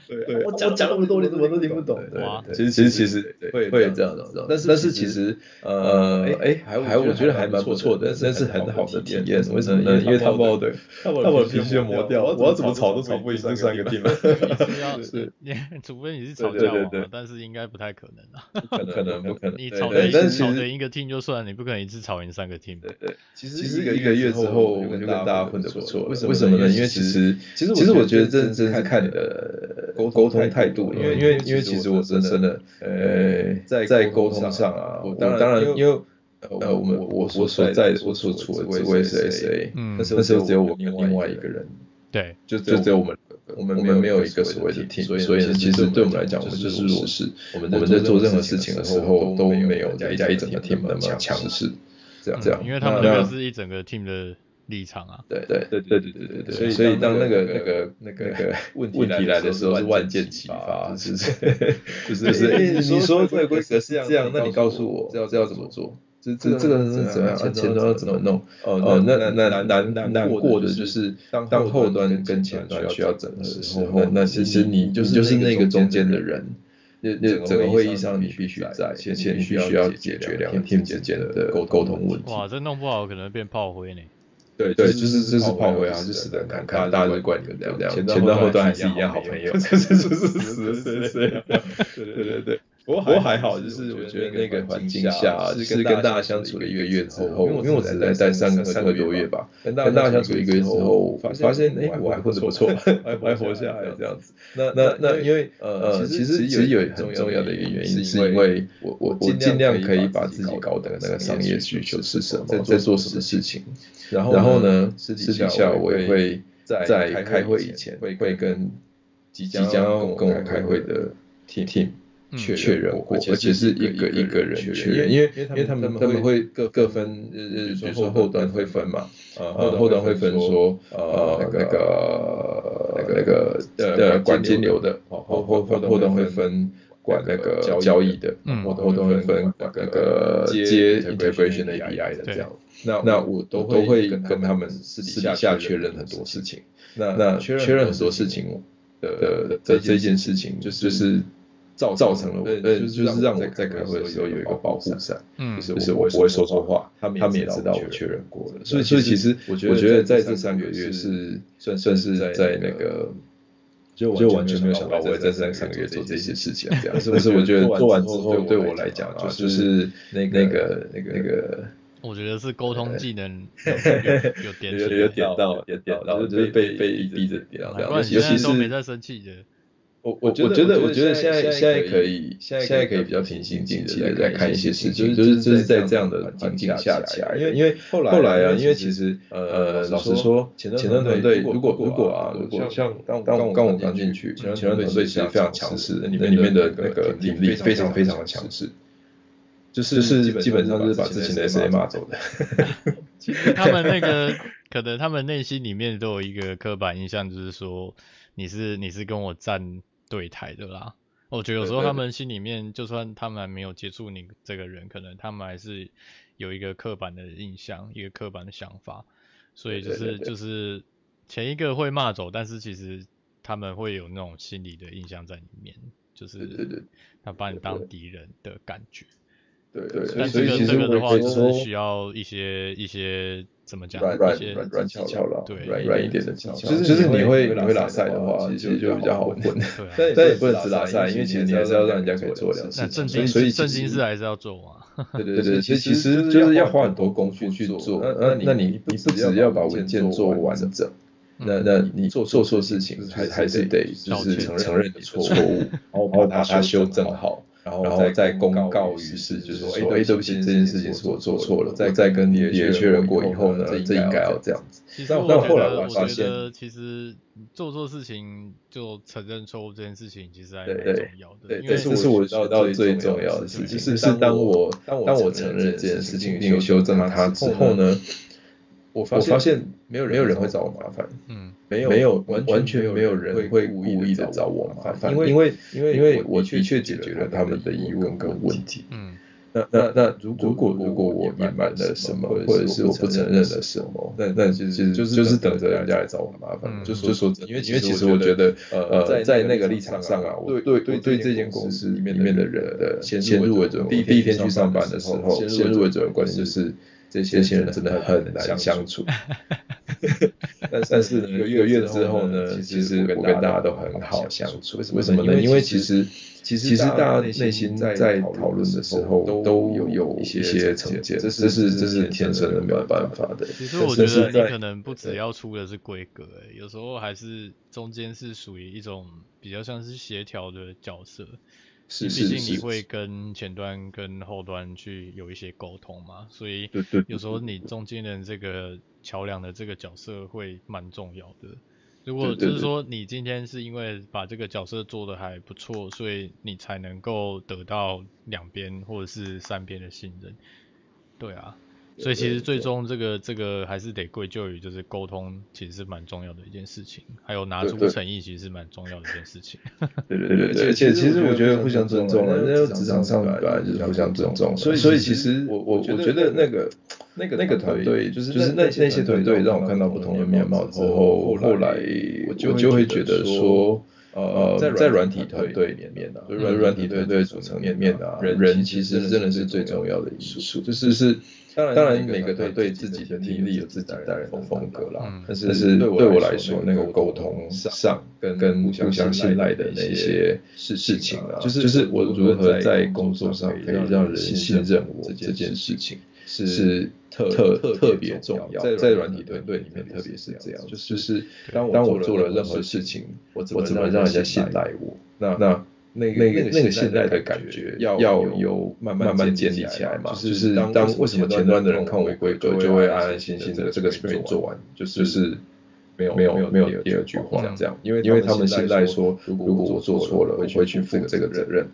S1: 对啊，我
S3: 讲
S1: 讲
S3: 那
S1: 那么
S3: 么
S1: 多，
S3: 多
S1: 你
S3: 你
S1: 怎
S3: 怎
S1: 么
S3: 么都
S1: 都听
S3: 听
S1: 不
S3: 不
S1: 懂
S3: 懂？
S1: 对
S2: 哇
S1: 对，
S3: 其实
S1: 其
S3: 其
S1: 实
S3: 实
S1: 对
S3: 会
S1: 会
S3: 有
S1: 有这
S3: 这
S1: 样
S3: 样
S1: 的
S3: 的
S1: 这样的
S3: 但
S1: 但
S3: 是
S1: 是其
S3: 其
S1: 实
S3: 实
S1: 呃，
S3: 呃，
S1: 哎，
S3: 哎，
S1: 还
S3: 还
S1: 我
S3: 我
S1: 觉
S3: 觉
S1: 得
S3: 得
S1: 还
S3: 还
S1: 蛮
S3: 蛮
S1: 不
S3: 不错
S1: 错的，
S3: 的，
S1: 那
S3: 那是
S1: 是很
S3: 很好
S1: 好的
S3: 的
S1: 体
S3: 体
S1: 验。
S3: 验。
S1: 为
S3: 为
S1: 什
S3: 什
S1: 么
S3: 么
S1: 呢？
S3: 呢？
S1: 因
S3: 因
S1: 为
S3: 为
S1: 他
S3: 他
S1: 把
S3: 把
S1: 我
S3: 我
S1: 的
S3: 的
S1: 他
S3: 他
S1: 把
S3: 把
S1: 我
S3: 我
S1: 的
S3: 的脾
S1: 脾气
S3: 气
S1: 就
S3: 就
S1: 磨
S3: 磨
S1: 掉
S3: 掉
S1: 了
S3: 了，
S1: 我要
S3: 我
S1: 怎
S3: 怎
S1: 么
S3: 么
S1: 吵
S3: 吵
S1: 都
S3: 都
S1: 吵
S3: 吵
S1: 不
S3: 不
S1: 赢
S3: 赢
S1: 这
S3: 这
S1: 三
S3: 三
S1: 个
S3: 个
S1: team
S3: 地
S2: 你
S3: 方。
S2: 是
S3: *laughs*
S2: 要
S3: 是，
S2: 你除非你是
S1: 对
S2: 吵
S1: 对
S2: 架
S1: 对
S2: 王
S1: 对
S2: 啊，，但是应该不太可能啊。
S1: 不可
S3: 不可
S1: 能不
S3: 能，
S1: 可
S3: 不可能。
S1: 能。
S2: 你
S1: 对
S2: 吵
S1: 对
S2: 得
S1: 但
S2: 赢
S1: 是
S2: 吵
S1: 其
S2: 得
S1: 实
S2: 赢一个 team 就算，你不可能一次吵赢三个 team 吧？
S1: 其
S3: 其
S1: 实
S3: 实
S1: 一
S3: 一
S1: 个
S3: 个
S1: 月
S3: 月
S1: 之
S3: 之
S1: 后，
S3: 后，
S1: 我
S3: 我就
S1: 就跟
S3: 跟
S1: 大
S3: 大
S1: 家
S3: 家
S1: 混
S3: 混
S1: 得
S3: 得
S1: 不
S3: 不
S1: 错
S3: 错
S1: 了
S3: 了。
S1: 为
S3: 为什
S1: 什
S3: 么
S1: 么
S3: 呢？
S1: 呢
S3: 因
S1: 因为
S3: 为
S1: 其
S3: 其
S1: 实
S3: 实，
S1: 其实我
S3: 其实我
S1: 觉
S3: 觉
S1: 得
S3: 得这真
S1: 这真是
S3: 是
S1: 看
S3: 看
S1: 你
S3: 你
S1: 的
S3: 的
S1: 沟
S3: 沟
S1: 通
S3: 通
S1: 态
S3: 态
S1: 度
S3: 度
S1: 了
S3: 了。
S1: 因
S3: 因
S1: 为
S3: 为
S1: 因
S3: 因
S1: 为
S3: 为
S1: 其
S3: 因
S1: 实
S3: 为其
S1: 其实
S3: 实
S1: 我
S3: 我
S1: 真
S3: 真
S1: 的
S3: 的，
S1: 呃
S3: 呃，
S1: 在
S3: 在
S1: 沟
S3: 沟通
S1: 通上
S3: 上
S1: 啊
S3: 啊，
S1: 我
S3: 我
S1: 当
S3: 当
S1: 然
S3: 然
S1: 因
S3: 因
S1: 为
S3: 为
S1: 呃
S3: 呃，
S1: 我
S3: 我
S1: 们
S3: 们
S1: 我
S3: 我
S1: 所
S3: 所
S1: 在
S3: 在
S1: 的
S3: 的
S1: 我
S3: 我
S1: 所
S3: 所
S1: 处
S3: 处
S1: 的
S3: 的
S1: 职位
S3: 位
S1: 是
S3: 是
S1: SA
S3: SA，那
S2: 嗯
S1: 那时
S3: 时
S1: 候
S3: 候
S1: 只
S3: 只
S1: 有
S3: 有
S1: 我
S3: 我跟
S1: 跟另
S3: 另
S1: 外
S3: 外
S1: 一
S3: 一
S1: 个
S3: 个
S1: 人
S3: 人，
S2: 对，
S1: 就
S3: 就只
S1: 只有
S3: 有
S1: 我
S3: 我
S1: 们
S3: 们，
S1: 我
S3: 我们
S1: 们没有
S3: 没
S1: 没有
S3: 有
S1: 一
S3: 一
S1: 个
S3: 个
S1: 所
S3: 所
S1: 谓
S3: 谓
S1: 的
S3: 的
S1: team，
S3: team，
S1: 所
S3: 所
S1: 以
S3: 以
S1: 呢
S3: 呢，其
S1: 其实
S3: 实
S1: 对
S3: 对
S1: 我
S3: 我
S1: 们
S3: 们
S1: 来
S3: 来
S1: 讲，
S3: 讲，
S1: 我
S3: 我们
S1: 们就
S3: 就是是
S1: 弱
S3: 弱
S1: 势
S3: 势，
S1: 我们
S3: 我
S1: 在
S3: 们
S1: 做
S3: 在做任
S1: 任何事
S3: 何事
S1: 情的时
S3: 情的时
S1: 候
S3: 候
S1: 都
S3: 都
S1: 没
S3: 没有
S1: 有人
S3: 人
S1: 家
S3: 家
S1: 一
S3: 一
S1: 整
S3: 整
S1: 个
S3: 个 team
S1: team 那
S3: 那
S1: 么
S3: 么
S1: 强
S3: 强
S1: 势
S3: 势，
S1: 这样
S2: 嗯
S1: 这样。
S2: 因为他们那
S1: 那
S2: 个是一整个 team 的立场啊。
S1: 对
S3: 对
S1: 对
S3: 对对
S1: 对对对
S3: 对
S1: 对，
S3: 对，
S1: 所
S3: 所
S1: 以
S3: 以
S1: 当
S3: 当
S1: 那
S3: 那
S1: 个
S3: 个那
S1: 那个
S3: 个
S1: 那
S3: 那
S1: 个
S3: 个
S1: 问题
S3: 问题
S1: 来
S3: 来
S1: 的
S3: 的
S1: 时
S3: 时
S1: 候
S3: 候
S1: 是
S3: 是
S1: 万
S3: 万
S1: 箭
S3: 箭
S1: 齐
S3: 齐
S1: 发
S3: 发，就是
S1: 就
S3: 是
S1: 就
S3: 就是是就
S1: 就
S3: 是是
S1: 哎
S3: 哎，
S1: 你
S3: 你
S1: 说
S3: 说
S1: 这个
S3: 这个规
S1: 规格
S3: 格
S1: 是
S3: 是
S1: 这
S3: 这
S1: 样，
S3: 样，
S1: 那
S3: 那
S1: 你
S3: 你
S1: 告
S3: 告
S1: 诉
S3: 诉
S1: 我
S3: 我
S1: 这
S3: 这
S1: 要
S3: 要
S1: 怎
S3: 怎
S1: 么
S3: 么
S1: 做
S3: 做？
S1: 这
S3: 这
S1: 这
S3: 这
S1: 个
S3: 个
S1: 人
S3: 人
S1: 是
S3: 是
S1: 怎
S3: 怎
S1: 样
S3: 样啊？
S1: 啊前
S3: 前端
S1: 端要
S3: 要
S1: 怎
S3: 怎
S1: 么
S3: 么
S1: 弄
S3: 弄？呃，那那
S1: 难
S3: 难
S1: 难
S3: 难
S1: 过
S3: 过
S1: 的
S3: 的
S1: 就
S3: 就是是
S1: 当
S3: 当
S1: 后
S3: 后端
S1: 端跟
S3: 跟
S1: 前
S3: 前
S1: 端
S3: 端
S1: 需
S3: 需
S1: 要
S3: 要
S1: 整
S3: 整合
S1: 合的
S3: 的
S1: 时
S3: 时
S1: 候
S3: 候，
S1: 那
S3: 那
S1: 其
S3: 其
S1: 实
S3: 实
S1: 你
S3: 你
S1: 就
S3: 就是是
S1: 那
S3: 那
S1: 个
S3: 个
S1: 中
S3: 中
S1: 间
S3: 间
S1: 的
S3: 的
S1: 人
S3: 人，
S1: 那
S3: 那
S1: 那整
S3: 整
S1: 个
S3: 个
S1: 会
S3: 会
S1: 议
S3: 议
S1: 上
S3: 上
S1: 你
S3: 你
S1: 必
S3: 必
S1: 须
S3: 须
S1: 在
S3: 在
S1: 先
S3: 先先
S1: 先需
S3: 需
S1: 要
S3: 要解
S1: 解决
S3: 决
S1: 两
S3: 两
S1: 天
S3: 天
S1: 之
S3: 之
S1: 间
S3: 间
S1: 的
S3: 的
S1: 沟
S3: 沟
S1: 沟
S3: 沟
S1: 通
S3: 通
S1: 问
S3: 问
S1: 题
S3: 题。
S2: 哇，这弄不好可能变炮灰呢。
S1: 对
S3: 对，
S1: 对，
S3: 就
S1: 就是
S3: 这
S1: 是这
S3: 是
S1: 是
S3: 炮
S1: 炮
S3: 灰
S1: 灰
S3: 啊，
S1: 啊，
S3: 就死
S1: 就死
S3: 的
S1: 的
S3: 很难
S1: 很难
S3: 看，
S1: 看，
S3: 大家
S1: 大家
S3: 就
S1: 就
S3: 怪
S1: 怪
S3: 你
S1: 你
S3: 们
S1: 们
S3: 这
S1: 两
S3: 样，
S1: 前
S3: 前
S1: 前
S3: 到
S1: 到
S3: 后端
S1: 后端
S3: 还
S1: 还
S3: 是
S1: 是
S3: 一
S1: 一
S3: 样
S1: 样
S3: 好
S1: 好
S3: 朋
S1: 朋
S3: 友，
S1: *laughs*
S3: *laughs*
S1: 友。
S3: 是是是
S1: 是
S3: 是
S1: 是
S3: 是
S1: 是
S3: 是。
S1: 对
S3: *laughs* 对
S1: 对
S3: 对
S1: 对
S3: 对，，
S1: 不
S3: 不
S1: 过
S3: 过
S1: 还
S3: 还
S1: 好，
S3: 好，
S1: 就
S3: 就是是
S1: 我
S3: 我
S1: 觉
S3: 觉
S1: 得
S3: 得
S1: 那
S3: 那个
S1: 个
S3: 环
S1: 环境
S3: 境
S1: 下
S3: 下
S1: 是
S3: 是
S1: 跟
S3: 跟
S1: 大
S3: 大
S1: 家
S3: 家
S1: 相
S3: 相
S1: 处
S3: 处
S1: 了
S3: 了
S1: 一
S3: 一
S1: 个
S3: 个
S1: 月
S3: 月
S1: 之
S3: 之
S1: 后，
S3: 后，
S1: 因
S3: 因
S1: 为
S3: 为
S1: 我
S3: 我
S1: 只
S3: 只
S1: 在
S3: 在
S1: 待
S3: 待
S1: 三
S3: 三
S1: 三
S3: 三
S1: 个
S3: 个
S1: 多
S3: 多
S1: 月
S3: 月
S1: 吧
S3: 吧，，
S1: 跟
S3: 跟
S1: 大
S3: 大
S1: 家
S3: 家相
S1: 相处
S3: 处
S1: 一
S3: 一
S1: 个
S3: 个
S1: 月
S3: 月之
S1: 之后
S3: 后，，
S1: 发
S3: 发
S1: 现
S3: 现
S1: 哎，
S3: 哎，
S1: 我
S3: 我
S1: 还
S3: 还
S1: 活
S3: 活得
S1: 得不
S3: 不
S1: 错哎
S3: 错，
S1: 我
S3: *laughs* 我
S1: 还
S3: 还
S1: 活
S3: 活
S1: 下
S3: 下
S1: 来
S3: 来
S1: 这
S3: 这
S1: 样
S3: 样
S1: 子
S3: 子。。
S1: 那那
S3: 那
S1: 那
S3: 那
S1: 因
S3: 因
S1: 为
S3: 为
S1: 呃，
S3: 呃，
S1: 其
S3: 其
S1: 实
S3: 实
S1: 只
S3: 只
S1: 有
S3: 有
S1: 很
S3: 很
S1: 重
S3: 重
S1: 要
S3: 要
S1: 的
S3: 的
S1: 一
S3: 一个
S1: 个原
S3: 原
S1: 因，
S3: 因，
S1: 是
S3: 是
S1: 因
S3: 因
S1: 为
S3: 为
S1: 我
S3: 我
S1: 我
S3: 我
S1: 尽
S3: 尽
S1: 量
S3: 量
S1: 可
S3: 可
S1: 以
S3: 以
S1: 把
S3: 把
S1: 自
S3: 自
S1: 己
S3: 己
S1: 搞
S3: 搞
S1: 懂
S3: 懂
S1: 那
S3: 那
S1: 个
S3: 个
S1: 商
S3: 商
S1: 业
S3: 业需
S1: 需求
S3: 求是
S1: 是
S3: 什
S1: 什么，
S3: 么，
S1: 在
S3: 在
S1: 做
S3: 做
S1: 什
S3: 什
S1: 么
S3: 么
S1: 事
S3: 事
S1: 情
S3: 情。。
S1: 然
S3: 然
S1: 后
S3: 后
S1: 呢
S3: 呢，，私
S1: 私
S3: 底
S1: 底下
S3: 下
S1: 我
S3: 我
S1: 也
S3: 也
S1: 会
S3: 会
S1: 在
S3: 在
S1: 开
S3: 开
S1: 会
S3: 会
S1: 以
S3: 以
S1: 前
S3: 前
S1: 会
S3: 会
S1: 跟
S3: 跟
S1: 即
S3: 即
S1: 将
S3: 将
S1: 要
S3: 要
S1: 跟
S3: 跟
S1: 我
S3: 我
S1: 开
S3: 开会
S1: 会的
S3: 的
S1: team
S3: team
S2: 嗯
S1: 确
S3: 确
S1: 认
S3: 认
S1: 过
S3: 过，
S1: 而
S3: 而
S1: 且
S3: 且
S1: 是
S3: 是
S1: 一
S3: 一
S1: 个
S3: 个
S1: 一
S3: 一
S1: 个
S3: 个
S1: 人
S3: 人
S1: 确
S3: 确
S1: 认
S3: 认，
S1: 因
S3: 因
S1: 为
S3: 为
S1: 因
S3: 因
S1: 为
S3: 为
S1: 他
S3: 他
S1: 们
S3: 们
S1: 他
S3: 他
S1: 们
S3: 们
S1: 会
S3: 会
S1: 各
S3: 各
S1: 分
S3: 分，
S1: 呃
S3: 呃
S1: 比
S3: 比
S1: 如
S3: 如
S1: 说
S3: 说
S1: 后
S3: 后
S1: 端
S3: 端
S1: 会
S3: 会
S1: 分
S3: 分
S1: 嘛
S3: 嘛，
S1: 呃
S3: 呃
S1: 后
S3: 后
S1: 端
S3: 端
S1: 会
S3: 会
S1: 分
S3: 分
S1: 说
S3: 说
S1: 呃
S3: 呃
S1: 那
S3: 那
S1: 个
S3: 个
S1: 那
S3: 那
S1: 个
S3: 个
S1: 呃
S3: 呃
S1: 管
S3: 管
S1: 金
S3: 金
S1: 流
S3: 流
S1: 的
S3: 的，哦
S1: 哦后
S3: 后
S1: 后
S3: 后
S1: 后
S3: 后
S1: 端
S3: 端
S1: 会
S3: 会
S1: 分
S3: 分管
S1: 管那
S3: 那个
S1: 个交
S3: 交
S1: 易
S3: 易
S1: 的
S3: 的，
S2: 嗯
S3: 后
S1: 后
S3: 后
S1: 端
S3: 端
S1: 会
S3: 会
S1: 分
S3: 分
S1: 那
S3: 那
S1: 个
S3: 个
S1: 接
S3: 接 integration
S1: integration API
S3: API
S1: 的
S3: 的
S1: 这
S3: 这
S1: 样
S3: 样。
S1: 那
S3: 那我
S1: 我我
S3: 我
S1: 都
S3: 都
S1: 会
S3: 会
S1: 跟
S3: 跟
S1: 他
S3: 他
S1: 们
S3: 们
S1: 私
S3: 私底
S1: 底下
S3: 下
S1: 确
S3: 确
S1: 认
S3: 认
S1: 很
S3: 很
S1: 多
S3: 多
S1: 事
S3: 事
S1: 情
S3: 情。
S1: 那
S3: 那
S1: 确
S3: 确认
S1: 认
S3: 很
S1: 很多
S3: 多
S1: 事
S3: 事
S1: 情
S3: 情
S1: 的
S3: 的
S1: 这
S3: 这
S1: 件
S3: 这
S1: 事
S3: 件事
S1: 情
S3: 情，
S1: 就
S3: 就是
S1: 是
S3: 是
S1: 造
S3: 造成
S1: 成了
S3: 了
S1: 我
S3: 我，
S1: 呃
S3: 呃，
S1: 就
S3: 就是
S1: 是让
S3: 让
S1: 我
S3: 我在
S1: 在开
S3: 开
S1: 会
S3: 会
S1: 的
S3: 的
S1: 时
S3: 时
S1: 候
S3: 候有
S1: 有一
S3: 一
S1: 个
S3: 个
S1: 保
S3: 保
S1: 护
S3: 护
S1: 伞
S3: 伞，
S2: 嗯
S3: 就是
S1: 就是
S3: 我
S1: 我
S3: 我不
S1: 不会
S3: 会
S1: 说
S3: 说
S1: 错
S3: 错
S1: 话
S3: 话，他
S1: 们
S3: 们
S1: 也
S3: 也
S1: 知
S3: 知
S1: 道
S3: 道我
S1: 我确
S3: 确
S1: 认
S3: 认
S1: 过
S3: 过
S1: 了
S3: 了，
S1: 所
S3: 所
S1: 以
S3: 以
S1: 所以
S3: 其
S1: 其
S3: 实
S1: 实
S3: 我觉
S1: 我觉
S3: 得
S1: 得在
S3: 在
S1: 这
S3: 这
S1: 三
S3: 三
S1: 个
S3: 个
S1: 月
S3: 月
S1: 是
S3: 是
S1: 算
S3: 算是
S1: 是在
S3: 在
S1: 那
S3: 那
S1: 个
S3: 个，
S1: 就
S3: 就
S1: 完
S3: 完
S1: 全
S3: 全没
S1: 没有
S3: 有想
S1: 想
S3: 到
S1: 到
S3: 我
S1: 我会
S3: 会在
S1: 在这
S3: 这
S1: 三
S3: 三
S1: 个
S3: 个
S1: 月
S3: 月
S1: 做
S3: 做这
S1: 这些
S3: 些
S1: 事
S3: 事
S1: 情
S3: 情
S1: 啊
S3: 啊， *laughs* 但是
S1: 但
S3: 但
S1: 是
S3: 是
S1: 我
S3: 我
S1: 觉
S3: 觉得做
S1: 得做完
S3: 完
S1: 之
S3: 之
S1: 后
S3: 后
S1: 对
S3: 对
S1: 我
S3: 我
S1: 来
S3: 来
S1: 讲
S3: 讲
S1: 啊
S3: 啊，
S1: 就
S3: 就是是
S1: 那
S3: 那
S1: 个
S3: 个
S1: 那
S3: 那
S1: 个
S3: 个
S2: 我觉得是沟通技能有有有点
S3: 有
S2: 起
S3: 有点
S2: 来，
S3: 到有点到，就是被被逼着点这
S2: 难
S3: 样
S2: 怪
S3: 的，
S2: 你
S3: 尤其
S2: 现在
S3: 是
S2: 都没在生气的。
S3: 我
S1: 我
S3: 我
S1: 觉
S3: 觉
S1: 得
S3: 得，
S1: 我
S3: 我
S1: 觉
S3: 觉
S1: 得
S3: 得现
S1: 现在
S3: 在
S1: 现
S3: 现
S1: 在
S3: 在
S1: 可
S3: 可
S1: 以
S3: 以，
S1: 现在
S3: 现在
S1: 可以
S3: 可以
S1: 比较
S3: 比较
S1: 平
S3: 平
S1: 心
S3: 心
S1: 静
S3: 静
S1: 气
S3: 气
S1: 地
S3: 的
S1: 来
S3: 来
S1: 看
S3: 看
S1: 一
S3: 一
S1: 些
S3: 些
S1: 事
S3: 事
S1: 情
S3: 情，
S1: 就
S3: 就是是
S1: 就
S3: 就是是
S1: 在
S3: 在
S1: 这
S3: 这
S1: 样
S3: 样
S1: 的
S3: 的
S1: 环
S3: 环
S1: 境
S3: 境
S1: 下
S3: 下
S1: 起
S3: 起
S1: 来
S3: 来的，
S1: 的因为
S3: 因为
S1: 后来啊
S3: 后来啊，
S1: 因为
S3: 因为
S1: 其
S3: 其实
S1: 呃
S3: 呃，老
S1: 老实
S3: 实
S1: 说
S3: 说，
S1: 前
S3: 前
S1: 端
S3: 端团
S1: 团队
S3: 队
S1: 如
S3: 如
S1: 果
S3: 果
S1: 如
S3: 如
S1: 果
S3: 果
S1: 啊
S3: 啊，
S1: 如
S3: 如
S1: 果
S3: 果
S1: 像
S3: 像
S1: 刚
S3: 刚
S1: 刚
S3: 刚刚
S1: 刚我
S3: 我
S1: 刚
S3: 刚
S1: 进
S3: 进
S1: 去
S3: 去，
S1: 前
S3: 前
S1: 端
S3: 端团
S1: 团队
S3: 队其
S1: 其实
S3: 实
S1: 非
S3: 非
S1: 常
S3: 常
S1: 强
S3: 强
S1: 势
S3: 势
S1: 的
S3: 的，
S1: 你
S3: 你
S1: 们
S3: 们
S1: 你
S3: 你
S1: 们
S3: 们
S1: 的
S3: 的
S1: 那
S3: 那个
S1: 个
S3: 体
S1: 体力
S3: 力
S1: 非
S3: 非
S1: 常
S3: 常
S1: 非
S3: 非
S1: 常
S3: 常
S1: 的
S3: 的
S1: 强
S3: 强
S1: 势
S3: 势，
S1: 就是
S3: 就是
S1: 基
S3: 基
S1: 本
S3: 本
S1: 上
S3: 上
S1: 就
S3: 就是是
S1: 把
S3: 把
S1: 之
S3: 之
S1: 前
S3: 前
S1: 的
S3: 的
S1: SMA
S3: SMA
S1: 骂
S3: 骂
S1: 走
S3: 走
S1: 的
S3: 的。
S2: 其实他们那个，可能他们内心里面都有一个刻板印象，就是说你是你是跟我站对台的啦。我觉得有时候他们心里面，就算他们还没有接触你这个人，可能他们还是有一个刻板的印象，一个刻板的想法。所以就是就是前一个会骂走，但是其实他们会有那种心理的印象在里面，就是他把你当敌人的感觉。
S3: 对
S1: 对
S3: 所
S2: 但
S3: 以
S2: 这
S3: 所以
S2: 个
S3: 其
S2: 这
S3: 实
S2: 个的
S3: 我
S2: 话，
S3: 可以
S2: 就是
S3: 说
S2: 需要一些一些怎么讲，
S3: 软
S2: 一
S3: 软
S2: 些
S3: 软软技巧啦，
S2: 对
S3: 软
S1: 软
S3: 软
S1: 一
S3: 一
S1: 点
S3: 点
S1: 的
S3: 的
S1: 技
S3: 技
S1: 巧
S3: 巧，就是
S1: 就是
S3: 你
S1: 你
S3: 会
S1: 会
S3: 你会
S1: 拉
S3: 拉塞
S1: 塞的
S3: 的
S1: 话
S3: 话，其
S1: 其实
S3: 实
S1: 就
S3: 就
S1: 比
S3: 比
S1: 较
S3: 较
S1: 好
S3: 好
S1: 混
S3: 混，
S2: 对啊
S3: 但
S1: 但
S3: 但
S1: 也
S3: 也
S1: 不
S3: 不
S1: 能
S3: 能
S1: 只
S3: 只
S1: 拉
S3: 拉
S1: 塞
S3: 塞，
S1: 因
S3: 因为
S1: 为其
S3: 其实
S1: 实你
S3: 你
S1: 还
S3: 还是要
S1: 是要让
S3: 让
S1: 人
S3: 人家
S1: 家给
S3: 给
S1: 我
S3: 我
S1: 点
S3: 点事
S1: 事
S2: 那
S3: 情，
S2: 正
S3: 所
S2: 经
S3: 以所以
S2: 正
S3: 其
S2: 经
S3: 实
S2: 事还是要做嘛。
S3: 对对
S1: 对对对，
S3: 对，其
S1: 其实
S3: 实
S1: 其
S3: 其实
S1: 实
S3: 就是
S1: 就
S3: 是
S1: 要
S3: 要
S1: 花
S3: 花
S1: 很
S3: 很
S1: 多
S3: 多
S1: 功
S3: 功
S1: 夫
S3: 夫
S1: 去
S3: 去
S1: 做
S3: 做。
S1: 那
S3: 那
S1: 那
S3: 那你
S1: 你你
S3: 你
S1: 不
S3: 不
S1: 只
S3: 只
S1: 要
S3: 要
S1: 把
S3: 把
S1: 文
S3: 文件
S1: 件做
S3: 做
S1: 完
S3: 完
S1: 整
S3: 整，
S2: 嗯
S3: 那
S1: 那
S3: 那
S1: 你
S3: 你
S1: 做
S3: 做做错
S1: 做错事
S3: 事
S1: 情
S3: 情
S1: 还
S3: 还
S1: 还
S3: 还
S1: 是
S3: 是
S1: 得
S3: 得
S1: 就
S3: 就是是
S1: 承
S3: 承
S1: 认
S3: 认
S1: 你
S3: 你
S1: 的
S3: 的
S1: 错
S3: 错
S1: 误
S3: 误，
S1: 然
S3: 然后
S1: 后把
S3: 把
S1: 它
S3: 它
S1: 修
S3: 修
S1: 正
S3: 正
S1: 好
S3: 好，
S1: 然
S3: 然
S1: 后
S3: 后
S1: 再
S3: 再
S1: 公
S3: 公
S1: 告
S3: 告
S1: 于
S3: 于
S1: 世
S3: 世，
S1: 就
S3: 就是是说，
S1: 说哎
S3: 哎，
S1: 对
S3: 对
S1: 不
S3: 不
S1: 起
S3: 起，这
S1: 这件
S3: 件
S1: 事
S3: 事情
S1: 情是
S3: 是
S1: 我
S3: 我
S1: 做
S3: 做
S1: 错
S3: 错
S1: 了
S3: 了，
S1: 再
S3: 再
S1: 再
S3: 再
S1: 跟
S3: 跟
S1: 你
S3: 你
S1: 的
S3: 的
S1: 确
S3: 确
S1: 认
S3: 认
S1: 过
S3: 过
S1: 以
S3: 以
S1: 后
S3: 后呢，
S1: 呢这
S3: 这
S1: 应
S3: 应
S1: 该
S3: 该
S1: 要
S3: 要
S1: 这
S3: 这
S1: 样
S3: 样
S1: 子
S3: 子。
S2: 其实
S3: 但
S2: 我
S3: 但
S2: 觉
S3: 后来
S2: 得，
S3: 我
S2: 我
S3: 发
S2: 觉
S3: 现，
S2: 得其实做错事情就承认错误这件事情，其实还蛮
S3: 对
S2: 重
S3: 对
S2: 要的。
S3: 对，
S2: 因
S3: 这
S2: 为
S3: 是
S1: 这是我
S3: 我
S1: 学
S3: 学
S1: 到
S3: 到最
S1: 最重
S3: 重
S1: 要
S3: 要
S1: 的
S3: 的
S1: 事
S3: 事
S1: 情
S3: 情，
S1: 就是
S3: 是
S1: 当
S3: 当
S1: 我
S3: 我
S1: 当我
S3: 当我
S1: 承
S3: 承
S1: 认
S3: 认
S1: 这
S3: 这
S1: 件
S3: 件
S1: 事
S3: 事
S1: 情
S3: 情，
S1: 并
S3: 并
S1: 修
S3: 修
S1: 正
S3: 正
S1: 了
S3: 了
S1: 它
S3: 它
S1: 之
S3: 之
S1: 后
S3: 后
S1: 呢
S3: 呢，
S1: 我
S3: 我
S1: 发
S3: 发
S1: 现
S3: 现
S1: 没有
S3: 没有
S1: 人
S3: 人
S1: 会
S3: 会
S1: 找
S3: 找
S1: 我
S3: 我
S1: 麻
S3: 麻
S1: 烦
S3: 烦，
S2: 嗯，
S1: 没有
S3: 没有
S1: 完
S3: 完
S1: 完
S3: 完
S1: 全
S3: 全
S1: 没
S3: 没
S1: 有
S3: 有人
S1: 人会
S3: 会
S1: 故
S3: 故
S1: 意
S3: 意
S1: 的
S3: 的
S1: 找
S3: 找
S1: 我
S3: 我
S1: 麻
S3: 麻
S1: 烦
S3: 烦，
S1: 因为
S3: 因为
S1: 因为
S3: 因
S1: 我
S3: 为
S1: 的
S3: 我
S1: 确
S3: 的确
S1: 解
S3: 解
S1: 决
S3: 决
S1: 了
S3: 了
S1: 他
S3: 他
S1: 们
S3: 们
S1: 的
S3: 的
S1: 疑
S3: 疑
S1: 问
S3: 问跟
S1: 跟问
S3: 问
S1: 题
S3: 题。
S2: 嗯，
S3: 那
S1: 那
S3: 那
S1: 那
S3: 那
S1: 如
S3: 如果
S1: 果如
S3: 如
S1: 果
S3: 果
S1: 我
S3: 我隐
S1: 隐瞒
S3: 瞒
S1: 了
S3: 了
S1: 什
S3: 什
S1: 么
S3: 么，
S1: 或
S3: 或
S1: 者
S3: 者
S1: 是
S3: 是
S1: 我
S3: 我
S1: 不
S3: 不
S1: 承
S3: 承
S1: 认
S3: 认
S1: 了
S3: 了
S1: 什
S3: 什
S1: 么
S3: 么，
S1: 那
S3: 那
S1: 那
S3: 那
S1: 就
S3: 就是是
S1: 就
S3: 就是是
S1: 等
S3: 等
S1: 着
S3: 着
S1: 人
S3: 人
S1: 家
S3: 家
S1: 来
S3: 来
S1: 找
S3: 找我
S1: 我麻
S3: 麻
S1: 烦
S3: 烦。
S2: 就
S3: 就是是说，
S1: 因为
S3: 因
S1: 其
S3: 为
S1: 实
S3: 其
S1: 我
S3: 实
S1: 觉
S3: 我
S1: 得
S3: 觉得，
S1: 呃
S3: 呃，
S1: 在
S3: 在
S1: 那
S3: 那
S1: 个
S3: 个
S1: 立
S3: 立
S1: 场
S3: 场
S1: 上
S3: 上
S1: 啊
S3: 啊，
S1: 对
S3: 对
S1: 对
S3: 对
S1: 这
S3: 对
S1: 间
S3: 这间
S1: 公司
S3: 公司
S1: 里
S3: 里
S1: 面
S3: 面
S1: 的
S3: 的
S1: 人
S3: 人
S1: 的
S3: 的
S1: 先
S3: 先
S1: 入
S3: 入
S1: 为
S3: 为
S1: 准
S3: 准，
S1: 第
S3: 第
S1: 第一
S3: 一天
S1: 天去
S3: 去
S1: 上
S3: 上
S1: 班
S3: 班
S1: 的
S3: 的
S1: 时
S3: 时
S1: 候
S3: 候，
S1: 先
S3: 先
S1: 入
S3: 入
S1: 为
S3: 为
S1: 准
S3: 准
S1: 的
S3: 的
S1: 观
S3: 观
S1: 念
S3: 念
S1: 就
S3: 就是是
S1: 这
S3: 这
S1: 些
S3: 些
S1: 人
S3: 人
S1: 真
S3: 真
S1: 的
S3: 的
S1: 很
S3: 很
S1: 难
S3: 难
S1: 相
S3: 相
S1: 处
S3: 处。
S1: 但
S3: *laughs* 但
S1: 是
S3: 是
S1: 呢，
S3: 呢，
S1: 一
S3: 一
S1: 个
S3: 个
S1: 月
S3: 月
S1: 之
S3: 之
S1: 后
S3: 后
S1: 呢，
S3: 呢，
S1: 其
S3: 其
S1: 实
S3: 实
S1: 我
S3: 我
S1: 跟
S3: 跟大
S1: 大家
S3: 家
S1: 都
S3: 都
S1: 很
S3: 很
S1: 好
S3: 好
S1: 相
S3: 相
S1: 处。
S3: 处。
S1: 为
S3: 为
S1: 什
S3: 什
S1: 么
S3: 么
S1: 呢？
S3: 呢？
S1: 因
S3: 因
S1: 为
S3: 为
S1: 其
S3: 其
S1: 实
S3: 实
S1: 其实
S3: 其实
S1: 大家
S3: 大家
S1: 内
S3: 内
S1: 心
S3: 心
S1: 在
S3: 在
S1: 讨
S3: 讨
S1: 论
S3: 论
S1: 的
S3: 的
S1: 时
S3: 时候
S1: 候都
S3: 都
S1: 有
S3: 有
S1: 一
S3: 一
S1: 些
S3: 些
S1: 成
S3: 成见，
S1: 见
S3: 这
S1: 这是
S3: 是
S1: 这
S3: 这
S1: 是
S3: 是
S1: 天
S3: 天
S1: 生
S3: 生
S1: 的
S3: 的
S1: 没
S3: 没
S1: 有
S3: 有
S1: 办
S3: 办
S1: 法
S3: 法
S1: 的
S3: 的。
S2: 其实我
S3: 甚
S2: 觉
S3: 至
S2: 得你
S3: 在
S2: 可能不只要出的是规格、欸，有时候还是中间是属于一种比较像是协调的角色。
S3: 是
S2: 毕
S3: 是
S2: 竟你
S3: 是，
S2: 会跟前端跟后端去有一些沟通嘛，所以
S3: 对对
S2: 有时候你中间人这个桥梁的这个角色会蛮重要的。如果
S3: 对对
S2: 就是
S3: 对
S2: 说你今天是因为把这个角色做的还不错，所以你才能够得到两边或者是三边的信任，对啊。所以其实最终这个这个还是得归咎于就是沟通，其实是蛮重要的一件事情，还有拿
S3: 对
S2: 出
S3: 对
S2: 诚意其实是蛮重要的一件事情。
S3: 对对对对，而且其实我觉得互相尊重啊，因为职场上本来就是互相尊重的，所以其实我我我觉得那个那个那个团队就是就是那那些团队让我看到不同的面貌之后，后来我就会觉得说。呃，在软体团队里面啊，就是软软体团队组成里面啊，人其实真的是最重要的因素，就是是，当然每个团队自己的听力有自己带人的风格啦，
S2: 嗯
S3: 但是对我来说，那个沟通上跟跟互相信赖的那些事事情啊，就是就是我如何在工作上可以让人信任我这件事情是特特别重要，在软体团队里面特别是这样，就是当当我做了任何事情，我怎么让人家信赖我？那那那个那个那个信赖的感觉要有慢慢建立起来嘛，就是当为什么前端的人看我规格就会安安心心的这个 sprint 做完，就是没有没有没有第二句话这样，因为因为他们信赖说，如果我做错了，我会去负这个责任，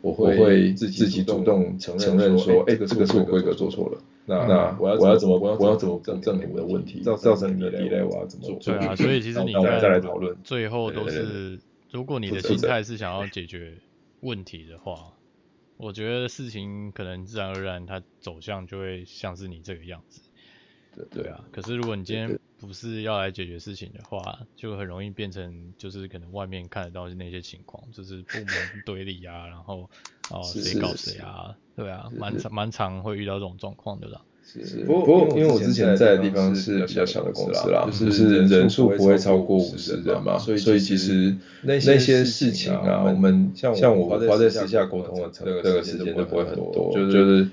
S3: 我会自己主动承认说，哎，这个是我规格做错了。那那我要怎么我要怎么更正你的问题，造造成你的 delay，我要怎么做？
S2: 对啊，所以其实你
S3: 那我们
S2: 看
S3: 再来讨论
S2: 最后都
S3: 对对对
S2: 是，如果你的
S3: 负责
S2: 心态是想要解决问题的话，我觉得事情可能自然而然它走向就会像是你这个样子。
S3: 对
S2: 对啊，可是如果你今天不是要来解决事情的话，就很容易变成就是可能外面看得到的那些情况，就是部门对立啊，然后哦
S3: 是
S2: 谁
S3: 是
S2: 搞
S3: 是
S2: 谁啊，对啊，蛮常蛮常会遇到这种状况的啦。
S3: 是，不过因为我之前在的地方是比较小的公司啦，就是人数不会超过五十人嘛，所以其实那些事情啊，我们像我花在私下沟通的那个时间就不会很多，就是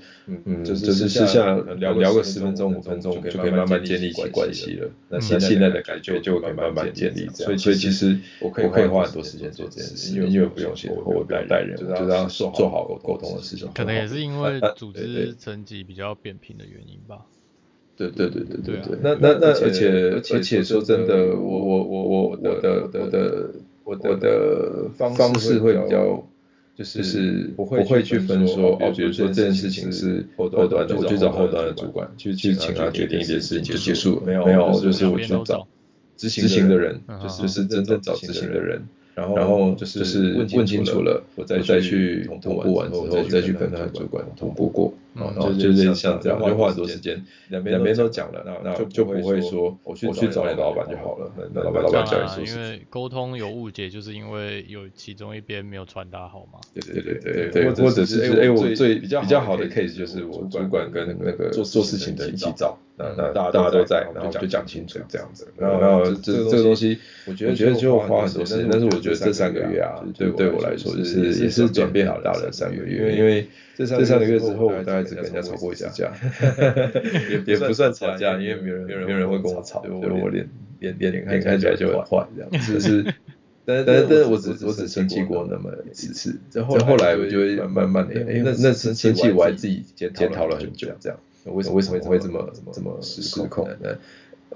S3: 嗯，就是私下聊个十分钟五分钟，就可以慢慢建立起关系了。那现在的感觉就可以慢慢建立这样，所以其实我可以花很多时间做这件事，因为不用写，我不用带人，就是要做好沟通的事情。
S2: 可能也是
S3: 啊
S2: 因为组织层级比较扁平的原因吧。
S3: 对对对对对对，那那那而且而且说真的，我我我我我的我的我的方式会比较，就是不会去分说哦，比如说这件事情是后端的，我去找后端的主管去去请他决定一件事情就结束了，没有没有，就是我去找执行的人，
S2: 嗯
S3: 就是就是真正找执行的人。然后，然后就是问清楚了，我再再去同步完之后，再去跟他主管同步过，嗯然后就是像这样，就花很多时间，两边两边都讲了，那那就不会说我去找你老板就好了，那老板老板讲
S2: 一啊因为沟通有误解，就是因为有其中一边没有传达好嘛。
S3: 对对对对对，或者是哎，我最比较比较好的 case 就是我主管跟那个做做事情的一起找，那那大家都在，然后就讲清楚这样子，然后然后这这个东西，我觉得觉得就花很多时间，但是我。觉得这三个月啊，对对我来说就是也是转变很大的三个月，因为这三个月之后，我大概只跟人家吵过一次架，也也不算吵架，因为没有人没有人会跟我吵，所以我脸脸脸脸看起来就很坏这样，只是，但是但是但是我只我只生气过那么一次，然后后来我就会慢慢的，哎，那那次生气我还自己检检讨了很久，这样为什么为什么会这么这么失控呢？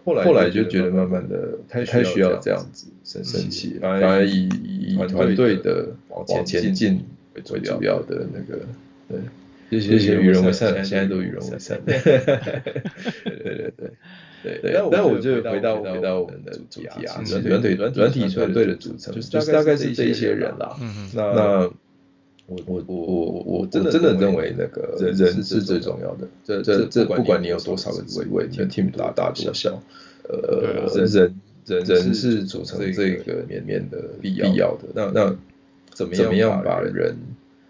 S3: 后来后来就觉得慢慢的太太需要这样子生生气，反而以以团队的往前进为主要的那个，对，谢谢谢与人为善，现在都与人为善，对对对对。但但我就回到回到我们的主题啊，软体软软体团队的组成，就是大概是这一些人啦。那我我我我我真的真的认为那个人是最重要的，这这这不管你有多少个职位，你的 team 大大小小，呃，人人人是组成这个里面的必要的。那那怎么怎么样把人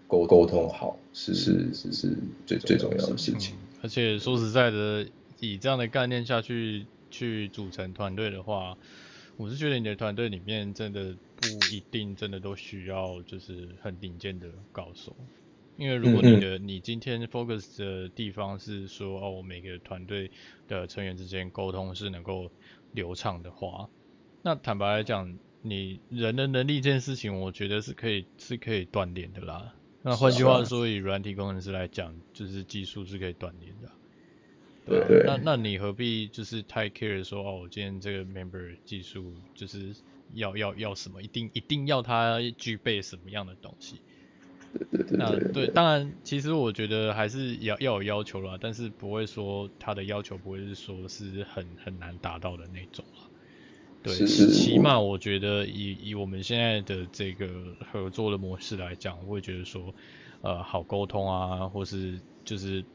S3: 沟沟通好，是是是是最最重要的事情。
S2: 而且说实在的，以这样的概念下去去组成团队的话，我是觉得你的团队里面真的。不一定真的都需要就是很顶尖的高手，因为如果你的你今天 focus 的地方是说哦，我每个团队的成员之间沟通是能够流畅的话，那坦白来讲，你人的能力这件事情，我觉得是可以是可以锻炼的啦。那换句话说，以软体工程师来讲，就是技术是可以锻炼的。啊
S3: 对对。
S2: 那那你何必就是太 care 说哦，我今天这个 member 技术就是。要要要什么？一定一定要他具备什么样的东西？
S3: 对对对
S2: 对。当然，其实我觉得还是要要有要求啦，但是不会说他的要求不会是说是很很难达到的那种啦。对，起码我觉得以以我们现在的这个合作的模式来讲，我会觉得说，呃，好沟通啊，或是就是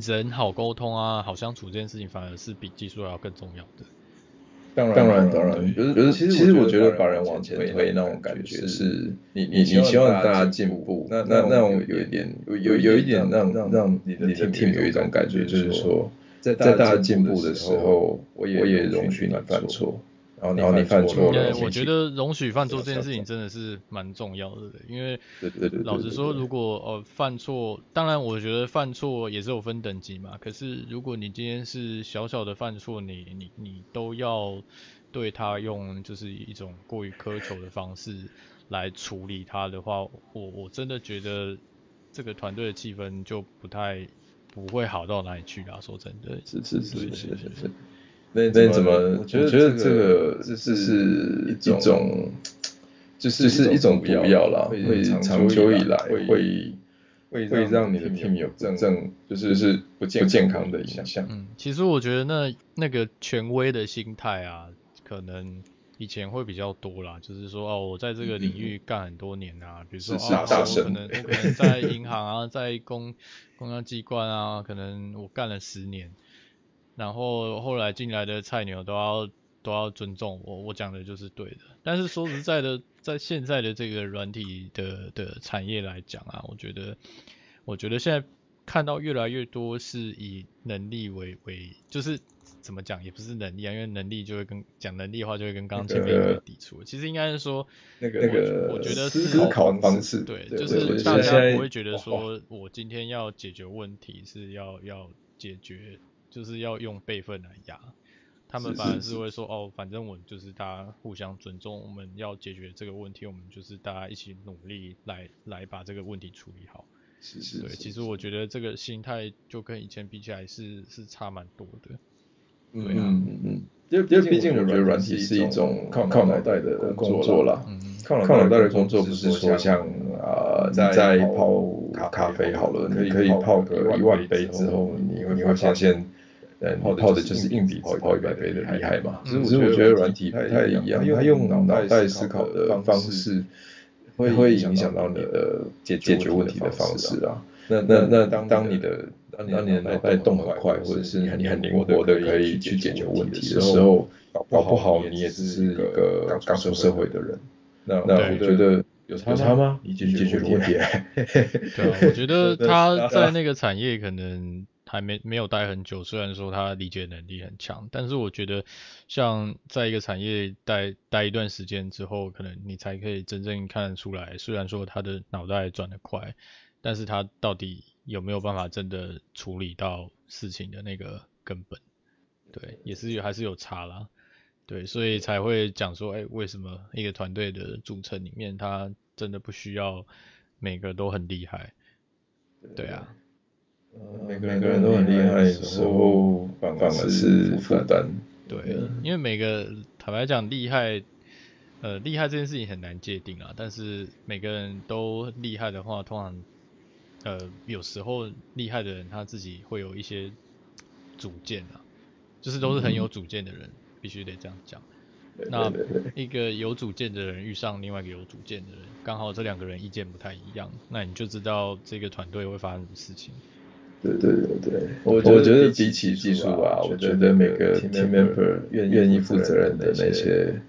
S2: 人好沟通啊，好相处这件事情，反而是比技术要更重要的。
S3: 当然，当然，当然，就是就是，其实我觉得把人往前推那种感觉是，你你你希望大家进步，那那那种有一点有有一点让让你的 team 有一种感觉，就是说，在大家进步的时候，我也容许你犯错，然后然后你犯错了，
S2: 我觉得容许犯
S3: 啊
S2: 错这件事情真的是蛮重要的，因为老实说，如果呃犯错，当然我觉得犯错也是有分等级嘛，可是如果你今天是小小的犯错，你你你都要对他用就是一种过于苛求的方式来处理他的话，我我真的觉得这个团队的气氛就不太不会好到哪里去啦。说真的，
S3: 是是是是是是。那那怎么？我觉得这个就是一种，就是是一种毒药啦，会长久以来会会让你的 team 有正正就是是不健健康的影响。
S2: 嗯，其实我觉得那那个权威的心态啊，可能以前会比较多啦，就是说哦，我在这个领域干很多年啊，比如说啊，我可能我可能在银行啊，在公公安机关啊，可能我干了十年。然后后来进来的菜鸟都要都要尊重我，我讲的就是对的。但是说实在的，在现在的这个软体的的产业来讲啊，我觉得我觉得现在看到越来越多是以能力为为，就是怎么讲也不是能力啊，因为能力就会跟讲能力的话就会跟刚刚前面有点抵触。其实应该是说，
S3: 那个
S2: 我
S3: 那个
S2: 我觉得是
S1: 思考方式，
S2: 对，
S3: 对
S2: 就
S3: 我
S2: 是
S3: 觉
S2: 大
S3: 得现
S2: 家
S3: 在
S2: 不会觉得
S3: 哇
S2: 说我今天要解决问题是要要解决，就是要用辈分来压。他们
S1: 是
S2: 反而
S1: 是
S2: 是会说哦，反正我们就是大家互相尊重，我们要解决这个问题，我们就是大家一起努力来来把这个问题处理好。
S1: 是是
S2: 对，其实我觉得这个心态就跟以前比起来是是差蛮多的。
S1: 嗯
S2: 对啊
S1: 嗯嗯，
S3: 因为
S1: 因
S3: 因
S1: 为
S3: 为毕
S1: 毕
S3: 竟
S1: 竟
S3: 我觉得
S1: 我觉得
S3: 软
S1: 软
S3: 体
S1: 体
S3: 是
S1: 是
S3: 一
S1: 一
S3: 种
S1: 种
S3: 靠靠
S1: 靠
S3: 脑
S1: 靠
S3: 袋
S1: 脑袋
S3: 的工
S1: 的工
S3: 作
S1: 作
S3: 啦
S1: 啦。
S2: 嗯
S1: 靠脑
S3: 靠脑
S1: 袋
S3: 袋的
S1: 的
S3: 工
S1: 工
S3: 作
S1: 作
S3: 不
S1: 不
S3: 是
S1: 是
S3: 说像
S1: 说像
S3: 呃
S1: 呃
S3: 在
S1: 在
S3: 泡
S1: 泡
S3: 咖
S1: 咖
S3: 啡
S1: 啡
S3: 好
S1: 好
S3: 了
S1: 了，
S3: 你
S1: 你
S3: 可
S1: 可
S3: 以
S1: 以
S3: 泡
S1: 泡
S3: 个
S1: 个
S3: 一
S1: 一
S3: 万
S1: 万
S3: 杯
S1: 杯
S3: 之
S1: 之
S3: 后
S1: 后，
S3: 你
S1: 你
S3: 会
S1: 会
S3: 你会
S1: 你会
S3: 发现
S1: 发现，
S3: 呃你
S1: 呃，你
S3: 泡
S1: 泡
S3: 的就
S1: 的就是是
S3: 硬
S1: 硬
S3: 笔
S1: 笔
S3: 才
S1: 才
S3: 会
S1: 会
S3: 一
S1: 一
S3: 百倍的
S1: 百倍的
S3: 厉
S1: 厉
S3: 害
S1: 害
S3: 嘛
S1: 嘛。
S3: 只是我
S1: 只是我
S3: 觉
S1: 觉
S3: 得
S1: 得
S3: 软
S1: 软
S3: 体
S1: 体
S3: 不
S1: 不
S3: 太
S1: 太
S3: 一
S1: 一
S3: 样
S1: 样，
S3: 它
S1: 它
S3: 用
S1: 用
S3: 脑
S1: 脑
S3: 袋
S1: 袋
S3: 思
S1: 思
S3: 考
S1: 考
S3: 的
S1: 的
S3: 方
S1: 方
S3: 式
S1: 式，
S3: 会
S1: 会
S3: 影
S1: 影
S3: 响
S1: 响
S3: 到
S1: 到
S3: 你
S1: 你
S3: 的
S1: 的
S3: 解
S1: 解
S3: 决
S1: 决
S3: 问
S1: 问
S3: 题
S1: 题
S3: 的
S1: 的
S3: 方
S1: 方
S3: 式
S1: 式
S3: 啊
S1: 啊。
S3: 那
S1: 那
S3: 那
S1: 那
S3: 当
S1: 当
S3: 你
S1: 你
S3: 的
S1: 的
S3: 当你
S1: 当
S3: 的
S1: 你的
S3: 脑
S1: 脑
S3: 袋
S1: 袋
S3: 动
S1: 动
S3: 很
S1: 很
S3: 快，
S1: 快，
S3: 或
S1: 或
S3: 者
S1: 者
S3: 是
S1: 是
S3: 你
S1: 你
S3: 很
S1: 很
S3: 灵
S1: 灵
S3: 活
S1: 活
S3: 的
S1: 的
S3: 可
S1: 可
S3: 以
S1: 以
S3: 去
S1: 去
S3: 解
S1: 解
S3: 决
S1: 决
S3: 问
S1: 问
S3: 题
S1: 题
S3: 的
S1: 的
S3: 时
S1: 时
S3: 候，
S1: 候，
S3: 搞
S1: 搞
S3: 不
S1: 不
S3: 好
S1: 好
S3: 你
S1: 你
S3: 也
S1: 也
S3: 只
S1: 只
S3: 是
S1: 是
S3: 一
S1: 一
S3: 个
S1: 个
S3: 刚
S1: 刚
S3: 出社
S1: 出社
S3: 会
S1: 会
S3: 的
S1: 的
S3: 人
S1: 人。
S3: 那
S1: 那
S3: 我
S1: 我
S3: 觉
S1: 觉
S3: 得
S1: 得
S3: 有
S1: 有
S3: 差
S1: 差
S3: 吗
S1: 吗？
S3: 你
S1: 你
S3: 解
S1: 解
S3: 决
S1: 决
S3: 问
S1: 问
S3: 题
S1: 题。
S3: *laughs*
S2: 对啊，我觉得
S3: 对
S2: 他
S3: 对啊
S2: 在那个产业可能还没没有待很久，虽然说他理解能力很强，但是我觉得像在一个产业待待一段时间之后，可能你才可以真正看得出来，虽然说他的脑袋转得快，但是他到底有没有办法真的处理到事情的那个根本？对，也是有还是有差啦。对，所以才会讲说，哎、为什么一个团队的组成里面，他真的不需要每个都很厉害？对啊，
S3: 呃
S1: 每
S3: 每
S1: 个
S3: 个
S1: 人
S3: 人都
S1: 都
S3: 很
S1: 很
S3: 厉
S1: 厉
S3: 害
S1: 害
S3: 的
S1: 的
S3: 时
S1: 时
S3: 候
S1: 候，
S3: 反而
S1: 反而
S3: 是
S1: 是
S3: 负
S1: 负
S3: 担
S1: 担。
S2: 对，
S3: 嗯
S2: 因为每个坦白讲，厉害，呃，厉害这件事情很难界定啊。但是每个人都厉害的话，通常，呃，有时候厉害的人他自己会有一些主见啊，就是都是很有主见的人，必须得这样讲。那
S3: 对对对
S2: 一个有主见的人遇上另外一个有主见的人，刚好这两个人意见不太一样，那你就知道这个团队会发生什么事情。
S3: 对对对对，
S1: 我
S3: 我
S1: 觉
S3: 觉
S1: 得
S3: 得
S1: 比
S3: 比起
S1: 起
S3: 技
S1: 技
S3: 术
S1: 术
S3: 啊
S1: 啊，
S3: 我
S1: 我
S3: 觉
S1: 觉
S3: 得
S1: 得
S3: 每个
S1: 每个
S3: team
S1: team
S3: member
S1: member
S3: 愿
S1: 愿
S3: 意
S1: 意
S3: 负
S1: 负
S3: 责
S1: 责
S3: 任
S1: 任
S3: 的
S1: 的
S3: 那些
S1: 那些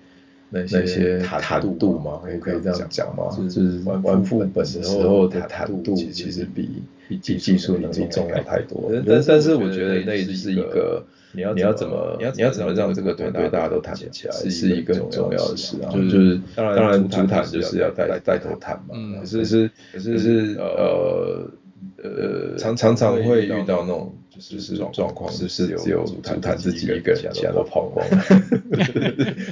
S3: 那
S1: 那
S3: 些
S1: 些
S3: 谈
S1: 谈
S3: 度
S1: 度
S3: 嘛
S1: 嘛，
S3: 可
S1: 可
S3: 以可
S1: 以可
S3: 以这
S1: 以这
S3: 样
S1: 样
S3: 讲
S1: 讲
S3: 嘛
S1: 嘛，
S3: 就是
S1: 玩
S3: 玩副
S1: 副
S3: 本
S1: 本
S3: 的
S1: 的
S3: 时
S1: 时
S3: 候
S1: 候
S3: 的
S1: 的
S3: 谈
S1: 谈
S3: 度
S1: 度
S3: 其
S1: 其
S3: 实
S1: 实
S3: 比
S1: 比
S3: 比
S1: 比
S3: 技
S1: 技
S3: 术
S1: 术
S3: 能
S1: 能
S3: 力
S1: 力
S3: 重
S1: 重
S3: 要
S1: 要
S3: 太
S1: 太
S3: 多
S1: 多
S3: 了
S1: 了。
S3: 但
S1: 但
S3: 但
S1: 但
S3: 是
S1: 是
S3: 我
S1: 我
S3: 觉
S1: 觉
S3: 得
S1: 得
S3: 那
S1: 那
S3: 也
S1: 也
S3: 是
S1: 是
S3: 一
S1: 一
S3: 个
S1: 个
S3: 你要
S1: 你要
S3: 怎
S1: 怎
S3: 么
S1: 么
S3: 你
S1: 你
S3: 要怎
S1: 要怎
S3: 么
S1: 么
S3: 让
S1: 让
S3: 这
S1: 这
S3: 个
S1: 个
S3: 团
S1: 团
S3: 队
S1: 队
S3: 大
S1: 大
S3: 家
S1: 家
S3: 都
S1: 都
S3: 谈
S1: 谈
S3: 得
S1: 得
S3: 起
S1: 起
S3: 来
S1: 来，
S3: 是
S1: 是
S3: 一
S1: 一
S3: 个
S1: 个
S3: 很
S1: 很
S3: 重
S1: 重
S3: 要
S1: 要
S3: 的
S1: 的
S3: 事
S1: 事
S3: 啊
S1: 啊。
S3: 就是
S1: 当
S3: 当然
S1: 然，
S3: 主
S1: 主
S3: 谈
S1: 谈
S3: 就
S1: 就是是
S3: 要
S1: 要
S3: 带带
S1: 带带
S3: 头
S1: 头
S3: 谈
S1: 谈
S3: 嘛
S1: 嘛。
S2: 嗯
S1: 可
S3: 可
S1: 是
S3: 是
S1: 可
S3: 可是
S1: 是
S3: 呃
S1: 呃
S3: 呃
S1: 呃，
S3: 常常
S1: 常常
S3: 常
S1: 常
S3: 会遇
S1: 会遇
S3: 到那
S1: 到
S3: 种
S1: 那种
S3: 就
S1: 就是是
S3: 状
S1: 状
S3: 况
S1: 况，
S3: 就
S1: 就是是
S3: 只
S1: 只
S3: 有
S1: 有
S3: 主
S1: 主
S3: 谈
S1: 谈
S3: 谈
S1: 谈
S3: 自
S1: 自
S3: 己
S1: 己
S3: 一
S1: 一
S3: 个
S1: 个
S3: 人
S1: 人，
S3: 其
S1: 其
S3: 他
S1: 他
S3: 都
S1: 都
S3: 跑
S1: 跑
S3: 光
S1: 光。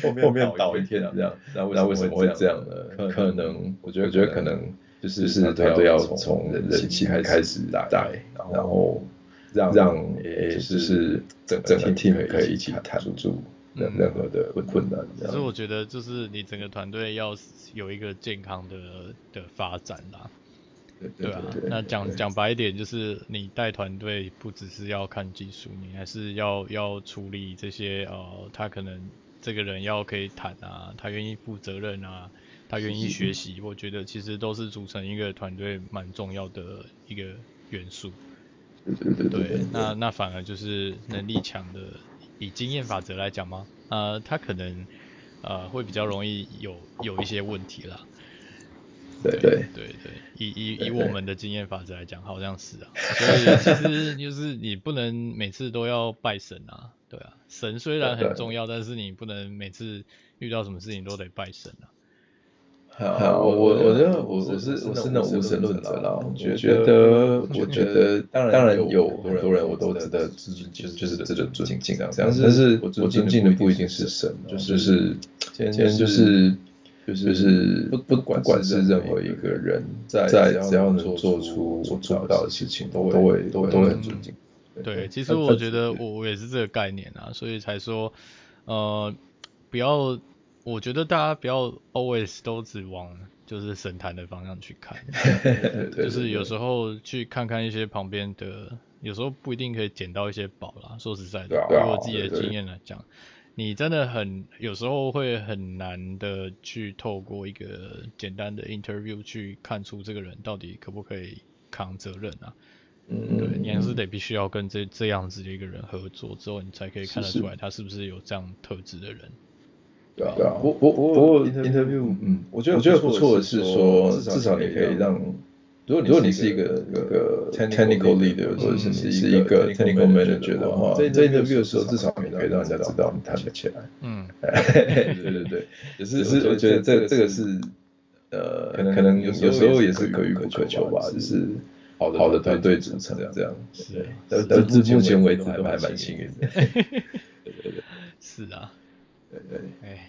S3: 后面
S1: 后面
S3: 倒
S1: 倒
S3: 一
S1: 一
S3: 片
S1: 片
S3: 这
S1: 这
S3: 样
S1: 样，
S3: 那
S1: 那
S3: 为
S1: 为
S3: 什
S1: 什
S3: 么
S1: 么
S3: 会
S1: 会
S3: 这
S1: 这
S3: 样
S1: 样
S3: 呢
S1: 呢？
S3: 可
S1: 可
S3: 能
S1: 能
S3: 我
S1: 我
S3: 觉
S1: 觉
S3: 得
S1: 得
S3: 可
S1: 可
S3: 能
S1: 能
S3: 就是
S1: 就是
S3: 团
S1: 团
S3: 队
S1: 队
S3: 要
S1: 要
S3: 从
S1: 从
S3: 人
S1: 人
S3: 情
S1: 情
S3: 开
S1: 开
S3: 始
S1: 始
S3: 带
S1: 带，
S3: 然
S1: 然
S3: 后
S1: 后
S3: 让
S1: 让
S3: 诶
S1: 诶
S3: 就
S1: 就是是
S3: 整整
S1: 整整
S3: 个
S1: 个
S3: team
S1: team
S3: 可
S1: 可
S3: 以
S1: 以
S3: 一
S1: 一
S3: 起
S1: 起
S3: 谈
S1: 谈
S3: 住
S1: 住
S2: 嗯
S1: 任任何的困困难。
S2: 可是我觉得，就是你整个团队要是有一个健康的的发展啦，
S1: 对
S2: 对啊。那讲讲白一点，就是你带团队不只是要看技术，你还是要要处理这些呃，他可能这个人要可以谈啊，他愿意负责任啊，他愿意学习，我觉得其实都是组成一个团队蛮重要的一个元素。
S1: 对对对
S2: 对，那那反而就是能力强的，以经验法则来讲吗？呃，他可能呃会比较容易有有一些问题啦。
S1: 对
S2: 对
S1: 对。
S2: 对对，以以以我们的经验法则来讲，好像是啊。所以其实就是你不能每次都要拜神啊，对啊，神虽然很重要，但是你不能每次遇到什么事情都得拜神啊。
S3: 好，
S1: 好，
S3: 我
S1: 我
S3: 我
S1: 我
S3: 我
S1: 我
S3: 觉得我我
S1: 觉得我我
S3: 是
S1: 是
S3: 我
S1: 我
S3: 是
S1: 是
S3: 那
S1: 那
S3: 种
S1: 种
S3: 无
S1: 无
S3: 神
S1: 神
S3: 论
S1: 论
S3: 者
S1: 者
S3: 啦
S1: 啦。
S3: 我
S1: 我
S3: 觉
S1: 觉
S3: 得
S1: 得
S3: 我
S1: 我
S3: 觉
S1: 觉
S3: 得
S1: 得
S3: 当然
S1: 当然
S3: 有
S1: 有
S3: 很
S1: 很
S3: 多
S1: 多
S3: 人
S1: 人
S3: 我
S1: 我
S3: 都
S1: 都
S3: 值
S1: 值
S3: 得
S1: 得
S3: 尊
S1: 尊
S3: 敬
S1: 敬，
S3: 就值
S1: 就是是
S3: 得
S1: 值得
S3: 尊敬
S1: 尊敬
S3: 这
S1: 这
S3: 样
S1: 样。
S3: 但
S1: 但
S3: 是
S1: 是
S3: 我
S1: 我
S3: 尊
S1: 尊
S3: 敬
S1: 敬
S3: 的
S1: 的
S3: 不
S1: 不
S3: 一
S1: 一
S3: 定
S1: 定
S3: 是
S1: 是
S3: 神啊
S1: 神，
S3: 就
S1: 就是是
S3: 今
S1: 今
S3: 天
S1: 天
S3: 就
S1: 就是是
S3: 就是
S1: 就是
S3: 不
S1: 不
S3: 不
S1: 不
S3: 管
S1: 管
S3: 是
S1: 是
S3: 任
S1: 任
S3: 何
S1: 何
S3: 一
S1: 一
S3: 个
S1: 个
S3: 人
S1: 人，
S3: 在
S1: 在
S3: 只
S1: 只
S3: 要
S1: 要
S3: 能
S1: 能
S3: 做
S1: 做
S3: 出
S1: 出
S3: 我
S1: 我
S3: 做
S1: 做
S3: 不
S1: 不
S3: 到
S1: 到
S3: 的
S1: 的
S3: 事
S1: 事
S3: 情
S1: 情，
S3: 都
S1: 都
S3: 会
S1: 会
S3: 都
S1: 都
S3: 会
S1: 会
S3: 都
S1: 都
S3: 会
S1: 会
S3: 很尊
S1: 很尊
S3: 敬
S1: 敬。
S2: 对，其实
S3: 但
S2: 我
S3: 但
S2: 觉
S3: 是
S2: 得我我也是这个概念啊，所以才说，呃，不要，我觉得大家不要 always 都只往就是神坛的方向去
S1: *laughs*
S2: 看，就是有时候去看看一些旁边的，有时候不一定可以捡到一些宝啦。说实在的，
S1: 对啊
S2: 以
S1: 对啊
S2: 我自己的
S1: 对对
S2: 经验来讲，你真的很有时候会很难的去透过一个简单的 interview 去看出这个人到底可不可以扛责任啊。对，
S1: 嗯
S2: 你还是得必须要跟这这样子的一个人合作之后，你才可以看得出来他是不是有这样特质的人。
S1: 对啊
S3: 对
S1: 对
S3: 啊
S1: 啊，不不
S3: 不
S1: 不
S3: 过
S1: 过
S3: interview，
S1: interview，嗯，
S3: 我
S1: 我
S3: 觉得
S1: 觉得
S3: 不
S1: 不
S3: 错
S1: 错
S3: 的
S1: 的
S3: 是
S1: 是
S3: 说
S1: 说，
S3: 至少
S1: 至少
S3: 你
S1: 你
S3: 可
S1: 可
S3: 以
S1: 以
S3: 让
S1: 让如果如果你是一个那个 technical leader，或者是你是一个 technical manager 的话，在 interview 的时候，至少你可以让人家知道你弹得起来。 *laughs*
S2: 嗯，
S1: 对对对，只是只是我觉得这这个是呃，可能有时候也是可遇不可求吧，就是好的好的团队组成这样。
S2: 是啊
S1: 但但至目前为止还还蛮幸运 *laughs* 的。
S2: 是啊，
S1: 对对。
S2: 哎，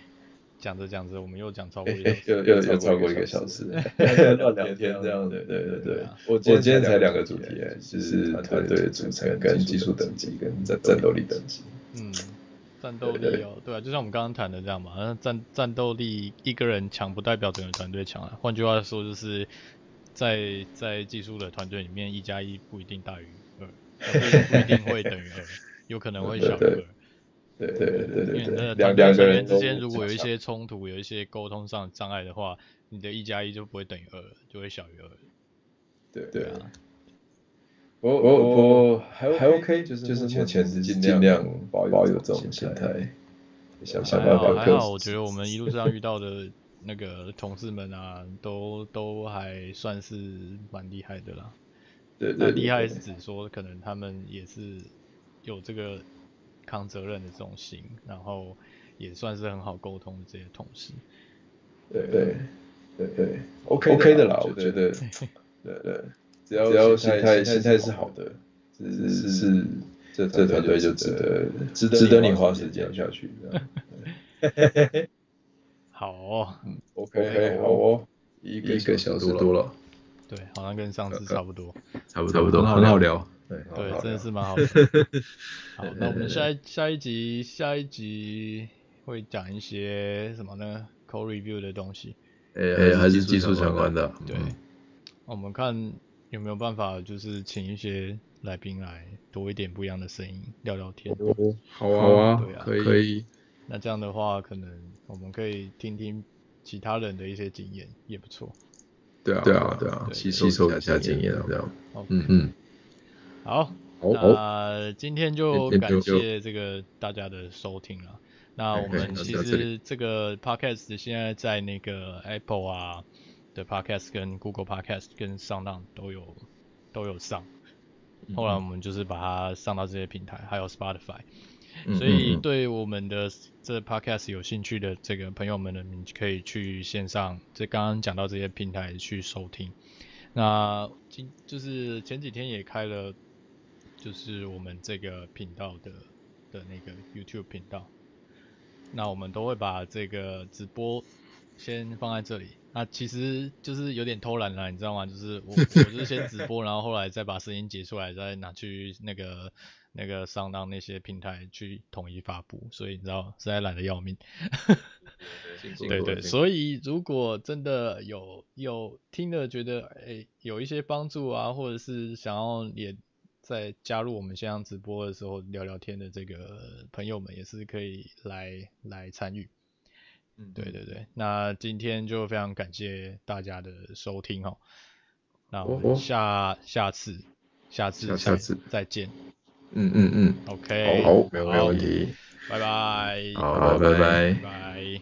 S2: 讲着讲着我们又讲超过一个
S1: 哎，又又又超过一个小 *laughs* 时，乱 *laughs* 聊天这样的，对对对。啊我今天才两个主题，哎，就是团队的组成、跟技术等级、跟战战斗力等级。
S2: 嗯，战斗力哦，对啊，就像我们刚刚谈的这样嘛，那战战斗力一个人强不代表整个团队强啊。换句话说，就是在在技术的团队里面，一加一不一定大于二，呃不不一定会等于二，有可能会小于
S1: 对
S2: 二。
S1: 对对对
S2: 因
S1: 对
S2: 为你
S1: 对，
S2: 的
S1: 两
S2: 团
S1: 两
S2: 队成
S1: 个人
S2: 员之间如果有一些冲突，有一些沟通上的障碍的话，你的一加一就不会等于二了，就会小于二了。
S1: 对对啊。
S2: 啊，
S1: 我我我还还 OK，就是就是目前是尽量保有这种心态，想想
S2: 还
S1: 办
S2: 好
S1: 法
S2: 还好，我觉得我们一路上遇到的那个同事们啊，都都还算是蛮厉害的啦。
S1: 对
S2: 那
S1: 对
S2: 厉害是指说，可能他们也是有这个扛责任的这种心，然后也算是很好沟通的这些同事。
S1: 对对对对
S3: OK 的啦
S1: OK 的啦，
S3: 我
S1: 我
S3: 觉
S1: 觉
S3: 得
S1: 得对对，只
S3: 要
S1: 只要
S3: 心态
S1: 心态
S3: 心
S1: 心
S3: 态
S1: 态
S3: 是
S1: 是
S3: 好
S1: 好
S3: 的
S1: 的，是是是，这
S3: 这
S1: 这
S3: 团
S1: 团
S3: 队
S1: 队
S3: 就
S1: 就
S3: 值
S1: 值
S3: 得
S1: 得
S3: 值得
S1: 值得
S3: 你
S1: 你
S3: 花
S1: 花
S3: 时
S1: 时
S3: 间
S1: 间
S3: 下
S1: 下去。这样
S2: 好哦、
S1: 嗯 OK 好哦，一
S3: 一
S1: 个
S3: 个
S1: 小
S3: 小
S1: 时
S3: 时
S1: 多
S3: 多
S1: 了，
S3: 了，
S2: 对，好像跟
S1: 呃
S2: 上次差不多。
S3: 差不多很好聊。
S1: 对
S2: 对，真的
S1: 是
S2: 是
S1: *laughs*
S2: 蛮好的。
S3: *laughs*
S2: 好，那我们下一下一集下一集会讲一些什么呢？Core review 的东西。
S3: 哎，还是技术相关的，嗯
S2: 对，我们看有没有办法，就是请一些来宾来多一点不一样的声音聊聊天。
S3: 好啊
S2: 对啊
S3: 可以可以，
S2: 那这样的话，可能我们可以听听其他人的一些经验，也不错。
S3: 对啊
S1: 对
S3: 对
S1: 啊
S3: 啊
S1: 对
S3: 对
S1: 啊
S3: 啊，
S1: 吸
S3: 吸
S1: 收
S3: 收
S1: 一
S3: 一
S1: 下
S3: 下
S1: 经
S3: 经
S1: 验啊
S3: 验
S1: 这
S3: 这
S1: 样
S3: 样。
S2: OK，
S3: 嗯嗯，
S2: 好，
S3: 好
S2: 那今天就
S3: 今天
S2: 感
S3: 就
S2: 谢这个大家的收听了。那我
S3: OK，
S2: 们
S3: 哎那
S2: 其
S3: 到这里
S2: 实这个 podcast 现在在那个 Apple 啊的 podcast、跟 Google podcast、跟上浪都有都有上。后来我们就是把它上到这些平台，还有 Spotify。
S3: 嗯
S2: 所以
S3: 嗯嗯
S2: 对我们的这 podcast 有兴趣的这个朋友们呢，你可以去线上，这刚刚讲到这些平台去收听。那今就是前几天也开了，就是我们这个频道的的那个 YouTube 频道。那我们都会把这个直播先放在这里。那其实就是有点偷懒了，你知道吗？就是我我就是先直播，然后后来再把声音截出来，再拿去那个那个上当那些平台去统一发布，所以你知道实在懒得要命。对对，所以如果真的有有听了觉得诶有一些帮助啊，或者是想要也在加入我们线上直播的时候聊聊天的这个朋友们，也是可以来来参与。
S3: 嗯
S2: 对对对，那今天就非常感谢大家的收听哦，那我
S3: 哦
S2: 们
S3: 哦
S2: 下下次下次
S3: 下
S2: 再
S3: 下次
S2: 再见
S3: 嗯嗯嗯，
S2: ，OK，
S3: 好，没有没有问，题，
S2: 拜拜，
S3: 好，拜
S2: 拜
S3: 拜。
S2: 拜。